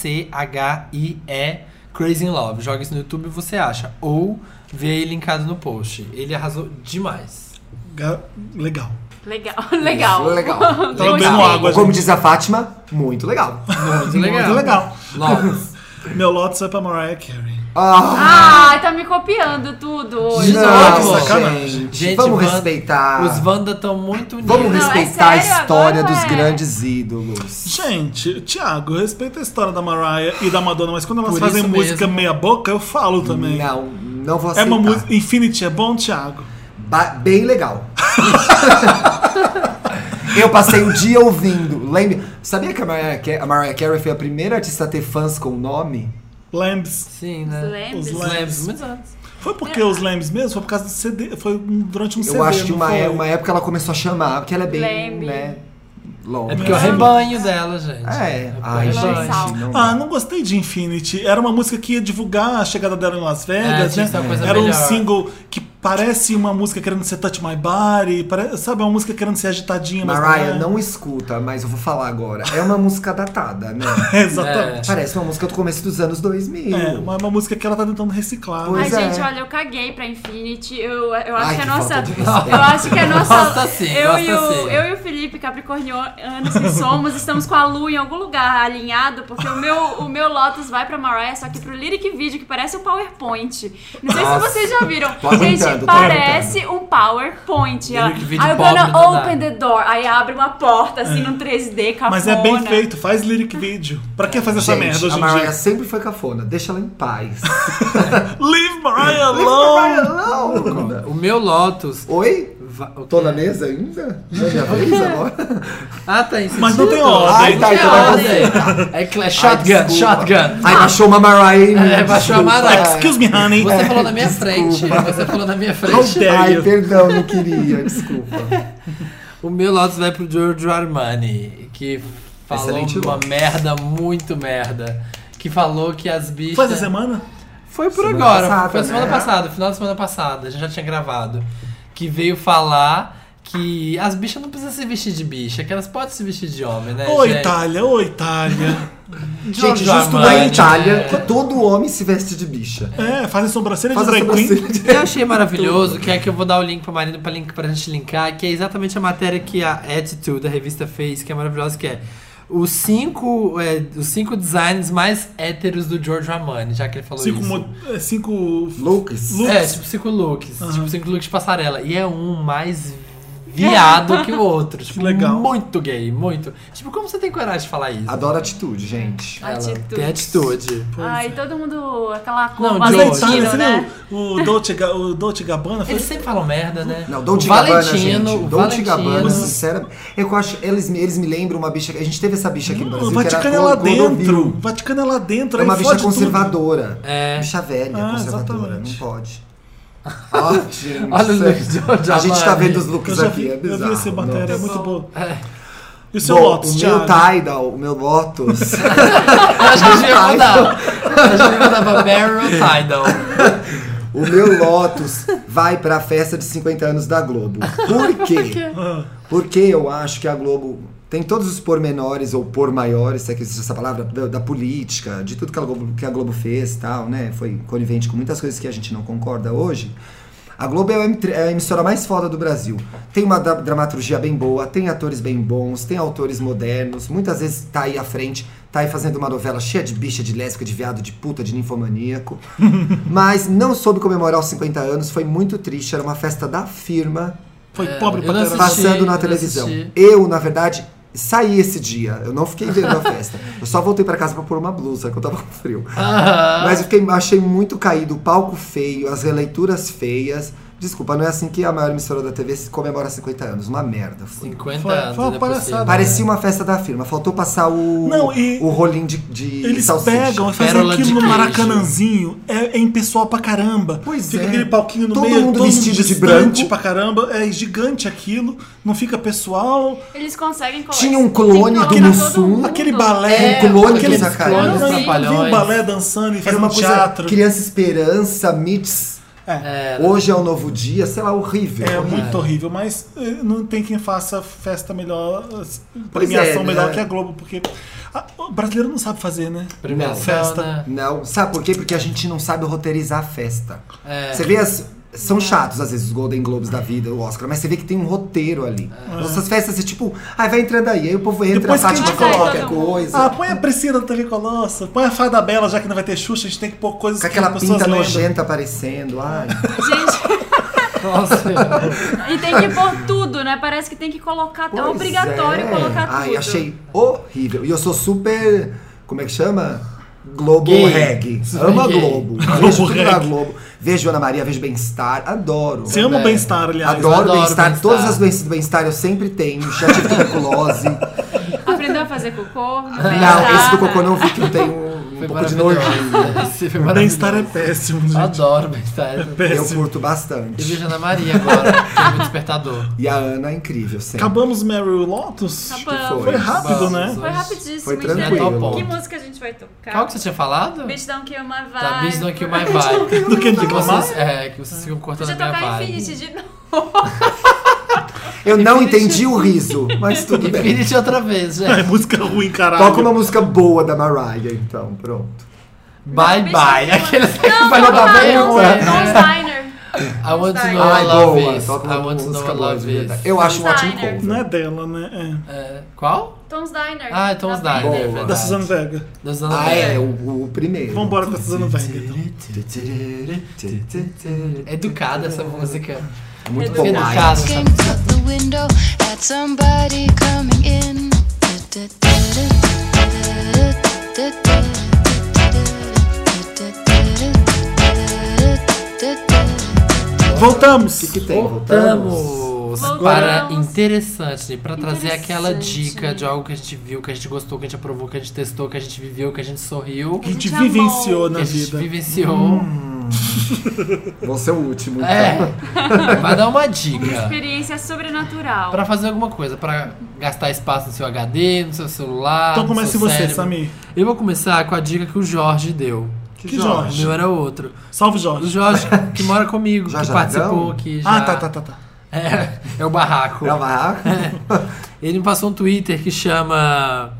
F-R-A-N-C-H-I-E, Crazy in Love. Joga isso no YouTube e você acha. Ou vê aí linkado no post. Ele arrasou demais.
ga- legal.
Legal, legal.
Legal.
Então,
Gostei.
bebam água,
Como
gente.
diz a Fátima, muito legal.
Muito legal.
Muito Tá legal.
Lotus.
Meu Lotus é pra Mariah Carey.
Ah,
Ah, tá me copiando tudo hoje.
Não,
nossa,
que sacanagem.
gente.
Gente,
Vamos
Wanda-
respeitar.
Os Wanda estão muito unidos.
Vamos
Não, é
respeitar
sério,
a história
agora
dos
é.
grandes ídolos.
Gente, Thiago, eu respeito a história da Mariah e da Madonna, mas quando elas
Por
fazem
isso
música
mesmo.
meia boca, eu falo também.
Não, não vou
é
aceitar.
uma música. Infinity é bom, Thiago?
Ba- bem legal. Eu passei o dia ouvindo. Lembra? Sabia que a Mariah, Ca- a Mariah Carey foi a primeira artista a ter fãs com nome?
Lambs.
Sim, né?
Lembra?
Os
Os Lambs, muitos anos.
Foi
É.
porque os Lambs mesmo? Foi por causa do CD. Foi durante um CD.
Eu acho que
não
uma,
foi?
é- uma época ela começou a chamar, porque ela é bem,
Lambe.
né, longa.
É porque é o
Não.
rebanho dela, gente.
É,
porque
ai,
é
gente,
lançar.
não.
Ah, não gostei de Infinity. Era uma música que ia divulgar a chegada dela em Las
É,
Vegas,
tinha que ser uma
né?
coisa
Era um
melhor.
single que parece uma música querendo ser Touch My Body, pare- sabe? É uma música querendo ser agitadinha, mas
Mariah,
não é.
não escuta, mas eu vou falar agora. É uma música datada, né?
é. Exatamente.
Parece uma música do começo dos anos 2000.
É, uma, uma música que ela tá tentando reciclar.
Pois
Ai,
Mas-
é.
gente, olha, eu caguei pra Infinity. Eu, eu acho
Ai,
que a
que
nossa.
falta de respeito.
Eu acho que a nossa.
Gosta sim,
eu,
gosta
e o,
sim.
eu e o Felipe, capricornianos que somos, estamos com a Lu em algum lugar alinhado, porque o meu, o meu Lotus vai pra Mariah, só que pro lyric video, que parece um PowerPoint. Não sei
Nossa.
se vocês já viram.
Tô aguentando,
gente,
tô
parece um PowerPoint. Ela,
Lyric video
I'm
pobre
gonna
danado.
né,
open the door. Aí abre uma porta, assim, num 3D, cafona.
É. Mas é bem feito, faz lyric vídeo. Pra que fazer essa
Gente,
merda hoje
a
em
Mariah
dia?
sempre foi cafona. Deixa ela em paz.
Leave Mariah
Mariah,
alone!
não.
O meu Lotus.
Oi?
va- o
Tô
quê?
na mesa ainda? Não é minha vez agora?
Ah, tá em sentido.
Mas não tem ordem.
Ai, tá, então vai você.
É cla- shotgun,
Ai, desculpa.
shotgun.
Ai, baixou uma Mariah. em mim,
É, baixou a
desculpa.
Mariah.
Excuse me, honey.
Você falou na minha frente. Você falou na minha
How
frente.
dare
Ai,
you.
perdão, não queria, desculpa.
O meu Lotus vai pro Giorgio Armani, que falou
Excelente
uma
Lotus.
merda, muito merda. Que falou que as bichas.
Foi essa semana?
Foi por
Semana
agora,
passada,
foi semana
né?
passada, final da semana passada, a gente já tinha gravado. Que veio falar que as bichas não precisam se vestir de bicha, que elas podem se vestir de homem, né?
Ô,
então,
gente?
Itália, ô, Itália.
Gente,
Giorgio
justo na
Armani,
Itália,
né?
todo homem se veste de bicha.
É, fazem sobrancelha
Faz
de
a
drag queen.
sobrancelha de...
Eu achei maravilhoso, que é que eu vou dar o link pra Marina pra, link, pra gente linkar, que é exatamente a matéria que a Attitude, a revista, fez, que é maravilhosa, que é os cinco, é, os cinco designs mais héteros do Giorgio Armani, já que ele falou
Cinco,
isso.
mo- é, cinco
Lucas.
looks.
É, tipo cinco looks. Tipo cinco looks de passarela. E é um mais viado que o outro. Tipo,
legal.
muito gay, muito. Tipo, como você tem coragem de falar isso?
Adoro atitude, gente.
Ela
Atitude.
Tem atitude.
Ai, todo mundo. Aquela
Não,
curva
Mas na
George.
Itália,
Valentino,
você
né?
viu o Dolce, Ga- o Dolce Gabbana? Foi
Eles sempre falam merda, né?
Não, Dolce
O
Gabbana,
Valentino,
gente.
o
Dolce Gabbana,
Valentino.
sinceramente. É Eu acho, eles, me- eles me lembram uma bicha. A gente teve essa bicha aqui no
O
Brasil. que
Vaticano é
era
lá
Clodovil.
dentro. O Vaticano é lá dentro.
É
aí
uma bicha
fode tudo.
conservadora.
É.
Bicha velha,
Ah,
conservadora.
exatamente.
Não pode. Ó, gente.
Olha os looks de Giorgio
A gente tá
Armani.
vendo os
Eu
looks
já
aqui,
vi,
é
eu
bizarro.
vi essa matéria, é
nossa.
muito boa.
É.
E o seu
Bom,
Lotus,
o
Thiago?
meu Tidal, o meu Lotus.
Eu acho que a gente ia mudar. A gente ia mudar pra Meryl Tidal.
o meu Lotus vai pra festa de 50 anos da Globo. Por quê? Porque eu acho que a Globo tem todos os pormenores ou por maiores, se é que existe essa palavra, da, da política, de tudo que a, Globo, que a Globo fez e tal, né? Foi conivente com muitas coisas que a gente não concorda hoje. A Globo é a em- é a emissora mais foda do Brasil. Tem uma dra- dramaturgia bem boa, tem atores bem bons, tem autores modernos, muitas vezes tá aí à frente, tá aí fazendo uma novela cheia de bicha, de lésbica, de viado, de puta, de ninfomaníaco. Mas não soube comemorar os 50 anos, foi muito triste, era uma festa da firma
Foi pobre
É, eu
pra
não
caramba.
assisti.
passando na
eu
televisão.
assisti.
Eu, na verdade, saí esse dia. Eu não fiquei vendo a festa. Eu só voltei pra casa pra pôr uma blusa, que eu tava com frio.
Aham.
Mas eu fiquei, achei muito caído o palco feio, as releituras feias. Desculpa, não é assim que a maior emissora da TV se comemora 50 anos. Uma merda. Foi.
50
Foi-
anos,
foi uma
não é possível.
palhaçada. né?
Parecia uma festa da firma. Faltou passar o,
Não, e-
o rolinho de, de
Eles
salsicha.
pegam e fazem
Pérola de
aquilo no
queijo.
Maracanãzinho. É, é impessoal pra caramba.
Pois
fica
é.
aquele palquinho no
Todo
meio,
mundo
todo
vestido de
distante
branco.
pra caramba. É gigante aquilo. Não fica pessoal.
Eles conseguem colocar.
Tinha um clone
tem que
do
colocar
Mussum,
todo mundo.
Aquele balé.
É,
Um clone
aquele balé.
dos Trapalhões.
Não, eu vi um
Trapalhões.
balé dançando e
Era
fazendo
uma coisa.
um teatro.
Criança Esperança, Mits.
É,
É,
Hoje é o novo dia, sei lá, horrível.
é
horrível.
muito horrível, mas eh, não tem quem faça festa melhor, eh,
Pois
premiação
é, né?
melhor que a Globo, porque ah, o brasileiro não sabe fazer, né?
primeira
Não,
festa.
festa.
Não, sabe por quê? Porque a gente não sabe roteirizar a festa.
É.
Você vê as São chatos, às vezes, os Golden Globes da vida, o Oscar, mas você vê que tem um roteiro ali. Nossas festas, é tipo, ai, vai entrando aí, aí o povo entra,
Depois
faz
que
de
entra,
qualquer
todo mundo.
coisa.
Ah, põe a Priscila da TV Colossa, põe a Fada Bela, já que não vai ter Xuxa, a gente tem que pôr coisas
com aquela
que as pessoas
pinta
lembram.
nojenta aparecendo, ai.
Gente,
um Nossa,
e tem que pôr tudo, né? Parece que tem que colocar.
Pois
é obrigatório
é.
colocar tudo.
Ai, achei horrível. E eu sou super. Como é que chama? Globo
Gay.
Reg.
Super
Amo a
gay.
Globo. Vejo tudo
Reg.
da Globo. Vejo Ana Maria, vejo Bem-Estar. Adoro.
Você ama o
É.
bem-estar, aliás.
né? Adoro,
adoro
Bem-Estar.
Bem-Estar.
Todas as doenças do Bem-Estar eu sempre tenho. Já tive tuberculose.
Aprendeu a fazer cocô? Não, fez
não, Ah, esse
nada.
do cocô não vi que eu tenho um
foi
pouco de
maravilhoso.
nojinho.
Esse foi
O bem-estar é
maravilhoso.
péssimo, gente. É
Adoro bem-estar. Eu
Eu
Péssimo.
curto bastante.
vejo a Ana Maria agora, que é meu despertador.
E a Ana é incrível sempre.
Acabamos Mary Lotus?
Acabamos.
que
Foi rápido,
Vamos.
né?
Foi rapidíssimo.
Foi
e já-
tranquilo.
Que música a gente vai tocar?
Tá Qual que você tinha falado?
Bitch Don't Kill My Vibe.
Tá, Beats Don't Kill My Vibe.
Do que de
Que vocês, é, que vocês ficam cortando
Podia
a minha
tocar
vibe.
Infinity de novo.
Eu não entendi o riso, mas tudo bem.
Infinity outra vez,
É
gente.
música ruim, caralho.
Toca uma música boa da Mariah, então, pronto.
Bye
Bitch
bye.
Don't Kill
Aquele
My-
que
Não,
vai
não,
dar
não,
bem
não,
ruim.
não, Steiner.
I want to know
Ai,
I love
boa.
is.
Toca
I
uma
want to know I
música boa, de
love is.
verdade. Eu acho um ótimo
Designer.
cover.
Não é dela, né?
É, qual?
Tom's Diner. Tá
Ah, então os Diner, é
Boa.
É.
verdade.
Da Suzana Vega.
Da Suzana
Ah,
Vega.
é, o, o primeiro.
Vambora com a Suzana Vega, então.
É Educada essa música.
É muito bom. ai.
Educada essa
looking out the window at somebody coming in.
Voltamos!
O que, que tem? Voltamos.
Voltamos
Voltamos.
para interessante, para trazer aquela
Interessante.
dica de algo que a gente viu, que a gente gostou, que a gente aprovou, que a gente testou, que a gente viveu, que a gente sorriu,
A gente
A gente
vivenciou
que
na
a gente
vida. Hum.
vivenciou.
Vou ser o último. então.
É, vai dar uma dica.
Experiência sobrenatural.
Pra fazer alguma coisa, pra gastar espaço no seu HD, no seu celular.
Então
no
comece
seu
você,
cérebro.
Samir.
Eu vou começar com a dica que o Jorge deu.
Que Jorge?
O meu era outro.
Salve,
O
Jorge.
Jorge que mora comigo, que
Jorge
participou,
Aragão?
que já.
Ah, tá, tá, tá. tá.
É, é o barraco.
Pra barraco?
É. Ele me passou um Twitter que chama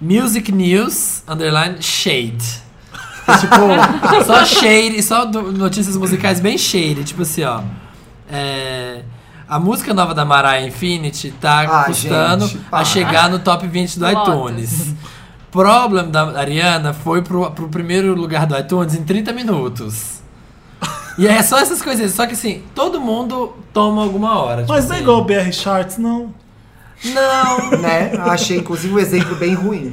Music News Underline Shade. É tipo, só shade, só do- notícias musicais bem shade. Tipo assim, ó. É, a música nova da Mariah Infinity tá
Ah,
custando
gente,
a
para.
chegar no top 20 do
Lotus.
iTunes. Problem da Ariana foi pro, pro primeiro lugar do iTunes em 30 minutos. E é só essas coisas. Só que assim, todo mundo toma alguma hora. tipo
Mas não é
assim.
igual o BR Charts, não.
Não!
né? Eu achei, inclusive, um exemplo bem ruim.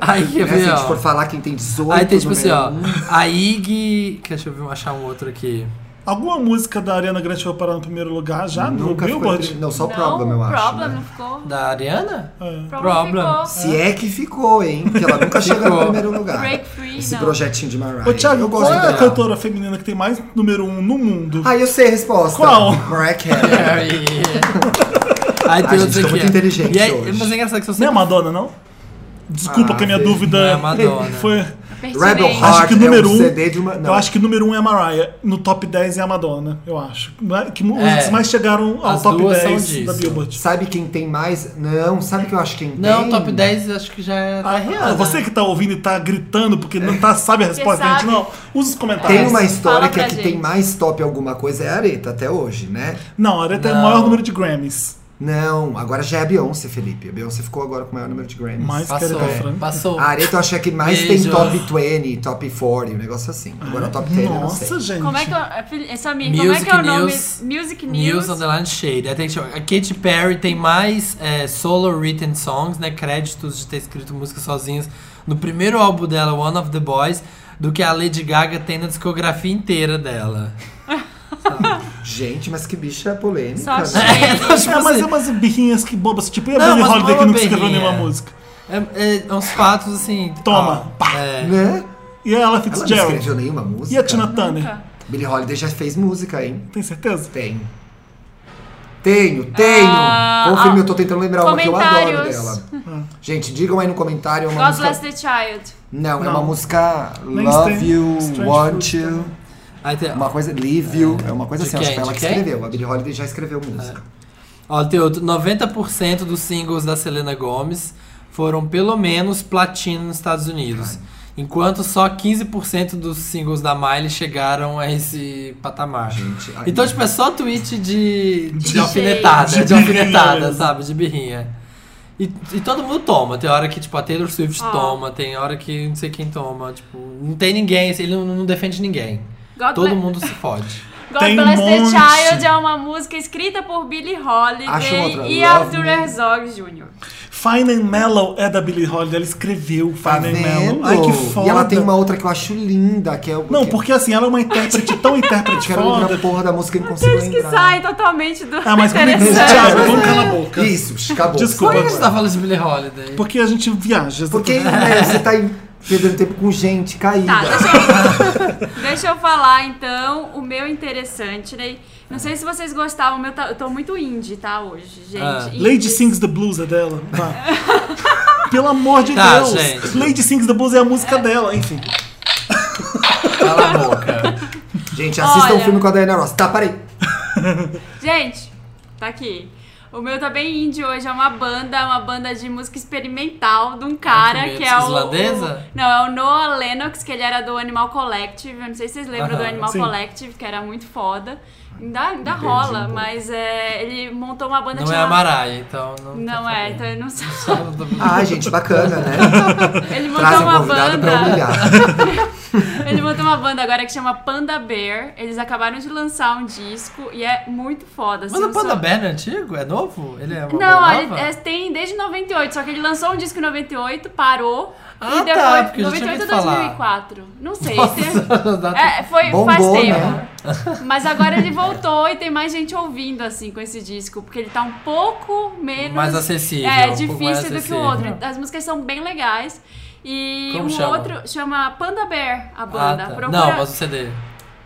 Aí quer
Né? Se
ver,
a gente for
assim, ó.
falar quem tem 18
Aí tem tipo
número
assim, ó.
um.
A Ig. Deixa eu ver, achar um outro aqui.
Alguma música da Ariana Grande foi parar no primeiro lugar já?
Nunca
no
ficou
Billboard?
entre... Não, só o
não,
Problem, eu acho.
Problem
né?
não ficou.
Da Ariana?
É.
Problem.
Problem.
ficou.
Se é que ficou, hein? Porque ela nunca chega no
Ficou.
primeiro lugar.
Break Free,
Esse
não.
projetinho de Mariah.
Ô, Thiago,
eu
qual
gosto
é a
dela.
cantora feminina que tem mais número um no mundo?
Ah, eu sei a resposta.
Qual?
Mariah Carey.
Carrie. Aí
gente,
tem outro
tô
aqui.
muito
ó.
inteligente
e aí,
hoje.
Mas é engraçado que se você.
Não é a Madonna, não? Desculpa
Ah,
que a minha
sim.
dúvida
Não é a Madonna.
foi...
Rebel
Pertinente.
Acho
Heart
que o número
é
um-
um CD de uma... Não.
Eu acho que o número um é a Mariah, no top 10 é a Madonna, eu acho. Não é- Que músicas
É.
mais chegaram ao
As
top
duas são
10 da
disso.
Billboard?
Sabe quem tem mais? Não, sabe que eu acho quem
Não,
tem?
top 10 acho que já é da Ariana.
Ah,
né?
você que tá ouvindo e tá gritando porque não tá, sabe a resposta da gente,
sabe.
não. Usa os comentários.
Tem uma história
Fala
que
pra
a que
gente.
tem mais top alguma coisa é a Areta até hoje, né?
Não, a Aretha é o
Não.
maior número de Grammys.
Não, agora já é a Beyoncé, Felipe. A Beyoncé ficou agora com o maior número de Grammys.
Mais que a
Passou,
Aretha Franklin.
passou.
A Areta eu acho que é a que mais
Beijo.
tem top 20, top 40, um negócio assim. Agora top 10 eu não
Nossa,
sei.
gente.
Como é que eu. Fili- Samir, como é
Music
que é o nome?
News.
Music News.
News Underline Shade. Aí tem, tipo, a Katy Perry tem mais é, solo written songs, né? Créditos de ter escrito músicas sozinhas no primeiro álbum dela, One of the Boys, do que a Lady Gaga tem na discografia inteira dela.
Gente, mas que bicha polêmica.
Só
né?
achei.
Então, tipo
É, mas
assim,
é umas birrinhas que bobas. Tipo, e a
Não,
Billie
mas
Holiday que
boba
nunca escreveu
birrinha.
nenhuma música.
é, é uns fatos assim.
Toma,
ó,
pá.
é.
Né?
E a Ella
Ela não
Fitzgerald.
escreveu nenhuma música.
E a Tina Turner.
Billie Holiday já fez música, hein?
Tem certeza?
Tem. Tenho, tenho!
Ah,
Confirme,
ah,
eu tô tentando lembrar uma que eu adoro
comentários.
dela.
Ah.
Gente, digam aí no comentário. é Uma
God
música...
Bless the Child.
Não, é
Não.
uma música
Nem
Love
Stan-
You,
Strange
Want
Fruit,
You,
Aí tem,
uma coisa, Leave You, é uma coisa
De
assim, acho
quem?
que foi ela
De
que
quem?
escreveu. A Billie Holiday já escreveu música.
É.
ó, tem outro. 90% dos singles da Selena Gomez foram pelo menos platino nos Estados Unidos. Enquanto só 15% dos singles da Miley chegaram a esse patamar.
Gente, ai,
então, tipo, é só tweet de, de,
De
alfinetada, de,
shade. De birrinha
alfinetada,
mesmo.
sabe? De birrinha. E, e todo mundo toma. Tem hora que, tipo, a Taylor Swift
Ah.
toma, tem hora que não sei quem toma. Tipo, não tem ninguém, ele não, não defende ninguém.
God,
Todo
Ble-
mundo se fode.
God
Tem um
Bless the
monte.
Child é uma música escrita por Billie
Acha
Holiday
outra,
e
Love
Arthur
Me.
Herzog Jr.
Fine and Mellow é da Billie Holiday, ela escreveu
Tá
Fine and Mellow.
vendo?
Ai, que foda.
E ela tem uma outra que eu acho linda, que é o.
Não,
que-
porque assim, ela é uma intérprete tão intérprete
Quero lembrar a
foda.
porra da música e não consigo
Eles que
lembrar.
saem totalmente do
Ah, mas como é que
interessante.
Thiago, vamos calar a boca.
Isso, acabou.
Desculpa.
Por que
é.
você tá falando de Billie Holiday?
Porque a gente viaja.
Porque né, você tá aí perdendo tempo com gente caída.
Tá, deixa eu, deixa eu falar então o meu interessante, né? Não sei se vocês gostavam, meu tá- eu tô muito indie, tá, hoje, gente.
Ah.
Indie.
Lady Sings the Blues é dela. Vá. Pelo amor de
Tá,
Deus.
gente.
Lady Sings the Blues é a música dela, enfim.
Cala a boca.
Gente, assista o
Olha.
filme com a Diana Ross. Tá, parei.
Gente, tá aqui. O meu tá bem indie hoje, é uma banda, uma banda de música experimental de um cara
que medo.
que é o.
Islandesa?
o- não, é o Noah Lennox, que ele era do Animal Collective. Eu não sei se vocês lembram do
Aham,
Animal
sim.
Collective, que era muito foda. Ainda, ainda rola, mas é, ele montou uma banda
um Não é a
chamada.
Mariah, então não.
não é, então eu não sei.
Ah, gente, bacana, né? Traz
Ele montou
um
Então é uma
convidado pra
banda.
humilhar.
Ele montou uma banda agora que chama Panda Bear. Eles acabaram de lançar um disco e é muito foda.
Mas
assim,
o Panda
som-
Bear não é antigo? É novo? Ele é uma
Não,
banda
ele-
nova?
é, tem desde 98, só que ele lançou um disco em 98, parou.
Ah,
e depois,
tá, porque eu já tinha
98 ou
ouvido falar.
2004? Não sei.
Nossa,
tem-
dá-
é, foi
Bombou,
faz tempo.
né?
Mas agora ele voltou e tem mais gente ouvindo assim com esse disco, porque ele tá um pouco menos
Mais acessível,
É,
um pouco mais
difícil do que o
acessível.
outro. As músicas são bem legais. E
Como
um
chama?
outro chama Panda Bear, a
Ah,
banda.
tá.
Procura-
Não, mas o CD.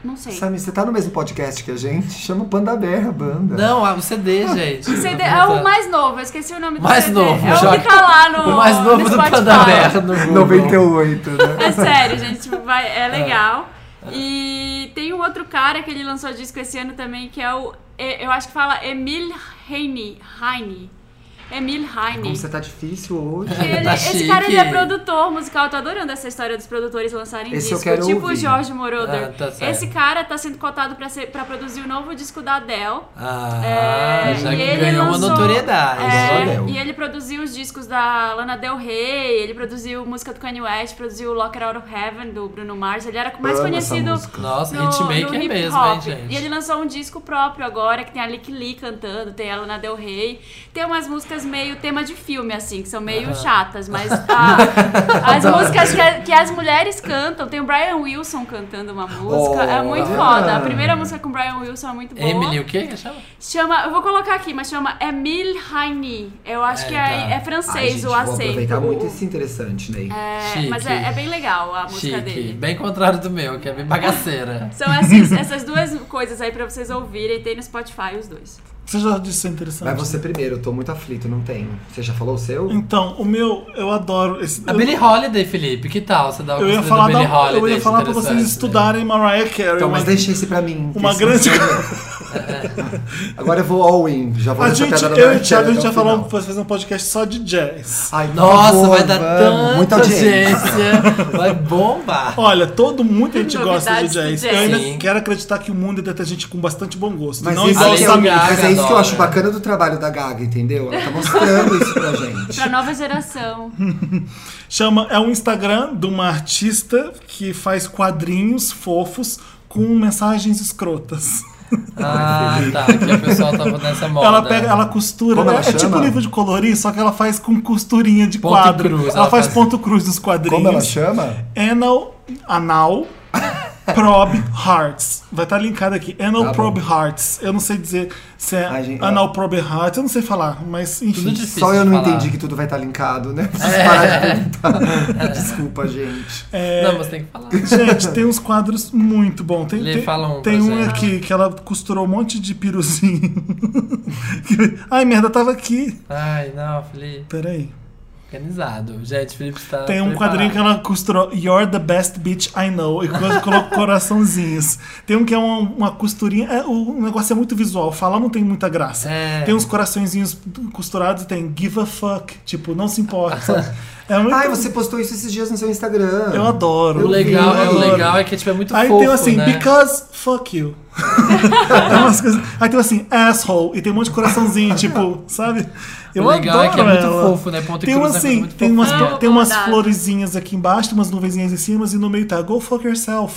Não sei.
Samir, você tá no mesmo podcast que a gente? Chama o Panda Bear, a banda.
Não, ah, o CD, gente.
CD é o mais novo, eu esqueci o nome
Mais
do CD.
novo,
é o
já-
que tá lá no
O mais
no
novo do
Spotify.
Panda Bear no Google.
98, né?
É sério, gente, vai- é legal. E tem um outro cara que ele lançou disco esse ano também, que é o. e- Eu acho que fala Emil Heine. Heine. Emil
Como
Heine.
você tá difícil hoje.
Ele-
Tá
esse cara ele é
chique.
produtor musical, eu tô adorando essa história dos produtores lançarem
Esse eu
disco.
quero
tipo o
ouvir.
Jorge
Ah,
Moroder.
tá certo.
esse cara tá sendo cotado pra, ser, pra produzir o novo disco da Adele.
Ah,
É,
já
e ele
ganhou
lançou-
uma notoriedade.
É,
Adele.
e ele produziu os discos da Lana Del Rey, ele produziu música do Kanye West, produziu Locker Out of Heaven do Bruno Mars. Ele era mais
Amo
conhecido
essa música.
Nossa,
no, no
hitmaker
hip
mesmo, hein,
hop. E ele
gente.
lançou um disco próprio agora, que tem a Lick Lee cantando, tem a Lana Del Rey. Tem umas músicas meio tema de filme, assim, que são meio chatas, mas a- as músicas que, a- que as mulheres cantam, tem o Brian Wilson cantando uma música, é muito
Olha.
foda. A primeira música com o Brian Wilson é muito boa.
Emily, o que que chama?
Chama, eu vou colocar aqui, mas chama Emile Heine. Eu acho
É,
que
tá.
é, é francês
Ai, gente,
o
vou
acento.
aproveitar muito
O-
esse interessante, Ney.
é,
Chique.
mas é, é bem legal a música
Chique.
dele.
Bem contrário do meu, que é bem bagaceira.
São essas, essas duas coisas aí pra vocês ouvirem. Tem no Spotify os dois.
Você já disse isso é interessante.
Vai você primeiro, eu tô muito aflito, não tenho. Você já falou o seu?
Então, o meu, eu adoro esse.
A
eu-
Billie Holiday, Felipe, que tal? Você dá uma
Eu ia
considerada
falar,
Billie
da, eu
Holiday,
ia falar pra
interessante,
vocês
né?
estudarem Mariah Carey.
Então, mas
uma-
deixa esse pra mim. que
uma
esse
grande.
não é meu. Agora eu vou all in. Já vou
A
nessa
gente,
piada da
eu e o
Mariah
Thiago, a
Carey
gente vai
até o
falar,
final.
vai fazer um podcast só de jazz.
Ai, por
Nossa,
favor,
vai dar
vamos. Muita
tanta
audiência.
audiência. Vai bombar.
Olha, todo mundo a gente
Novidades
gosta de
do
jazz.
jazz.
Eu ainda
Sim.
quero acreditar que o mundo ainda tem gente com bastante bom gosto.
Mas,
não
isso,
igual
é
o
que
Samir.
eu-
Samir.
mas é isso que eu
Gaga
acho
adora.
bacana do trabalho da Gaga, entendeu? Ela tá mostrando isso pra gente.
Pra nova geração.
Chama, é um Instagram de uma artista que faz quadrinhos fofos com mensagens escrotas.
Ah, tá. Que o pessoal tava nessa moda.
Ela pega, ela costura,
Como
né?
ela
é tipo
chama?
livro de colorir, só que ela faz com costurinha de
Ponto e
quadro.
cruz,
ela
ela
faz,
faz.
ponto cruz nos quadrinhos.
Como ela chama?
Anal, anal Probe Hearts. Vai estar linkado aqui. Anal
Tá bom.
Probe Hearts. Eu não sei dizer se é
Ai, gente,
Anal Probe Hearts, eu não sei falar, mas
Tudo
enfim.
difícil
Só eu
de
não
falar.
entendi que tudo vai estar linkado, né? Preciso parar de perguntar. Desculpa, gente.
É,
Não, mas tem que falar.
Gente, tem uns quadros muito bons. Tem,
Lê,
tem,
fala um
tem
pra
um
gente.
aqui que ela costurou um monte de piruzinho. Ai, merda, tava aqui.
Ai, não, Felipe.
Peraí.
Organizado. Gente, Felipe está.
Tem
Tá
um
preparado.
quadrinho que ela costurou You're the best bitch I know e co- colocou coraçãozinhos. Tem um que é uma, uma costurinha, é, o negócio é muito visual, falar não tem muita graça.
É.
Tem uns coraçõezinhos costurados e tem give a fuck, tipo, não se importa. sabe? É muito
Ai, você postou isso esses dias no seu Instagram.
Eu adoro.
O legal,
eu
é, o
adoro.
legal é que tipo, é muito
Aí
fofo,
tem assim,
né?
because fuck you. É umas coisas- Aí tem assim, asshole, e tem um monte de coraçãozinho, tipo, sabe? Eu
o legal é
adoro
que é muito
ela.
fofo, né? Ponto e
Tem
cruz é uma
umas, assim,
coisa
tem
muito
umas,
fofinha.
Ah,
tem umas
verdade.
florezinhas aqui embaixo, umas nuvenzinhas em cima, e no meio tá Go fuck yourself.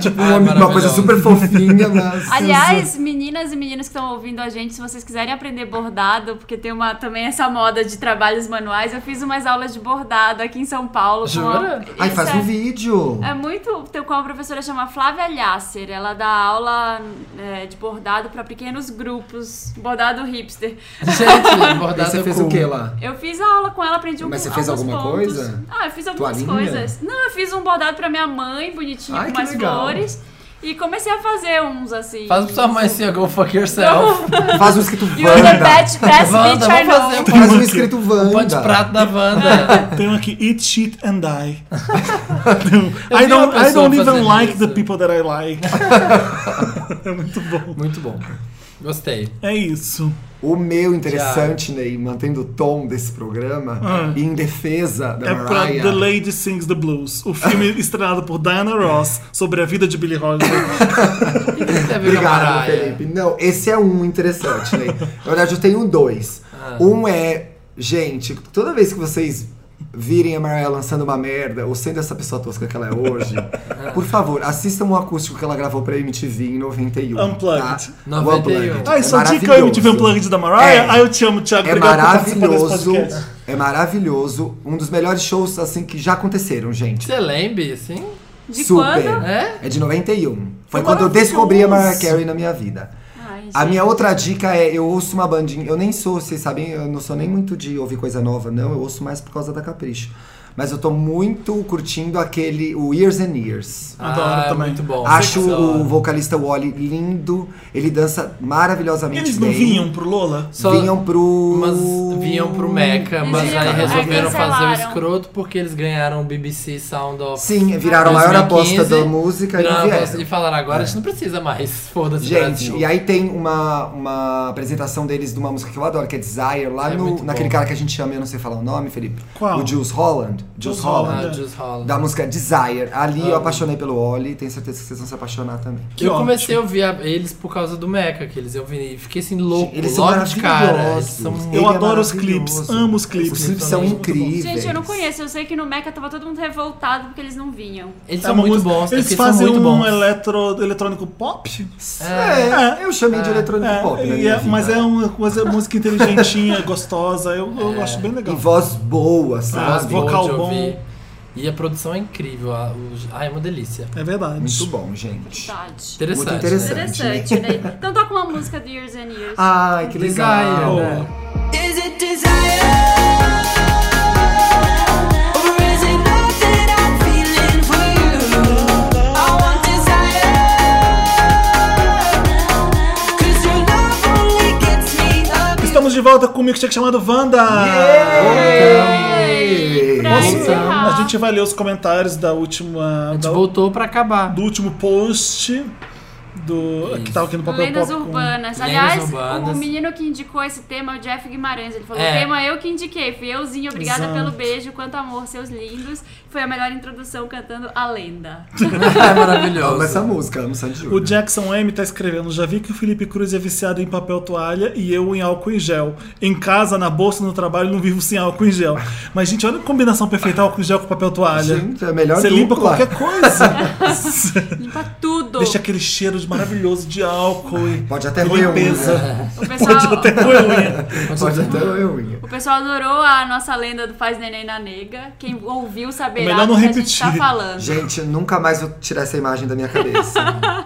tipo,
Ai,
uma, uma
Ah,
coisa
maravilhoso.
super fofinha, mas.
Aliás, meninas e meninos que estão ouvindo a gente, se vocês quiserem aprender bordado, porque tem uma também essa moda de trabalhos manuais, eu fiz umas aulas de bordado aqui em São Paulo. com
Jura?
a-
Ai,
Isso
faz
é-
um vídeo.
É muito. Tem com a professora chama Flávia Lhasser. Ela dá aula é, de bordado para pequenos grupos, bordado hipster.
Gente,
Daí
bordado
você fez
com-
o que lá?
Eu fiz a aula com ela, aprendi um
Mas você fez
alguns
alguma
pontos.
coisa?
Ah, eu fiz algumas
Toalhinha?
coisas. Não, eu fiz um bordado pra minha mãe, bonitinho,
Ai,
com
que
umas
legal.
flores. E comecei a fazer uns assim.
Faz pra sua mãe assim, ó, go fuck yourself.
Faz um escrito
E o The
Wanda.
Best, best
Wanda,
Bitch I
vamos
Know.
fazer
Faz um escrito
um pão de
Wanda.
prato da Wanda.
Tem um aqui, eat shit and die. um,
Eu vi uma
I don't, I don't
pessoa
even
fazendo
like
isso.
the people that I like. é muito bom.
Muito bom. Gostei.
É isso.
O meu interessante, Ney, mantendo o tom desse programa, em defesa da
É pra
Mariah.
The Lady Sings the Blues, o filme estreado por Diana Ross sobre a vida de Billie Holiday.
Você viu
Obrigado,
Mariah?
Felipe. Não, esse é um interessante, né? Na verdade, eu tenho dois. Um é, gente, toda vez que vocês virem a Mariah lançando uma merda, ou sendo essa pessoa tosca que ela é hoje, por favor, assistam o acústico que ela gravou pra MTV em 91.
Unplugged.
Tá?
91.
Ai,
É
só dica eu
maravilhoso.
me tive Unplugged da Mariah.
É.
Ai, eu te amo, Thiago.
É
Obrigado por participar desse
maravilhoso,
podcast.
é maravilhoso. Um dos melhores shows assim que já aconteceram, gente.
Você lembra, assim?
De
Super.
quando?
É?
É de 91. Foi
É
quando eu descobri a Mariah
maravilhoso.
Carey na minha vida.
Ai,
A
gente.
minha outra dica é, eu ouço uma bandinha, eu nem sou, vocês sabem, eu não sou nem muito de ouvir coisa nova, não, eu ouço mais por causa da Capricho. Mas eu tô muito curtindo aquele, o Years and Years.
Adoro
ah,
também.
Muito bom.
Acho
Adoro.
o vocalista Wally lindo, ele dança maravilhosamente
Eles não
bem.
vinham pro Lola?
Só-
Vinham pro...
Mas vinham pro Meca, mas
Eles
aí
vinham-
resolveram
aí
fazer o
cancelaram.
escroto porque eles ganharam o BBC Sound of.
Sim, viraram a maior aposta
2015,
da música e
viraram
não
a
vieram. É.
aposta E falaram agora, a gente não precisa mais. Foda-se,
Gente,
Brasil.
e aí tem uma, uma apresentação deles de uma música que eu adoro, que é Desire, lá
É
no-
muito
naquele
bom.
cara que a gente chama, eu não sei falar o nome, Felipe.
Qual?
O Jules Holland.
Jules Holland.
Ah, Just Holland.
Da música Desire. Ali eu
Amo.
apaixonei pelo Oli, tenho certeza que vocês vão se apaixonar também.
Que
Eu
ótimo.
comecei a ouvir a- eles por causa do Mecha, que eles eu vi e fiquei assim louco,
Eles são
logo de cara. Eles
maravilhosos.
são
Ele
Eu
é
adoro os
maravilhoso.
clipes, amo os clipes.
Os clipes são
Muito bom.
incríveis.
Gente, eu não conheço. Eu sei que no Meca tava todo mundo revoltado porque eles não vinham.
Eles
É
são
uma
muito
música-
bons, né?
Eles
porque
fazem
são muito
um
bons.
eletro, eletrônico pop?
É, eu chamei de eletrônico
É,
pop,
e
né?
é- mas é uma coisa, música inteligentinha, gostosa, eu,
É.
eu acho bem legal.
E voz boa,
Ah,
sabe?
voz vocal
Bom Tá, de
bom.
ouvir. E a produção é incrível. a- os- Ai, é uma delícia.
É verdade.
Muito bom, gente.
Verdade.
Interessante.
Muito interessante.
Interessante, né? Então toca uma música de Years and Years.
Ai, que legal.
Desire,
né?
né?
Is it desire? Or is it love that I'm feeling for you? I want desire. Cause your love only gets me abused.
Estamos de volta com um milkshake chamado Wanda!
Então,
Ei, pra
Nossa,
encerrar.
a gente vai ler os comentários da
A
última.
gente
da-
voltou pra acabar.
do último post do, que tava aqui no papel
Lendas
pop. com-
urbanas.
Lendas
Aliás,
urbanas.
o menino que indicou esse tema é o Jeff Guimarães. Ele falou:
É.
o tema eu que indiquei. Fui euzinho, obrigada
Exato.
pelo beijo, quanto amor, seus lindos. Foi a melhor introdução cantando a lenda.
É maravilhoso.
Amo essa música, amo Sandy
O
Júnior.
Jackson M tá escrevendo: Já vi que o Felipe Cruz é viciado em papel toalha e eu em álcool em gel. Em casa, na bolsa, no trabalho, não vivo sem álcool em gel. Mas, gente, olha a combinação perfeita: álcool em gel com papel toalha.
Gente, é a melhor
Você limpa
dupla.
qualquer coisa.
Limpa tudo.
Deixa aquele cheiro de maravilhoso de álcool e
Pode até
e
roer a
limpeza.
O
Pode
pessoal,
até roer a unha.
Pode até eu ir.
o pessoal adorou a nossa lenda do Faz Neném na Nega. Quem ouviu saberá
Melhor
do
não
que a gente
repetir.
tá falando.
Gente, eu nunca mais vou tirar essa imagem da minha cabeça.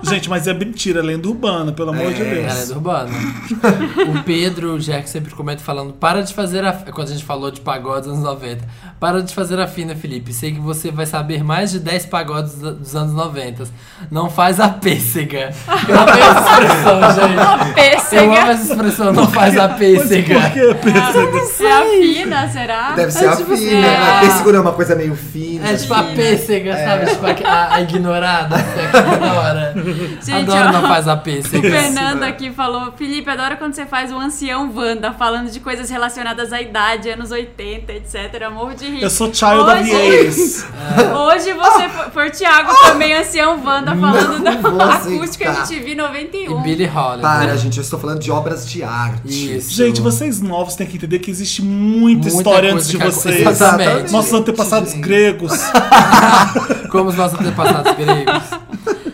Gente, mas é mentira, é lenda urbana, pelo amor de
É,
Deus.
ela é do urbano. o Pedro, o Jack sempre comenta falando: para de fazer a. Quando a gente falou de pagodes dos anos 90, para de fazer a fina, Felipe. Sei que você vai saber mais de 10 pagodes dos anos 90. Não faz faz a pêssega. Eu amei essa expressão, gente.
A pêssega.
Eu amo essa expressão, não faz a
Mas por
pêssega.
que pêssega?
É a fina, será?
Deve ser
É
a
tipo assim,
fina.
é.
né? Esse seguro é uma coisa meio fina. assim.
É tipo a pêssega,
É.
sabe? Tipo a- a, a ignorada, que da hora.
Gente,
Adoro
ó,
não faz a
O
pêssega.
Fernando aqui falou, Felipe, adoro quando você faz o ancião Wanda, falando de coisas relacionadas à idade, anos 80, etc. Morro de rir.
Eu sou child da
Hoje-
of the Ace.
Hoje você foi, foi o Thiago também, ancião Wanda, falando
Não vou
da
aceitar.
acústica MTV
E
91.
Billy Holiday.
Para, gente, eu estou falando de obras de arte.
Isso.
Gente, vocês novos têm que entender que existe
Muita
muita, história
coisa
antes de
que acon-
vocês.
Exatamente.
Nossos antepassados
Gente.
gregos.
Como os nossos antepassados gregos.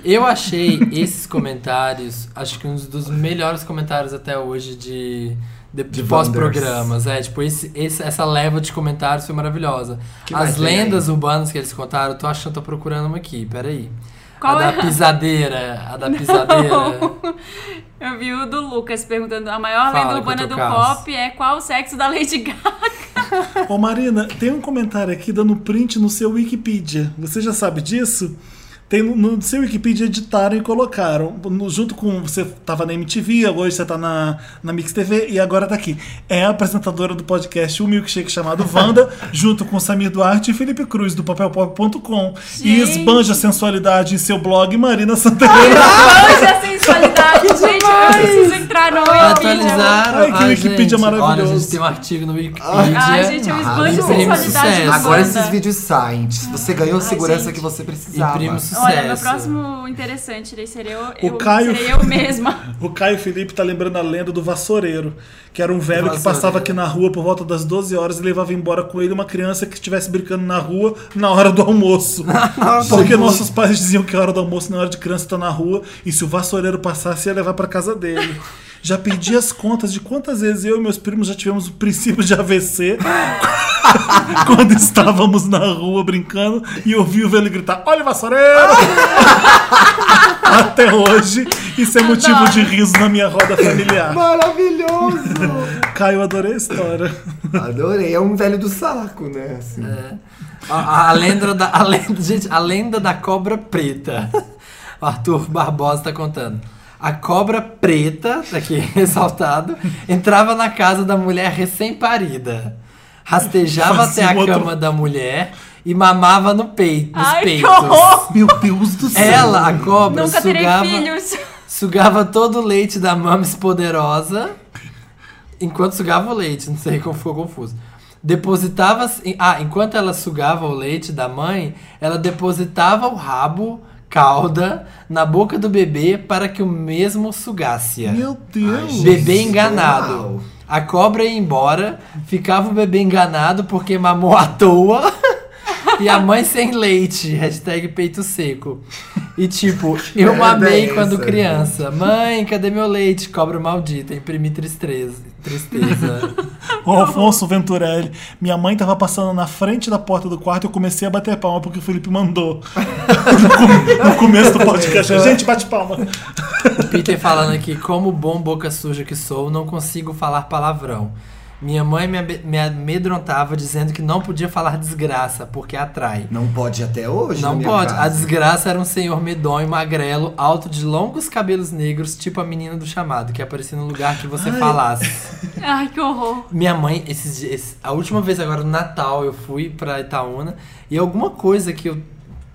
Eu achei esses comentários, acho que um dos melhores comentários até hoje de, de, de pós-programas. É, tipo, esse, esse- essa leva de comentários foi maravilhosa.
mais
As
tem
lendas urbanas que eles contaram, eu tô achando, tô procurando uma aqui, peraí.
Qual
a da
é?
pisadeira, a da pisadeira.
Eu vi o do Lucas perguntando, a maior
Fala,
lenda urbana do
Cutucas.
pop é qual o sexo da Lady Gaga?
Ô Marina, tem um comentário aqui dando print no seu Wikipedia. Você já sabe disso? Tem no, no seu Wikipedia editaram e colocaram. no- junto com. Você tava na MTV, agora você tá na, na Mix TV e agora tá aqui. É a apresentadora do podcast O Milkshake chamado Wanda, junto com Samir Duarte e Felipe Cruz, do papelpop.com. E
Gente.
esbanja sensualidade em seu blog Marina Santelena.
Hoje a sensualidade, gente, eu preciso entrar no Wikipedia.
Atualizaram.
Ai, que
Ai,
Wikipedia
gente,
maravilhoso.
Olha, a gente tem um artigo no Wikipedia.
Ai, Ah, gente, é um eu esbanjo
Ah,
sensualidade
sucesso.
do
Agora
Wanda.
esses vídeos saem. Você ganhou a segurança
gente.
que você precisava.
Imprime sucesso.
Olha, meu próximo interessante daí seria eu, eu,
Caio-
serei eu mesma.
O Caio Felipe tá lembrando a lenda do vassoureiro, que era um velho que
Vassoureiro.
passava aqui na rua por volta das 12 horas e levava embora com ele uma criança que estivesse brincando na rua na hora do almoço. Porque nossos pais diziam que a hora do almoço não era de criança estar na rua e se o vassoureiro passasse ia levar pra casa dele. Já perdi as contas de quantas vezes eu e meus primos já tivemos o princípio de AVC quando estávamos na rua brincando e ouvi o velho gritar: Olha, o vassoureiro! Até hoje, isso é motivo de riso na minha roda familiar.
Maravilhoso!
Caio, adorei a história.
Adorei. É um velho do saco, né? Assim.
É. A, a lenda da, a lenda, gente, a lenda da cobra preta. O Arthur Barbosa tá contando. A cobra preta, tá aqui ressaltado, entrava na casa da mulher recém-parida. Rastejava
Fazia um
até a
outro-
cama da mulher e mamava no peito, nos
Ai, que
peitos.
horror!
Meu Deus do céu.
Ela, a cobra,
Nunca terei
sugava,
filhos.
sugava todo o leite da mames poderosa enquanto sugava o leite, não sei como ficou confuso. Depositava, ah, enquanto ela sugava o leite da mãe, ela depositava o rabo, cauda, na boca do bebê para que o mesmo sugasse.
Meu Deus.
Bebê
Gente,
enganado.
uau.
A cobra ia embora, ficava o bebê enganado porque mamou à toa. E a mãe sem leite, hashtag peito seco. E tipo, eu
merda
mamei
é
quando
essa,
criança. Mãe, cadê meu leite? Cobra maldita, imprimi tristeza. tristeza.
O Alfonso Venturelli. Minha mãe tava passando na frente da porta do quarto e eu comecei a bater palma porque o Felipe mandou. no, com- no começo do podcast. Gente, bate palma.
O Peter falando aqui, como bom boca suja que sou, não consigo falar palavrão. Minha mãe me abe- me amedrontava dizendo que não podia falar desgraça, porque atrai.
Não pode até hoje. na
Não
minha
pode. A
casa.
desgraça era um senhor medonho, magrelo, alto de longos cabelos negros, tipo a menina do chamado, que aparecia no lugar que você falasse.
Ai, que horror.
Minha mãe, esses dias, esse- a última vez agora no Natal, eu fui pra Itaúna e alguma coisa que eu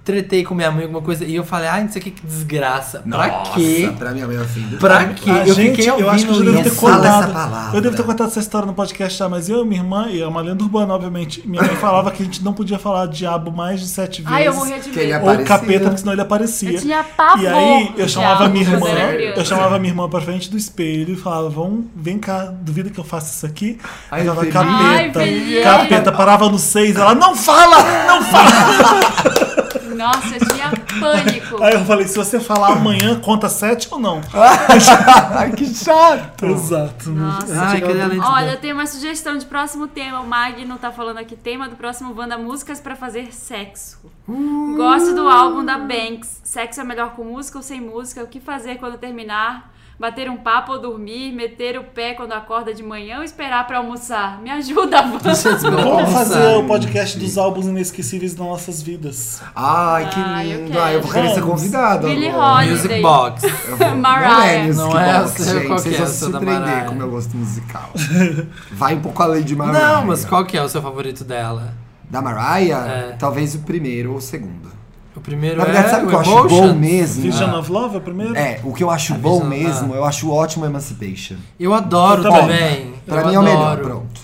tretei com minha mãe, alguma coisa, e eu falei, ai, não sei o que, que desgraça. pra quê?
Nossa, pra minha mãe é assim.
Pra quê?
Ah,
eu
gente,
fiquei ouvindo
eu acho que eu já devo ter
isso.
Fala essa
contado.
palavra.
Eu devo ter contado essa história no podcast, já, mas eu, minha irmã, e é uma lenda urbana, obviamente. Minha mãe falava que a gente não podia falar diabo mais de sete vezes.
Ai, eu morria de
Que ele
medo.
Ou
Aparecia.
capeta, porque senão ele aparecia.
Eu tinha pavor
E aí eu
do
chamava
diabo
minha irmã,
quando eu era
eu
criança.
chamava minha irmã pra frente do espelho e falava: Vão, vem cá, duvida que eu faça isso aqui. Aí
Ai,
ela
Felipe.
capeta,
Ai, Felipe.
capeta, parava no seis, ela não fala, não fala.
Nossa, eu tinha pânico.
Aí eu falei: Se você falar amanhã, conta sete ou não?
Ai, que chato!
Exato.
Nossa.
tá
Ai, cadê a lente
Olha,
dela?
eu tenho uma sugestão de próximo tema. O Magno tá falando aqui, tema do próximo Wanda, músicas pra fazer sexo.
Hum.
Gosto do álbum da Banks. Sexo é melhor com música ou sem música? O que fazer quando terminar? bater um papo ou dormir, meter o pé quando acorda de manhã ou esperar pra almoçar. Me ajuda, Van.
Vamos
Nossa.
fazer o podcast dos álbuns inesquecíveis das nossas vidas.
Ai, que
Ah, eu
lindo.
quero.
Ai, eu vou querer ser
Vamos.
convidada.
Billie
agora.
Holiday.
Music Box.
Não é
Mariah.
music
Não é
box,
essa,
gente.
qual
Vocês
que é
vão se
essa da
surpreender
Mariah?
com o meu gosto musical. Vai um pouco além de Mariah.
Não, mas qual que é o seu favorito dela?
Da Mariah?
É.
Talvez o primeiro ou o segundo.
O primeiro
Na verdade,
é
sabe o que eu
o
acho bom
Emotions.
mesmo? Ah.
Vision of Love é o primeiro?
É, o que eu acho bom
Vision-
mesmo,
ah.
eu acho ótimo Emancipation.
Eu adoro
Eu também.
também.
Pra
eu
mim é o
adoro.
melhor, pronto.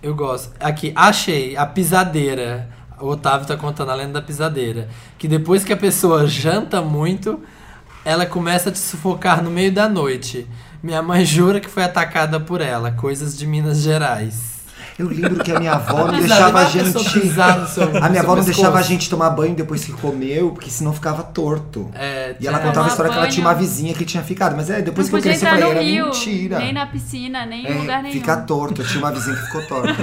Eu gosto. Aqui, achei a pisadeira. O Otávio tá contando a lenda da pisadeira. Que depois que a pessoa janta muito, ela começa a te sufocar no meio da noite. Minha mãe jura que foi atacada por ela. Coisas de Minas Gerais.
Eu lembro que a minha avó não
Pisada,
deixava a
uma pessoa
gente.
pisar no seu-
A minha
no
avó não
seu
deixava a
pescoço.
gente tomar banho depois que comeu, porque senão ficava torto.
É,
E ela
é.
contava a
Tomar
história que ela tinha uma
banho.
vizinha que tinha ficado. Mas é, depois
Não
que eu
podia
cresci, eu
entrar
falei,
no
era
rio,
mentira.
nem na piscina, nem em lugar
É,
nenhum.
ficar torto. Eu tinha uma vizinha que ficou torta.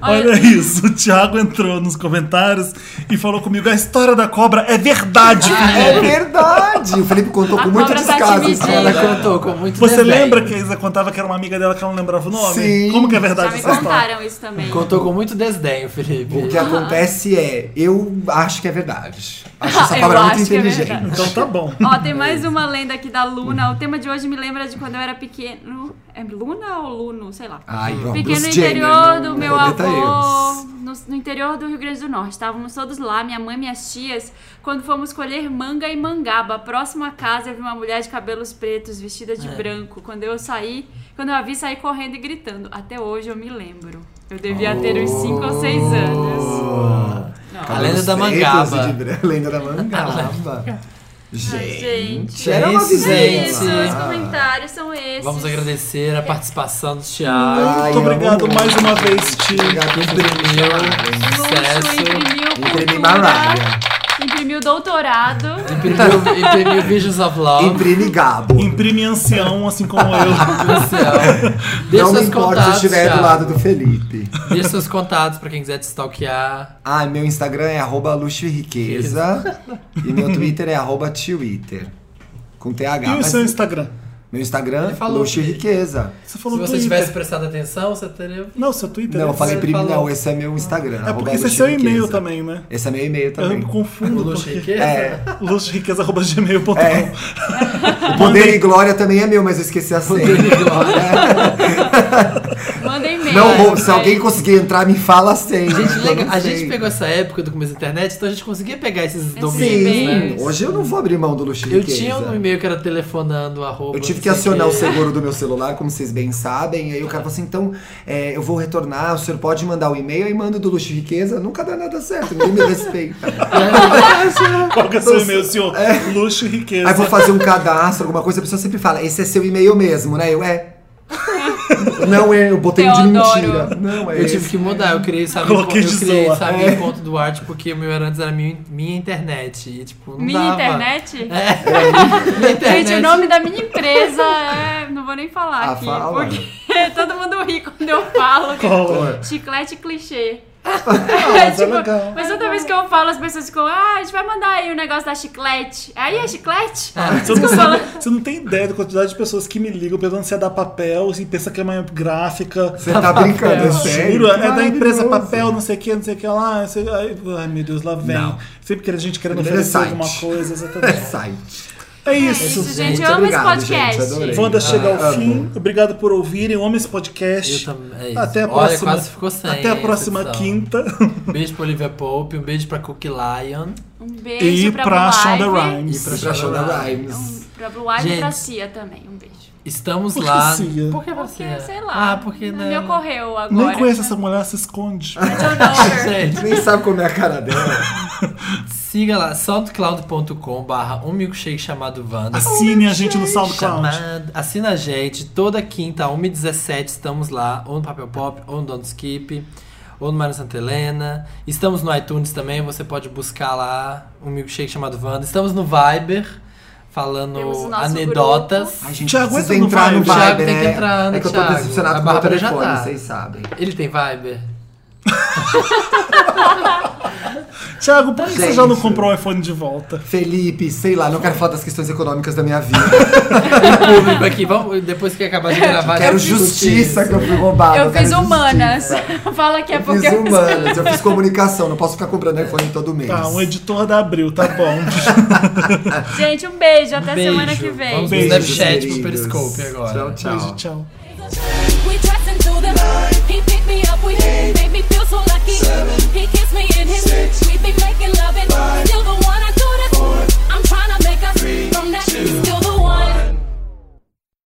Olha isso, o Thiago entrou nos comentários e falou comigo: a história da cobra é verdade.
Ah,
é verdade! O Felipe contou
A
com muito
cobra tá te
descaso.
medindo.
cara.
Ela contou com muito
Você
desenho.
lembra que a Isa contava que era uma amiga dela que ela não lembrava o nome?
Sim.
Como que é
Já
verdade
me
essa história?
contaram isso também.
Contou com muito desdenho, Felipe.
O que acontece é, eu acho que é verdade. Acho essa
Eu
cobra muito
acho que é
inteligente.
verdade.
Então tá bom.
Ó, tem mais uma lenda aqui da Luna. O tema de hoje me lembra de quando eu era pequeno. É Luna ou Luno? Sei lá.
Ai, ó,
Fiquei no
Bruce Jenner,
né?
interior
não
do meu
tá
cometa
avô,
erros.
no, no interior do Rio Grande do Norte. Estávamos todos lá, minha mãe, minhas tias, quando fomos colher manga e mangaba. Próximo à casa, eu vi uma mulher de cabelos pretos, vestida
É.
de branco. Quando eu saí, quando eu a vi, saí correndo e gritando. Até hoje eu me lembro. Eu devia ter uns 5 ou 6 anos.
A lenda da
Cabelos pretos
mangaba.
e de branco. A lenda da mangaba.
gente.
Gente,
É
era uma
Oh, isso,
vizinha.
É isso, os comentários são esses.
Vamos agradecer a participação do Thiago.
Ai,
Muito obrigado
amo.
mais uma vez, Ti.
Obrigado,
Imprimiu
Luxo,
sucesso.
imprimiu
Imprimi
cultura,
Mariah.
imprimiu tá? doutorado.
Imprimiu, imprimiu Visions of Love.
Imprime Gabo.
Imprime ancião, assim como eu.
do céu. é, Deixa
Então, Não me
seus
importa se eu
contatos.
estiver do
Thiago.
lado do Felipe.
Deixa seus contatos pra quem quiser te stalkear.
Ah, meu Instagram é arroba luxo e riqueza. e meu Twitter é arroba Twitter. Com TH.
E o
mas
seu Instagram?
Meu Instagram,
falou,
luxo e
Felipe.
riqueza.
Você
Se
falou
você
Twitter.
tivesse prestado atenção, você teria.
Não, seu Twitter.
Não, eu
né?
falei
Você
primo,
falou.
não, esse é meu Instagram.
É
arroba
porque esse é
luxo e
seu e-mail
riqueza.
também, né?
Esse é meu e-mail
Eu
também.
me
O
confundo.
luxo e
Porque...
riqueza?
É.
Luxoriqueza.gmail.com
É. O poder e glória também é meu, mas eu esqueci a senha.
Manda e-mail.
Não, vou- se
Vai.
alguém conseguir entrar, me fala a senha.
Gente,
eu
legal.
não
A
sei.
gente pegou essa época do começo da internet, então a gente conseguia pegar
É
esses
Sim,
domínios. né?
hoje eu não vou abrir mão do luxo e
Eu
riqueza.
tinha um e-mail que era telefonando arroba.
Eu tive
não
que
sei
acionar o
quê.
seguro do meu celular, como vocês bem sabem. E aí o cara falou assim: então, é, eu vou retornar, o senhor pode mandar o e-mail aí manda o do Luxo e Riqueza. Nunca dá nada certo, ninguém me respeita.
Qual que é o seu e-mail, senhor? Luxo e riqueza.
É. aí vou fazer um cadastro, alguma coisa, a pessoa sempre fala: esse é seu e-mail mesmo, né? Eu é. Não é, eu botei um de mentira.
Teodoro.
Não é.
Eu
esse.
tive que mudar, eu criei sabe
Coloquei
eu
de
criei
zoa.
sabe
É.
ponto do arte porque o meu era antes era minha, minha internet e tipo não
Minha
dava.
É.
internet?
Minha internet.
Gente, o nome da minha empresa é. Não vou nem falar
Ah,
aqui.
fala.
Porque todo mundo ri quando eu falo.
Qual é?
Chiclete clichê.
Ah, mas é
Tipo,
legal.
mas toda vez que eu falo, as pessoas ficam, ah, a gente vai mandar aí o negócio da chiclete. Aí é chiclete?
Ah,
Você não, sabe, você não tem ideia da quantidade de pessoas que me ligam perguntando se é da papel e pensa que é uma gráfica.
Você tá brincando, é sério?
Juro, é da empresa
Maravilhoso.
papel, não sei o que, não sei o que lá. não sei- ai, ai, meu Deus, lá vem.
Não.
Sempre que a gente querendo
Primeiro
oferecer
site.
alguma coisa,
É
exatamente.
site.
É
É
isso.
isso, gente.
gente,
Eu amo esse
obrigado,
podcast.
gente, adorei.
Wanda chega ao
amo.
fim. Obrigado por ouvirem. Eu amo esse
Eu
podcast.
também. é isso.
Até a
Olha,
próxima.
quase ficou sem.
Até a
é
essa
próxima
edição.
quinta.
Um beijo pra Olivia Pope, um beijo pra Cookie Lion.
Um beijo
E
pra,
pra
Blue
Shonda
Ivy.
Rhimes.
E pra
Pra Shonda
Um,
Rhimes.
pra Blue Ivy e pra
Gente.
Cia também. Um beijo.
Estamos
Por que
lá.
Cia?
Por que
Porque,
você?
sei lá.
Ah, porque
não é
não.
me ocorreu agora. é
Nem conheço essa mulher, se esconde.
Gente,
Nem sabe como é a cara dela.
siga lá, soundcloud.com barra um milkshake chamado Wanda.
Assine a gente no SoundCloud.
Chamado- Assina a gente, toda quinta, 1h17, estamos lá, ou no Papel Pop, ou no Don't Skip, ou no Mário Santa Helena. Estamos no iTunes também, você pode buscar lá um milkshake chamado Wanda. Estamos no Viber,
Temos o
falando
nosso
anedotas.
Ai, gente,
Thiago,
precisa
entra no
entrar no
Thiago
Viber.
Viber,
tem que
né?
entrar no
É que eu tô
Thiago. A
decepcionado com o meu
Bárbara já
telefone,
tá.
vocês sabem.
Ele tem Viber?
Thiago, por que você já não
Gente.
comprou o iPhone de volta?
Felipe, sei lá, não quero falar das questões econômicas da minha vida.
público aqui. Vamos, depois que acabar de gravar,
quero
eu discuto
justiça
isso.
que eu fui roubada.
Eu
quero
fiz humanas.
justiça.
Fala que é
Fiz
porque eu fiz-
humanas, eu fiz comunicação, não posso ficar comprando iPhone todo mês.
Tá, um editor da Abril, tá bom.
Gente, um beijo. Até
Beijo.
semana que vem.
Vamos
Beijo,
pro Snapchat, pro
queridos.
Periscope agora.
Tchau, tchau.
Beijo, tchau.
We dressed into the night. He picked me up, we made me feel so lucky. He kissed me in his We've been making love and still the one I do this. I'm trying to make us from that. Still